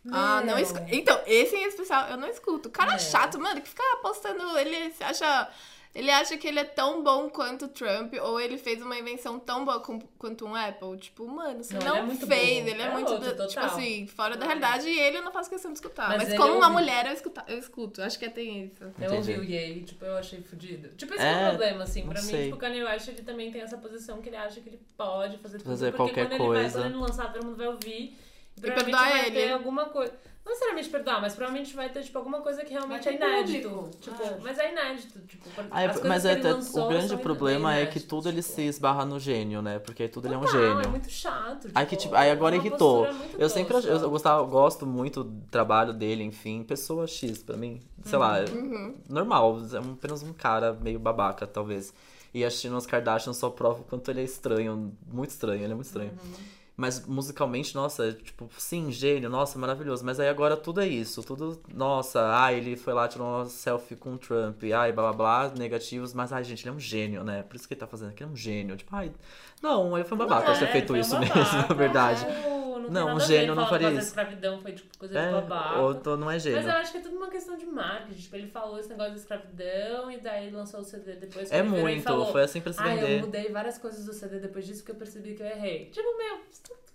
S3: Ah, não
S2: Meu.
S3: escuto. Então, esse em especial eu não escuto. O cara
S2: É.
S3: chato, mano, que fica postando. Ele se acha. Ele acha que ele é tão bom quanto o Trump, ou ele fez uma invenção tão boa com- quanto um Apple. Tipo, mano, você
S2: Não,
S3: não,
S2: ele é muito
S3: fez.
S2: bom.
S3: Ele é,
S2: É
S3: muito.
S2: outro,
S3: do- tipo
S2: total. É.
S3: assim, fora da realidade, e ele eu não faço questão de escutar.
S2: Mas
S3: Mas,
S2: ele
S3: como
S2: é
S3: uma
S2: ouvido.
S3: mulher, eu escuto. Eu escuto. Acho que é tem isso.
S2: Eu
S1: Entendi.
S2: ouvi o Yay, tipo, eu achei fudido. Tipo, esse é
S1: É,
S2: o problema, assim.
S1: não
S2: Pra mim,
S1: sei.
S2: tipo, o Kanye West, ele também tem essa posição que ele acha que ele pode fazer tudo.
S1: Fazer
S2: porque
S1: qualquer
S2: quando Ele
S1: coisa.
S2: vai, quando ele lançar, todo mundo vai ouvir. E provavelmente
S3: perdoar
S2: vai ter
S3: ele.
S2: alguma coisa. Não necessariamente perdoar, mas provavelmente vai ter, tipo, alguma coisa que realmente é
S4: Vai ter
S2: inédito.
S4: público.
S2: Tipo,
S4: Ah.
S2: mas é inédito. Tipo, quando-
S1: Ah, é-
S2: as coisas
S1: mas
S2: que
S1: é-
S2: ele
S1: é-
S2: lançou
S1: o grande
S2: são
S1: problema é que
S2: inéditas,
S1: tudo ele
S2: tipo.
S1: se esbarra no gênio, né? Porque tudo ele é um
S2: Total,
S1: gênio.
S2: É muito chato.
S1: Aí, que, tipo, aí agora
S2: é uma
S1: irritou.
S2: postura muito
S1: Eu sempre
S2: tosca.
S1: eu, eu gostava, eu gosto muito do trabalho dele, enfim. Pessoa X, pra mim, sei lá,
S2: Uhum.
S1: normal. É um- apenas um cara meio babaca, talvez. E as Chinas Kardashian só prova o quanto ele é estranho, muito estranho, ele é muito estranho.
S2: Uhum.
S1: Mas musicalmente, nossa, é, tipo, sim, gênio, nossa, maravilhoso. Mas aí agora tudo é isso, tudo, nossa, ah, ele foi lá, tirou uma selfie com o Trump, ai, blá blá blá, negativos, mas ai, gente, ele é um gênio, né? Por isso que ele tá fazendo, que ele é um gênio. Tipo, ai, não, ele foi um babaca
S2: Não
S1: ter
S2: é,
S1: feito
S2: foi um
S1: isso mesmo,
S2: babaca, né?
S1: na verdade.
S2: Não, tem
S1: Não,
S2: nada
S1: um
S2: a ver
S1: gênio não
S2: falar
S1: faria
S2: fazer
S1: isso.
S2: escravidão foi tipo coisa de
S1: É,
S2: babaca.
S1: ou tô- não é
S2: Mas eu
S1: gênio.
S2: acho que é tudo uma questão de marketing. Tipo, ele falou esse negócio da escravidão e daí lançou o CD depois.
S1: É
S2: quando ele virou e
S1: muito,
S2: falou,
S1: foi assim pra se
S2: Ah, eu
S1: vender.
S2: mudei várias coisas do CD depois disso porque eu percebi que eu errei. Tipo, meu,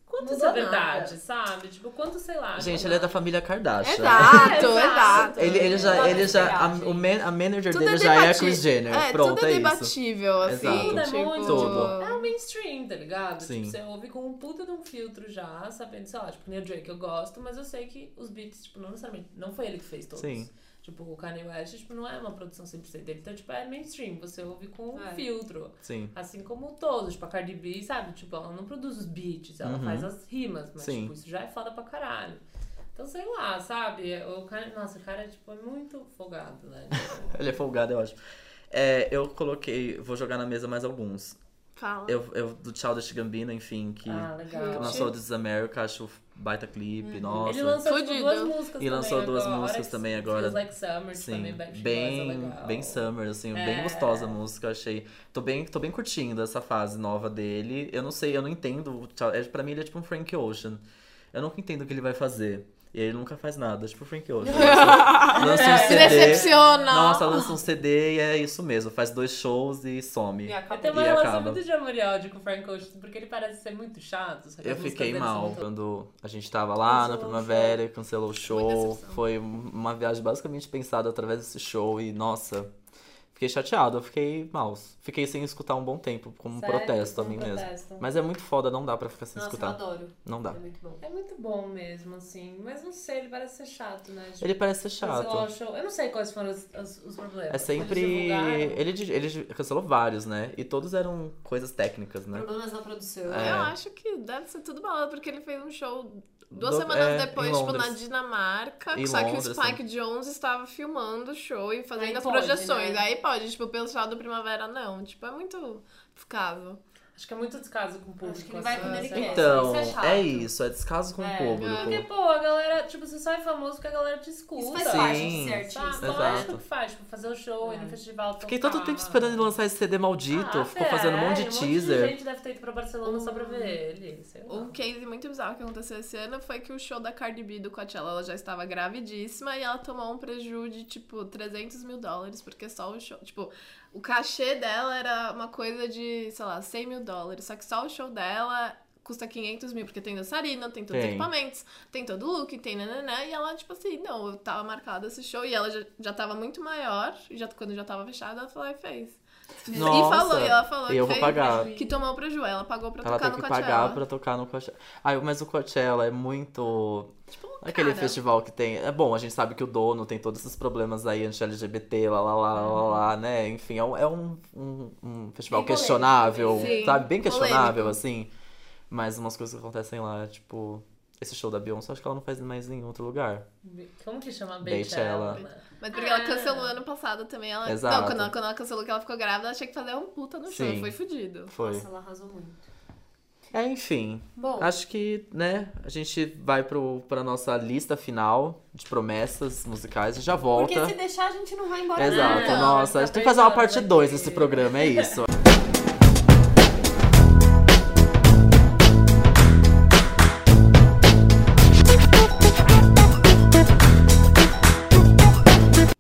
S2: quanto isso
S4: Mudou
S2: é verdade,
S4: nada.
S2: sabe? Tipo, quanto sei lá.
S1: Gente,
S2: sei
S1: ele é
S2: lá.
S1: da família Kardashian.
S3: Exato,
S2: Exato.
S3: exato.
S1: Ele, ele já,
S4: Não
S1: ele já, a,
S4: dá pra
S1: o man- a manager
S3: Tudo
S1: dele
S3: é
S1: já é
S3: debati-
S1: Chris Jenner.
S3: É,
S1: Pronto,
S3: tudo
S1: é
S3: é
S1: isso.
S3: debatível, assim.
S1: Exato.
S2: Tudo é
S3: Tipo,
S2: muito.
S1: Tudo.
S2: É o mainstream, tá ligado?
S1: Sim.
S2: Tipo, você ouve com um puta de um filtro já, sabendo, sei lá, tipo, Neil Drake eu gosto, mas eu sei que os beats, tipo, não necessariamente. Não foi ele que fez todos.
S1: Sim.
S2: Tipo, o Kanye West, tipo, não é uma produção 100% dele. Então, tipo, é mainstream. Você ouve com um
S4: É.
S2: filtro.
S1: Sim.
S2: Assim como todos. Tipo, a Cardi B, sabe? Tipo, ela não produz os beats, ela
S1: Uhum.
S2: faz as rimas. Mas,
S1: Sim.
S2: tipo, isso já é foda pra caralho. Então, sei lá, sabe? O cara, nossa, o cara, tipo, é muito folgado, né? Tipo,
S1: Ele é folgado, eu acho. É, eu coloquei, vou jogar na mesa mais alguns.
S3: Fala.
S1: Eu, eu do Childish Gambino, enfim, que
S2: ah, legal.
S1: lançou This is America, acho um baita clipe, nossa.
S2: Ele lançou tipo,
S3: Fudido.
S2: duas músicas
S1: E lançou
S2: também
S1: duas
S2: agora,
S1: músicas também agora.
S2: Feels Like Summer,
S1: Sim,
S2: um também, Backstreet Boys, é
S1: bem,
S2: legal.
S1: bem summer, assim, bem
S2: É.
S1: gostosa a música, achei. Tô bem, tô bem curtindo essa fase nova dele. Eu não sei, eu não entendo. É, pra mim ele é tipo um Frank Ocean. Eu nunca entendo o que ele vai fazer. E ele nunca faz nada, tipo o Frank Ocean. Lança, lança um
S2: É.
S3: Se
S1: CD.
S3: decepciona.
S1: Nossa, lança um CD e é isso mesmo. Faz dois shows e some.
S4: E
S2: Eu
S4: acabou.
S2: tenho uma
S1: E
S2: relação
S1: acaba.
S2: muito de amor e ódio com o Frank Ocean, porque ele parece ser muito chato. só que
S1: Eu
S2: as músicas
S1: fiquei
S2: dele são
S1: mal
S2: muito-
S1: quando a gente tava lá na
S2: Cancelou o
S1: primavera, cancelou o show.
S3: decepção.
S1: Foi uma viagem basicamente pensada através desse show e, nossa, fiquei chateado, eu fiquei mal. Fiquei sem escutar um bom tempo, como um
S2: Sério,
S1: protesto a
S2: como
S1: mim mesmo.
S2: protesto.
S1: Mas é muito foda, não dá pra ficar sem
S4: Nossa, eu
S1: escutar.
S4: adoro.
S1: Não dá.
S4: É muito bom.
S2: É muito bom mesmo, assim. Mas não sei, ele parece ser chato, né? Tipo,
S1: Ele parece ser
S2: cancelar o
S1: chato.
S2: show. Eu não sei quais foram os, os- os problemas.
S1: É sempre.
S2: Eles
S1: Ele, di- ele di- cancelou vários, né? E todos eram coisas técnicas, né?
S4: Problemas na produção.
S1: É.
S3: Eu acho que deve ser tudo balado, porque ele fez um show duas
S1: Do-
S3: semanas
S1: é,
S3: depois,
S1: em
S3: tipo, na
S1: Londres.
S3: Dinamarca.
S1: Em
S3: só que
S1: Londres,
S3: o Spike Jones estava filmando o show e fazendo
S4: Aí
S3: as
S4: pode,
S3: projeções.
S4: né?
S3: Aí pode, tipo, o pessoal do Primavera não. Tipo, é muito descaso.
S2: Acho que é muito descaso com o público.
S4: Acho que ele vai
S2: assim,
S4: quando ele
S2: essa-
S4: quer.
S1: Então,
S4: isso é chato.
S1: é isso, é descaso com o
S4: É.
S2: Porque,
S1: público.
S2: pô, a galera, tipo, você só é famoso porque a galera te escuta.
S4: Isso faz
S1: Sim.
S4: parte de ser
S2: Tá,
S4: artista.
S1: Exato.
S2: lógico que faz, tipo, fazer o show, ir no
S4: É.
S2: festival,
S1: Fiquei
S2: tocar.
S1: tanto tempo esperando ele lançar esse CD maldito,
S2: Ah,
S1: ficou fazendo um monte
S2: sério?
S1: de teaser.
S2: gente deve ter ido pra Barcelona só pra ver ele, sei lá.
S3: Um case muito bizarro que aconteceu esse ano foi que o show da Cardi B do Coachella, ela já estava gravidíssima e ela tomou um prejuízo de, tipo, 300 mil dólares, porque só o show... Tipo, o cachê dela era uma coisa de, sei lá, 100 mil dólares, só que só o show dela custa 500 mil, porque tem dançarina, tem todos os
S1: Tem.
S3: equipamentos, tem todo o look, tem nananã, e ela, tipo assim, não, eu tava marcado esse show, e ela já, já tava muito maior, e já, quando já tava fechada, ela falou, e fez. E
S1: Nossa,
S3: falou, e ela falou
S1: eu
S3: que,
S1: vou
S3: fez,
S1: pagar.
S3: que tomou prejuízo, ela pagou pra
S1: Ela
S3: tocar
S1: tem
S3: no
S1: que
S3: Coachella.
S1: pagar pra tocar no Coachella. Ai, mas o Coachella é muito.
S3: Tipo,
S1: Aquele
S3: cara,
S1: festival que tem. É bom, a gente sabe que o dono tem todos esses problemas aí, anti-LGBT, lá, lá, lá, lá, lá, né? Enfim, é um, é um, um- um festival
S4: Bem polêmico,
S1: questionável,
S3: né? sim.
S1: sabe? Bem questionável,
S3: Polêmico.
S1: assim. Mas umas coisas que acontecem lá, tipo. Esse show da Beyoncé, acho que ela não faz mais em nenhum outro lugar.
S2: Como que chama?
S1: Beychella.
S2: Beychella.
S3: Mas porque ela
S2: Ah.
S3: cancelou ano passado também. Ela...
S1: Exato.
S3: Não, quando ela, quando ela cancelou que ela ficou grávida, ela tinha que fazer um puta no show.
S1: Sim.
S3: Foi fudido.
S1: Foi.
S4: Nossa, ela arrasou muito.
S1: É, enfim.
S4: Bom,
S1: Acho que, né, a gente vai pro, pra nossa lista final de promessas musicais e já volta.
S4: porque se deixar a gente não vai embora
S1: Exato,
S4: nunca.
S2: Não,
S1: nossa, a
S2: tá
S1: gente tem que fazer uma
S2: pensando
S1: parte
S2: aqui.
S1: 2 desse programa, é isso.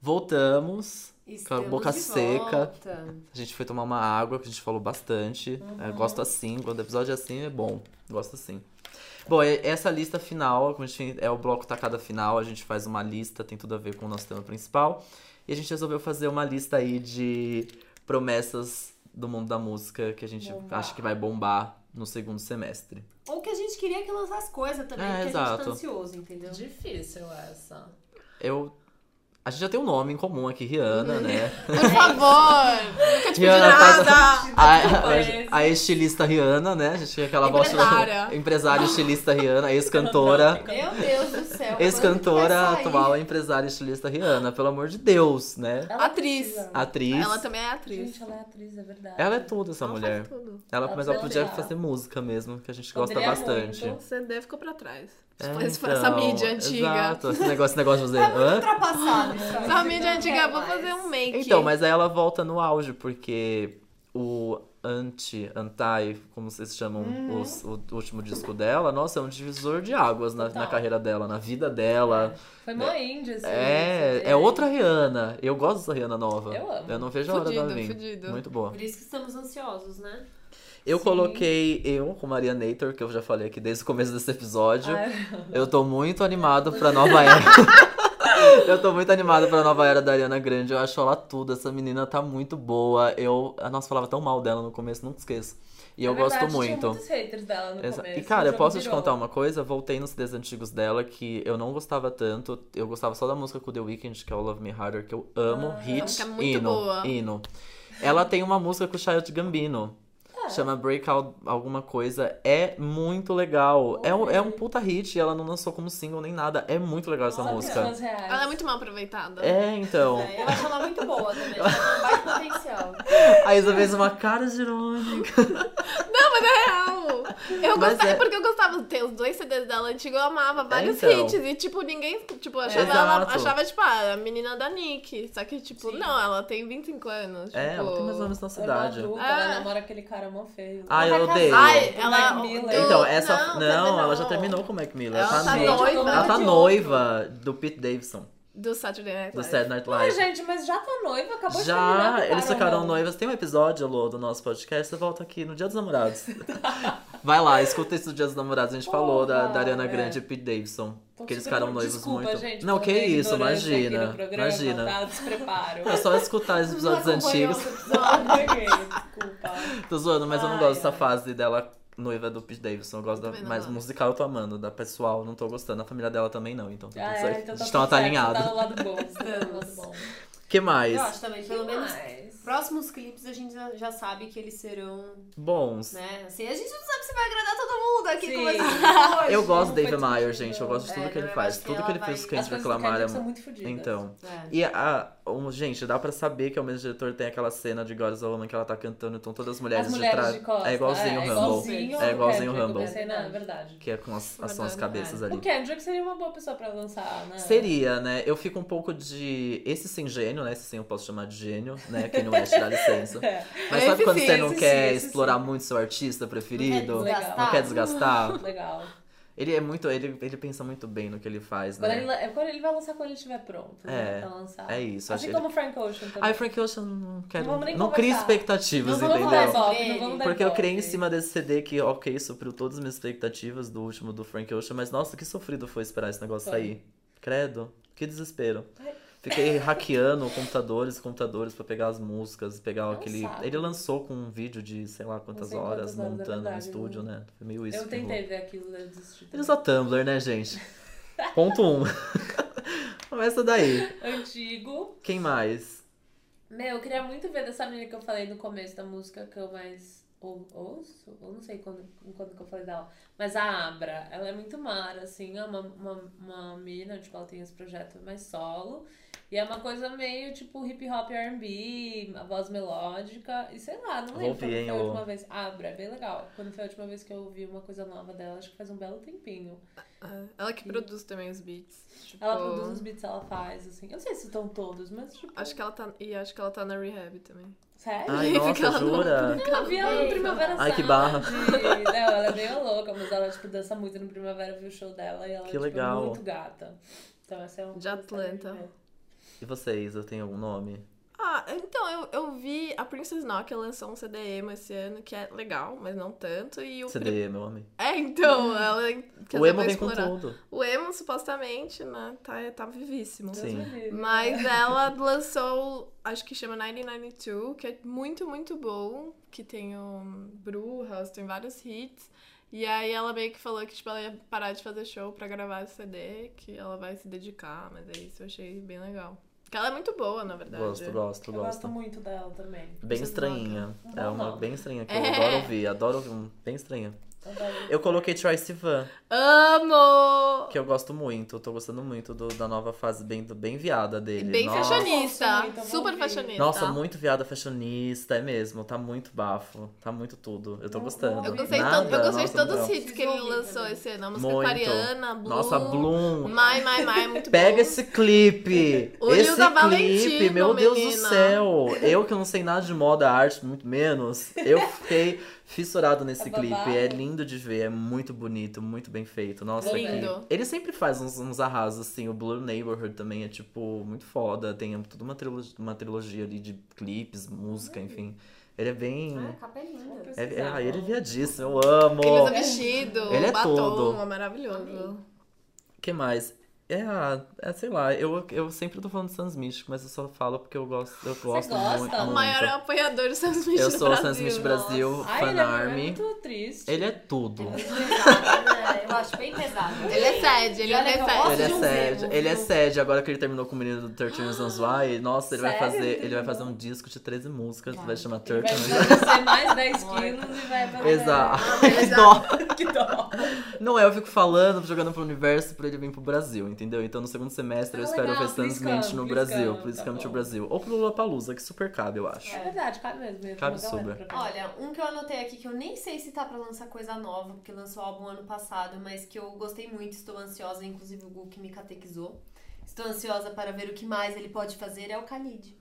S1: Voltamos. Com a
S4: Estamos
S1: boca
S4: de
S1: seca.
S4: volta.
S1: A gente foi tomar uma água, que a gente falou bastante. É, gosto assim, quando o episódio é assim, é bom. Gosto assim. Bom, e- essa lista final, como a gente é o bloco tacada final, a gente faz uma lista, tem tudo a ver com o nosso tema principal. E a gente resolveu fazer uma lista aí de promessas do mundo da música que a gente
S4: Bombar.
S1: acha que vai bombar no segundo semestre.
S4: Ou que a gente queria que lançasse coisa também,
S1: É,
S4: porque a gente
S1: exato.
S4: tá ansioso, entendeu?
S2: Difícil essa.
S1: Eu. A gente já tem um nome em comum aqui, Rihanna, né?
S3: Por favor! Nunca te pedi
S1: Rihanna
S3: nada!
S1: faz a, a-
S2: esse.
S1: a estilista Rihanna, né? A gente tem aquela voz.
S3: Empresária.
S1: Empresária, estilista Rihanna, ex-cantora.
S3: ah.
S4: Meu Deus do
S3: É
S4: céu.
S1: Ex-cantora,
S4: quando que vai sair?
S1: atual empresária estilista Rihanna, pelo amor de Deus, né?
S4: é
S2: Ela
S3: Atriz.
S2: precisa.
S1: Atriz.
S3: tá Ela também é atriz.
S2: Gente, ela é atriz, é verdade.
S1: Ela é tudo essa
S3: Ela
S1: mulher.
S3: faz tudo.
S1: Ela,
S2: Ela
S1: mas ela podia
S2: poderia.
S1: fazer música mesmo, que a gente gosta
S2: Poderia
S1: bastante.
S2: muito.
S3: O CD ficou pra trás.
S1: É,
S3: Tipo, esse- essa
S1: então,
S3: mídia antiga. é
S1: Exato, esse negócio, esse negócio de fazer. "Hã?"
S4: Ultrapassado. isso aí.
S3: Essa mídia
S4: Não
S3: antiga,
S4: quer
S3: vou
S4: né? mais.
S3: fazer um make.
S1: Então, mas aí ela volta no auge, porque o anti, anti, como vocês chamam
S3: Uhum.
S1: os- o último disco dela, nossa, é um divisor de águas na, na
S2: Total.
S1: carreira dela, na vida dela.
S2: Foi mó índia, assim.
S1: É, é outra Rihanna. Eu gosto dessa Rihanna nova.
S2: Eu amo.
S1: Eu não vejo a hora
S3: Fudido,
S1: dela vir.
S3: fudido.
S1: Muito boa.
S4: Por isso que estamos ansiosos, né?
S1: Eu
S2: Sim.
S1: coloquei eu com Maria Nator, que eu já falei aqui desde o começo desse episódio.
S2: Ai,
S1: Eu tô muito animado pra nova era. eu tô muito animado pra nova era da Ariana Grande. Eu acho ela tudo. Essa menina tá muito boa. Eu. a Nossa, falava tão mal dela no começo, nunca esqueço. E eu
S2: na É verdade,
S1: gosto
S2: tinha
S1: muito.
S2: muitos haters dela no
S1: Exa-
S2: começo.
S1: E cara, eu
S2: o jogo
S1: posso te
S2: virou.
S1: contar uma coisa? Voltei nos CDs antigos dela que eu não gostava tanto. Eu gostava só da música com The Weeknd, que é o Love Me Harder, que eu amo. Hit,
S3: música é muito
S1: hino,
S3: boa.
S1: hino. Ela tem uma música com o Child Gambino.
S2: Ah.
S1: Chama Breakout alguma coisa. É muito legal. É um, é um puta hit e ela não lançou como single nem nada. É muito legal essa
S2: Nossa,
S1: música.
S2: pessoas reais.
S3: Ela é muito mal aproveitada.
S1: É, então.
S4: É, Eu acho ela muito boa também. Ela tem um baixo potencial.
S1: A Isa fez uma cara de irônica.
S3: real. Eu
S1: Mas
S3: gostava,
S1: é-
S3: porque eu gostava de ter os dois CDs dela antigo, eu amava vários
S1: então.
S3: hits. E, tipo, ninguém, tipo, achava ela,
S1: Exato.
S3: achava, tipo, ah, a menina da Nick. Só que, tipo,
S2: Sim.
S3: não, ela tem 25 anos.
S1: É,
S3: tipo...
S1: ela tem mais ou menos na
S2: Ela é
S1: cidade.
S2: madruga,
S3: Ah.
S2: Ela namora aquele cara mó feio.
S1: Ai, eu odeio.
S3: Ai,
S2: Do
S3: ela. é um
S2: Mac Miller.
S3: do-
S1: Então, essa. Não,
S3: Não, terminou.
S1: ela já terminou com o Mac Miller.
S3: Ela
S1: Ela tá
S3: tá
S1: meio-
S3: noiva.
S1: Ela tá
S3: de
S1: noiva do Pete Davidson,
S3: outro. Do Saturday Night
S1: do
S3: Live.
S1: Saturday Night
S2: Ai,
S1: Live.
S2: gente, mas já tá noiva, acabou de terminar.
S1: Já,
S2: ficaram
S1: eles ficaram
S2: não.
S1: noivas. Tem um episódio, Lô, do nosso podcast. Você volta aqui no Dia dos Namorados. Vai lá, escuta isso do Dia dos Namorados. A gente falou da, da Ariana
S2: É.
S1: Grande e Pete Davidson.
S2: Tô
S1: que eles
S2: super-
S1: ficaram noivos
S2: Desculpa,
S1: muito.
S2: Gente,
S1: Não,
S2: pela
S1: que
S2: minha
S1: isso,
S2: ignorância aqui
S1: imagina.
S2: no programa,
S1: imagina.
S2: Tá, despreparo.
S1: É só escutar os episódios
S4: Não acompanhou
S1: antigos.
S4: esse episódio.
S2: Ai, Desculpa.
S1: Tô zoando, mas eu não
S2: Ai,
S1: gosto dessa
S2: ai.
S1: fase dela noiva do Pete Davidson. Eu gosto da,
S3: também não
S1: mais
S3: gosto.
S1: musical, eu tô amando. Da pessoal, não tô gostando. A família dela também não, então tá
S2: Ah,
S1: tudo
S2: é,
S1: certo.
S2: então
S1: a
S2: tá
S1: gente tá, tá alinhado.
S2: tudo certo, Tá do lado bom, tá do lado bom.
S1: que mais?
S4: Eu acho também, pelo menos.
S2: Mas-
S4: Próximos clipes a gente já- já sabe que eles serão,
S1: Bons.
S4: né? Assim, a gente não sabe se vai agradar todo mundo aqui
S2: Sim.
S4: conversando hoje.
S1: Eu gosto
S2: não
S1: do David
S2: foi tudo
S1: Meyer,
S2: isso,
S1: gente. Eu
S2: não.
S1: gosto de tudo
S4: É,
S1: que ele
S4: não, eu
S1: faz.
S4: acho que
S1: Tudo que
S4: ela
S1: ele
S4: vai-
S1: fez que a
S2: As
S1: gente
S2: coisas do Kendrick
S1: reclamaram.
S2: são muito fodidas.
S1: é um Então.
S4: É.
S1: E a, um, gente, dá pra saber que é o mesmo diretor, tem aquela cena de God is a Woman que ela tá cantando, então todas as mulheres,
S2: As mulheres
S1: de trás.
S2: de costas.
S1: É igualzinho o
S2: é,
S1: Rumble.
S2: igualzinho
S1: É
S2: o
S1: igualzinho o
S2: Kendrick,
S1: Rumble.
S2: Eu pensei na verdade.
S1: Que é com as, as, são as
S3: Verdade,
S1: cabeças ali.
S2: O Kendrick seria uma boa pessoa pra lançar, né?
S1: Seria, né? Eu fico um pouco de. Esse sim, gênio, né? Esse sim eu posso chamar de gênio, né? Quem não é, te dá licença.
S2: É,
S1: Mas
S3: Esse
S1: sabe quando
S3: sim,
S1: você não
S2: esse
S1: quer
S2: sim, esse
S1: explorar muito seu artista preferido? Não
S4: Não
S1: quer
S4: quer
S1: desgastar?
S4: É, desgastar?
S2: legal.
S1: Ele é muito. Ele, ele pensa muito bem no que ele faz,
S2: Quando,
S1: né?
S2: ele, é quando ele vai lançar quando ele estiver pronto. né,
S1: É,
S2: pra lançar.
S1: é isso, acho
S2: Assim
S1: que
S2: como o Frank Ocean também.
S1: Ai, Frank Ocean, não quero.
S2: Não vamos nem
S1: Não cria
S2: conversar.
S1: expectativas,
S4: Não vamos
S1: entendeu?
S4: conversar.
S2: Não vamos dar
S1: Porque eu criei em
S2: ibope.
S1: cima desse CD que, ok, supriu todas as minhas expectativas do último do Frank Ocean, mas nossa, que sofrido foi esperar esse negócio
S2: Foi.
S1: sair. Credo, que desespero.
S2: Ai.
S1: Fiquei hackeando computadores, computadores pra pegar as músicas, pegar
S2: um
S1: aquele.
S2: saco.
S1: Ele lançou com um vídeo de sei lá quantas
S2: sei quantas
S1: horas
S2: horas, é
S1: montando no
S2: verdade,
S1: estúdio,
S2: não-
S1: né? Foi meio isso.
S2: Eu
S1: que rolou.
S2: tentei ver aquilo, eu desisti.
S1: Ele usa Tumblr, né, gente? Ponto um. Começa daí.
S2: Antigo.
S1: Quem mais?
S2: Meu, eu queria muito ver dessa menina que eu falei no começo da música que eu mais ou ouço, ou não sei quando, quando que eu falei dela, mas a Abra, ela é muito mara, assim, é uma, uma, uma mina, tipo, ela tem esse projeto mais solo, e é uma coisa meio, tipo, hip hop R&B, a voz melódica, e sei lá, não
S1: Vou
S2: lembro quando
S1: ouvir,
S2: foi
S1: hein,
S2: a
S1: Lu?
S2: última vez, Abra, é bem legal, quando foi a última vez que eu ouvi uma coisa nova dela, acho que faz um belo tempinho.
S3: Ah, Ela que produz também os beats. Tipo,
S2: Ela produz os beats, ela faz, assim, eu não sei se estão todos, mas, tipo,
S3: Acho que ela tá. E acho que ela tá na rehab também.
S2: sério?
S1: Ai, nossa,
S3: Fica ela no-
S1: jura?
S2: Eu vi ela no
S4: Ei,
S2: Primavera
S1: Ai, que barra.
S2: Sound. Não, ela é meio louca, mas ela, tipo, dança muito no Primavera, viu o show dela e ela
S1: Que
S2: tipo,
S1: legal.
S2: é muito gata. Então essa é uma
S3: De Atlanta.
S1: E vocês, eu tenho algum nome?
S3: Ah, então eu, eu vi a Princess Nokia lançou um CDM esse ano que é legal, mas não tanto. E o. pri-
S1: CD, meu homem.
S3: É, então, ela. quer
S1: o
S3: dizer,
S1: emo
S3: vai
S1: vem com
S3: explorar.
S1: tudo.
S3: O Emo, supostamente, né? Tá, tá vivíssimo.
S1: Sim.
S3: Mas ela lançou, acho que chama 1992, que é muito, muito bom. Que tem o Brujas, tem vários hits. E aí ela meio que falou que tipo, ela ia parar de fazer show pra gravar esse CD, que ela vai se dedicar, mas é isso, eu achei bem legal. Que ela é muito boa, na verdade.
S1: Gosto, gosto,
S2: Eu gosto
S1: gosto.
S2: muito dela também.
S1: Bem
S3: Vocês
S1: estranhinha.
S2: gostam?
S1: É
S2: Não,
S1: uma
S2: não.
S1: bem estranha que eu
S3: É.
S1: adoro ouvir. Adoro ouvir um bem estranha.
S2: Então,
S1: Eu coloquei Tracy Van,
S3: Amo!
S1: que eu gosto muito. Eu tô gostando muito do- da nova fase bem, do- bem viada
S3: E
S1: dele.
S3: bem
S1: Nossa.
S3: fashionista,
S2: Nossa, então vamos
S3: super
S2: ver.
S3: fashionista.
S1: Nossa, muito viada fashionista, é mesmo. Tá muito bafo. Tá muito tudo. Eu tô
S2: Não,
S1: gostando.
S2: não.
S3: Uhum. Eu gostei, de
S1: Nada,
S3: todo- eu gostei de
S1: nossa,
S3: todos os
S1: não.
S3: hits que ele
S4: Preciso ouvir
S3: lançou
S4: também.
S3: esse ano. A música
S1: Muito.
S3: aquariana, Blue.
S1: Nossa, Bloom.
S3: My, my, my, muito
S1: Pega
S3: bom.
S1: esse clipe!
S3: O
S1: esse
S3: Nilda
S1: clipe,
S3: Valentino,
S1: meu Deus do
S3: menina.
S1: céu! Eu que não sei nada de moda, arte, muito menos, eu fiquei fissurado nesse
S2: Tá
S1: clipe.
S2: babado.
S1: É lindo de ver, é muito bonito, muito bem feito. Nossa,
S3: Lindo.
S1: que- Ele sempre faz uns, uns arrasos, assim. O Blue Neighborhood também é, tipo, muito foda. Tem toda uma trilogia, uma trilogia ali de clipes, música,
S3: Uhum.
S1: enfim. Ele é bem.
S4: Ah, a capa é linda.
S1: É, é- ah, ele é viadíssimo, eu amo!
S3: Ele usa vestido,
S1: Ele é
S3: batom,
S1: todo.
S3: é maravilhoso.
S1: que mais? É, ah, é, sei lá, eu, eu sempre tô falando de Sans Místico, mas eu só falo porque eu gosto, eu gosto
S2: gosta?
S1: muito.
S2: O
S3: O
S1: muito.
S3: maior apoiador do Sam Smith
S1: Eu
S3: no
S1: sou o
S3: Brasil.
S1: Sans Místico Brasil,
S2: Ai,
S1: fan
S2: ele é
S1: army.
S2: muito triste.
S1: Ele é tudo.
S4: Muito pesado, né? Eu acho bem pesado.
S3: Ele é sad, ele
S4: E olha
S3: é
S4: que eu
S3: sad.
S4: gosto
S1: Ele é
S4: de um
S1: sede,
S4: verbo,
S1: ele é
S4: viu?
S1: sede. Agora que ele terminou com o menino do 13 Reasons Why, nossa, ele vai
S2: Ah, Sério?
S1: fazer,
S2: Ele
S1: ele vai
S2: terminou?
S1: fazer um disco de 13 músicas, vai chamar
S2: Ele
S1: 13
S2: vai
S1: Reasons
S2: emagrecer mais 10 quilos e vai pra...
S1: Exato. Que
S3: Exato.
S2: um
S1: dó.
S2: Que dó.
S1: Não é, eu fico falando, jogando pro universo pra ele vir pro Brasil, entendeu? Então no segundo semestre eu
S2: Ah,
S1: espero
S2: legal,
S1: ver Sans
S2: please come,
S1: Mint no
S2: please
S1: Brasil,
S2: come,
S1: please
S2: tá
S1: come to
S2: bom.
S1: Brasil. Ou pro Lollapalooza, que super cabe, eu acho.
S2: É verdade, cabe mesmo. ia ter
S1: Cabe
S2: uma galera
S1: super.
S2: pra cá.
S4: Olha, um que eu anotei aqui que eu nem sei se tá pra lançar coisa nova, porque lançou álbum ano passado, mas que eu gostei muito, estou ansiosa, inclusive o Gu que me catequizou. Estou ansiosa para ver o que mais ele pode fazer, é o Khalid.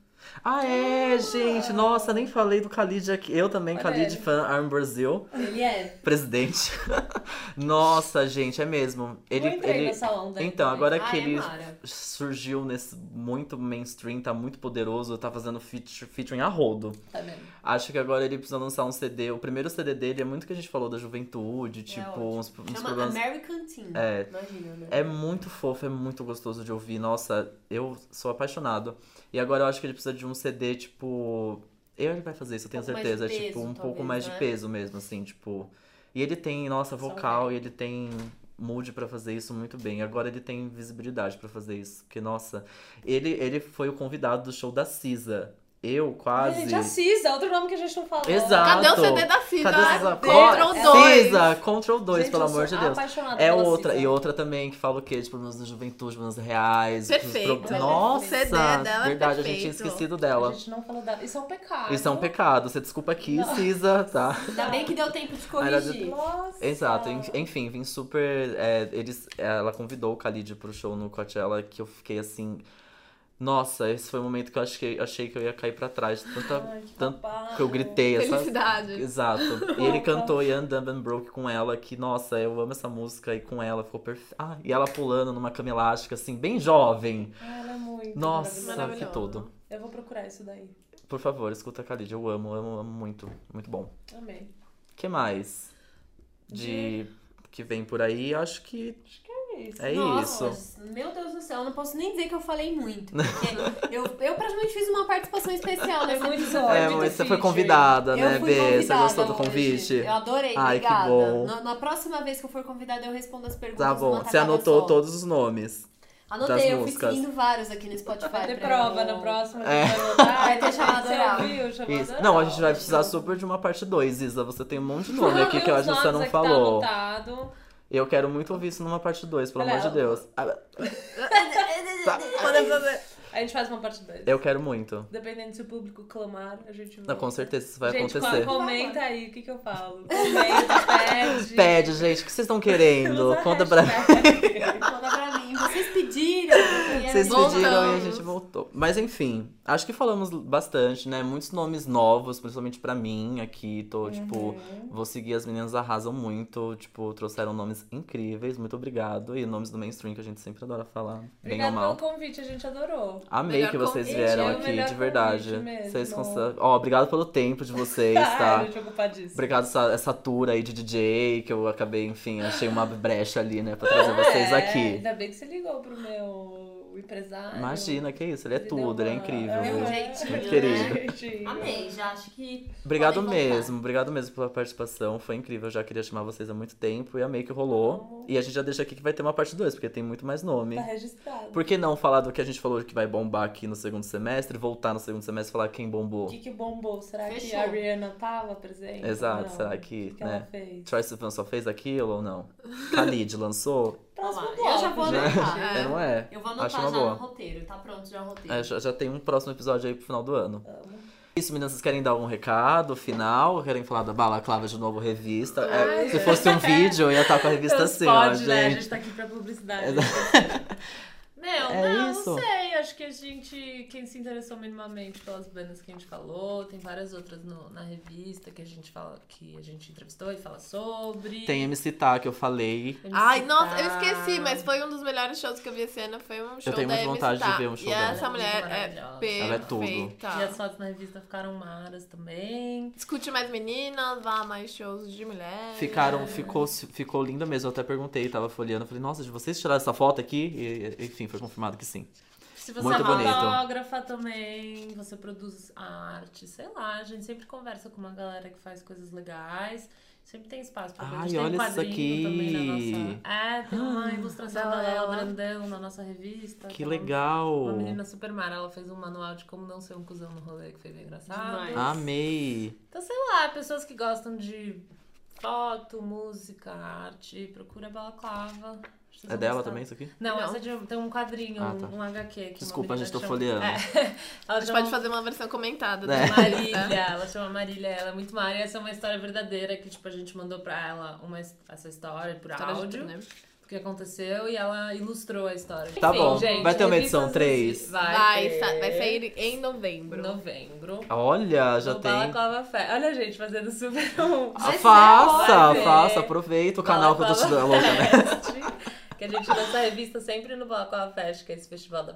S1: Ah, é, gente! Nossa, nem falei do Khalid aqui. Eu também,
S2: Olha
S1: Khalid,
S2: ele.
S1: fan Arm Brasil,
S2: Ele é.
S1: presidente. Nossa, gente, é mesmo. Ele,
S2: eu entrei
S1: ele...
S2: nessa onda. aí
S1: Então,
S2: também.
S1: agora
S4: Ah,
S1: que
S4: é
S1: ele
S4: Mara.
S1: surgiu nesse muito mainstream, tá muito poderoso, tá fazendo feat- featuring a rodo.
S2: Tá vendo?
S1: Acho que agora ele precisa lançar um CD. O primeiro CD dele é muito que a gente falou da juventude, tipo,
S4: ótimo.
S1: uns, uns
S4: Chama
S1: problemas.
S4: American Teen.
S1: É.
S4: Imagina, né?
S1: É muito fofo, é muito gostoso de ouvir. Nossa, eu sou apaixonado. E agora eu acho que ele precisa de um CD, tipo. Ele vai fazer isso, eu tenho
S4: Um pouco mais
S1: certeza.
S4: de peso,
S1: tipo, um pouco
S4: talvez,
S1: mais de
S4: né?
S1: peso mesmo, assim, tipo. E ele tem, nossa,
S2: Só
S1: vocal, e ele tem mood pra fazer isso muito bem. E agora ele tem visibilidade pra fazer isso. Porque, nossa, ele, ele foi o convidado do show da Cisa. Eu quase.
S2: Gente, a Cisa, outro nome que a gente não falou.
S1: Exato.
S3: Cadê o CD da Ah, Cisa?
S1: Cadê Cisa?
S3: Control
S1: Co-
S3: 2.
S1: Cisa, Control 2,
S2: Gente,
S1: pelo
S2: eu sou
S1: amor de Deus.
S2: apaixonada
S1: É
S2: pela
S1: outra,
S2: Cisa.
S1: e outra também que fala o quê? Tipo, De problemas da juventude, problemas reais. os
S3: Perfeito.
S1: pro- Nossa,
S3: O CD dela é
S1: verdade, a gente tinha
S3: perfeito.
S1: esquecido
S2: A
S1: dela.
S2: gente não falou dela. Isso é um pecado.
S1: Isso é um pecado, você desculpa aqui,
S2: Não.
S1: Cisa, tá?
S4: Ainda bem que deu tempo de
S1: Ai, ela-
S4: corrigir.
S2: Nossa.
S1: Exato, en- enfim, vim super. é, eles, ela convidou o Khalid pro show no Coachella, que eu fiquei assim. Nossa, esse foi o momento que eu achei, achei que eu ia cair pra trás. de Tanta,
S2: Ai, que
S1: tanto
S2: babado.
S1: que eu gritei, essa,
S3: Felicidade.
S1: Exato. E ele
S2: Opa.
S1: cantou Young Dumb and Broke com ela, que, nossa, eu amo essa música. E com ela ficou perfeito. Ah, e ela pulando numa cama elástica, assim, bem jovem.
S2: Ah, ela é muito
S1: Nossa,
S2: maravilhosa.
S1: que
S3: Maravilhosa.
S1: tudo.
S2: Eu vou procurar isso daí.
S1: Por favor, escuta a Khalid. Eu amo, amo, amo muito. Muito bom.
S2: Amei.
S1: que mais? De... Que vem por aí, acho que
S2: Acho que é isso.
S1: é
S4: Nossa,
S1: isso.
S4: meu Deus do céu, eu não posso nem dizer que eu falei muito. Porque eu, eu praticamente fiz uma participação especial né?
S2: É
S4: nesse
S2: muito
S4: episódio.
S2: foi
S1: É,
S2: muito
S1: mas você foi
S2: feat,
S1: convidada,
S4: Eu
S1: né,
S4: fui
S1: Bê? Você
S4: convidada
S1: gostou do
S4: hoje.
S1: convite?
S4: Eu adorei,
S1: Ai, que
S4: obrigada.
S1: bom.
S4: Na, na próxima vez que eu for convidada, eu respondo as perguntas.
S1: Tá
S4: numa
S1: bom. Você
S4: tacada
S1: anotou
S4: só.
S1: todos os nomes.
S4: Anotei,
S1: Das
S4: eu fui
S1: músicas.
S4: seguindo vários aqui no Spotify.
S2: Vai ter
S4: pra
S2: prova
S4: eu-
S2: na próxima.
S1: É.
S2: a gente Vai, voltar.
S4: Vai ter chamada
S2: Você
S4: oral.
S2: ouviu, chamada
S1: Isso.
S2: oral.
S1: Não, a gente vai precisar super de uma parte 2, Isa. Você tem um monte de nome
S2: Não,
S1: aqui
S2: e
S1: que eu
S2: os
S1: acho que você
S2: nomes
S1: não
S2: aqui
S1: falou.
S2: Tá anotado.
S1: Eu quero muito ouvir isso numa parte 2, pelo
S2: Olha,
S1: amor de Deus. Ah, tá.
S2: a gente faz uma parte 2.
S1: Eu quero muito.
S2: Dependendo se o público clamar, a gente
S1: É. Não,
S2: volta.
S1: com certeza isso vai
S2: gente,
S1: acontecer.
S2: co- comenta aí o que, que eu falo. Comenta, pede.
S1: Pede, gente, o que vocês estão querendo?
S2: Usa
S1: Conta pra
S2: hashtag.
S4: Conta pra mim. Vocês pediram. e aí
S1: Vocês
S4: voltamos.
S1: pediram e a gente voltou. Mas enfim, acho que falamos bastante, né? Muitos nomes novos, principalmente pra mim aqui. Tô,
S2: Uhum.
S1: tipo, vou seguir as meninas arrasam muito. Tipo, trouxeram nomes incríveis. Muito obrigado. E nomes do mainstream que a gente sempre adora falar, bem ou
S2: Obrigada
S1: mal.
S2: pelo convite, a gente adorou.
S1: Amei
S3: Melhor
S1: que vocês
S3: convite,
S1: vieram
S2: é o
S1: aqui,
S2: melhor
S1: de verdade.
S2: convite mesmo.
S1: Vocês conseguem. Ó, obrigado pelo tempo de vocês,
S2: A
S1: tá?
S2: gente ocupadíssimo.
S1: Obrigado essa, essa tour aí de DJ, que eu acabei, enfim, achei uma brecha ali, né, pra trazer vocês
S2: É,
S1: aqui.
S2: Ainda bem que você ligou pro meu empresário.
S1: Imagina, que isso, ele é
S2: Ele deu
S1: tudo, ele é
S2: uma-
S1: incrível.
S4: Deu um
S1: viu?
S4: jeitinho,
S1: Muito querido.
S4: né?
S2: Jeitinho.
S4: Amei, já acho que.
S1: Obrigado
S4: podem voltar.
S1: mesmo, obrigado mesmo pela participação, foi incrível. Eu já queria chamar vocês há muito tempo e amei que rolou. E a gente já deixa aqui que vai ter uma parte 2, porque tem muito mais nome.
S2: Tá registrado.
S1: Por que não falar do que a gente falou que vai bombar aqui no segundo semestre, voltar no segundo semestre e falar quem bombou?
S2: O que, que bombou? Será que
S4: Fechou.
S2: a Rihanna tava presente?
S1: Exato,
S2: Não.
S1: será que,
S2: O que, que
S1: né?
S2: ela fez?
S1: Troy Sivan só fez aquilo ou não? Khalid lançou?
S2: Próximo
S4: Olha lá,
S2: bloco,
S4: eu já vou
S2: gente.
S4: anotar.
S3: É.
S1: É, não é?
S4: Eu vou
S1: Acho
S4: anotar já
S1: uma boa.
S4: no roteiro. Tá pronto já o roteiro.
S1: É, já, já tem um próximo episódio aí pro final do ano. É
S2: Amo.
S1: Isso, meninas, vocês querem dar algum recado final? Querem falar da Balaclava de novo, revista? É,
S2: Ai,
S1: se
S2: é.
S1: fosse um vídeo, eu ia estar com a revista
S2: Então,
S1: assim, ó,
S2: pode, né? A
S1: gente.
S2: gente tá aqui pra publicidade.
S1: Exa-
S2: Meu,
S1: É
S2: não,
S1: isso.
S2: não sei. Acho que a gente, quem se interessou minimamente pelas bandas que a gente falou, tem várias outras no- na revista que a gente fala, que a gente entrevistou e fala sobre.
S1: Tem MC Tá, que eu falei.
S2: Tem
S3: Ai,
S2: que
S3: nossa, eu
S2: citar.
S3: esqueci, mas foi um dos melhores shows que eu vi esse ano. Foi um show
S1: tenho
S3: da
S1: muita vontade de
S3: MC Tá.
S1: ver um show
S3: E
S1: dela.
S3: essa mulher é Tá.
S2: Maravilhosa.
S3: perfeita.
S1: Ela é tudo.
S2: E as fotos na revista ficaram maras também.
S3: Escute mais meninas, vá a mais shows de mulher.
S1: Ficaram, ficou, ficou linda mesmo. Eu até perguntei, tava folheando. eu Falei, nossa, de vocês tiraram essa foto aqui? E, enfim, foi confirmado que sim.
S2: Se você
S1: Muito
S2: é
S1: bonito.
S2: fotógrafa também, você produz arte, sei lá, a gente sempre conversa com uma galera que faz coisas legais. Sempre tem espaço pra ver. A
S1: Ai,
S2: gente tem
S1: olha
S2: um
S1: isso
S2: quadrinho
S1: aqui.
S2: também na nossa. É, tem uma ilustração
S3: Lá,
S2: da
S3: lá,
S2: Lela
S3: lá.
S2: Brandão na nossa revista.
S1: Que
S2: Uma-
S1: legal!
S2: Uma menina super mara, ela fez um manual de como não ser um cuzão no rolê, que foi bem engraçado.
S4: Demais.
S1: Ah. Amei!
S2: Então, sei lá, pessoas que gostam de foto, música, arte, procura a Balaclava. Acho que vocês
S1: É
S2: vão
S1: dela
S2: gostar.
S1: também isso aqui?
S2: Não,
S3: Não.
S2: essa é de, tem um quadrinho,
S1: Ah, tá.
S2: um HQ. Que
S1: Desculpa,
S2: uma
S1: gente,
S2: menina
S1: tô
S2: chama-
S1: folheando.
S2: É. Ela
S3: A gente
S2: chama
S3: pode fazer uma versão comentada
S2: Né?
S1: É.
S3: né? da
S2: Marília, ela chama Marília, ela é muito mara. E essa é uma história verdadeira que, tipo, a gente mandou pra ela uma, his- essa história por áudio,
S3: né?
S2: o que aconteceu, e ela ilustrou a história. Tipo,
S1: Tá bom. Vai ter uma
S2: revistas
S1: edição
S2: assim,
S1: três?
S2: Vai,
S3: Vai,
S2: ter
S3: sa- vai sair em
S2: em
S3: novembro.
S2: novembro.
S1: Olha, já
S2: no
S1: tem.
S2: Balaclava Fe- Olha a gente fazendo super um.
S1: Ah,
S4: Mas
S1: faça,
S2: vai ver.
S1: faça, aproveita o canal que eu tô te dando. louca, né?
S2: Balaclava Fest, É, Que a gente lança a revista sempre no Balaclava Fest, que é esse festival da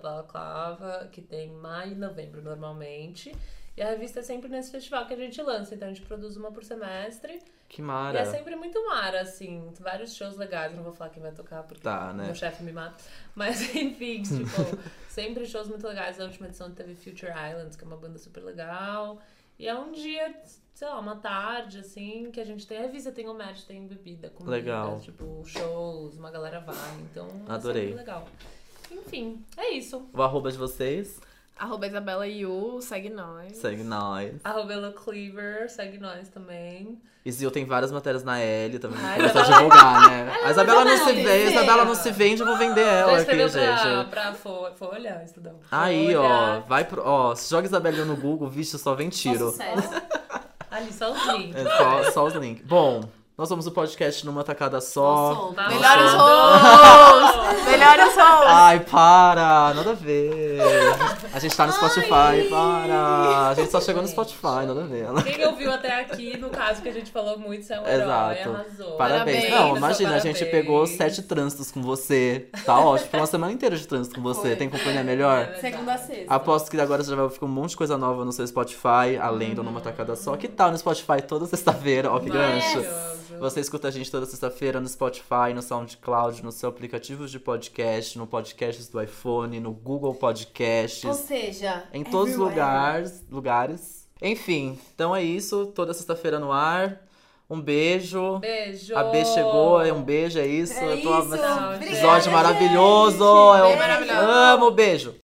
S2: Balaclava, que tem em maio e novembro normalmente. E a revista é sempre nesse festival que a gente lança, então a gente produz uma por semestre.
S1: Que
S2: E é
S1: mara.
S2: sempre muito mara, assim, vários shows legais, não vou falar quem vai tocar porque
S1: Tá, né?
S2: meu chefe me mata. Mas enfim, tipo, sempre shows muito legais. A última edição teve Future Islands, que é uma banda super legal. E é um dia, sei lá, uma tarde, assim, que a gente tem revista, tem omelete, tem bebida, comida,
S1: Legal.
S2: tipo, shows, uma galera vai. Então,
S1: Adorei.
S2: é sempre legal. Enfim, é isso.
S1: O arroba de vocês,
S3: Arroba Isabela Yu, segue nós.
S1: segue nós.
S2: Arroba Elo Cleaver, segue nós também.
S1: E Zil tem várias matérias na L também,
S2: Ai,
S1: começou a
S2: Isabela-
S1: divulgar, né? A Isabela não se
S2: vai
S1: vende, a
S2: vender.
S1: Isabela não se vende, eu vou vender ela
S2: Já
S1: aqui,
S2: escreveu
S1: É gente.
S2: pra, pra Fo- Folha, estudão?
S1: Aí, ó,
S2: Folha.
S1: vai pro. Ó, se joga Isabela no Google, vixe, só vem
S4: Só
S1: tiro.
S4: sucesso.
S2: Ali, só os links.
S1: É só, só os links. Bom, nós somos o podcast numa tacada
S4: Nós
S1: só.
S4: somos.
S2: Tá
S3: Melhores
S2: bom.
S3: rolos! Melhores rolos!
S1: Ai, para! Nada a ver. A gente tá no Spotify, para! A gente só chegou no
S2: Gente.
S1: Spotify, nada a ver.
S2: Quem ouviu até aqui, no caso que a gente falou muito, você é um herói,
S1: Exato.
S2: arrasou.
S1: Parabéns.
S3: Parabéns,
S1: Não,
S2: seu
S1: imagina, a gente
S2: parabéns.
S1: pegou sete trânsitos com você. Tá ótimo, foi uma semana inteira de trânsito com você.
S3: Foi.
S1: Tem companhia melhor?
S2: É.
S4: Segunda a sexta.
S1: Aposto que agora você já vai ficar um monte de coisa nova no seu Spotify, além do Numa Tacada Só, que tal no Spotify toda sexta-feira, ó que
S4: Maravilhoso.
S1: gancho. Você escuta a gente toda sexta-feira no Spotify, no SoundCloud, no seu aplicativo de podcast, no podcasts do iPhone, no Google
S4: Ou
S1: Podcasts,
S4: seja,
S1: em todos os
S4: everywhere.
S1: lugares, lugares. Enfim, então é isso, toda sexta-feira no ar. Um beijo.
S2: Beijo.
S1: A B chegou, é um beijo, é isso.
S4: É
S1: Eu tô-
S4: isso.
S2: Tchau,
S4: Obrigada,
S1: Episódio
S4: gente.
S1: maravilhoso. É
S4: Beijo.
S1: um...
S3: Maravilhoso.
S1: Amo, beijo.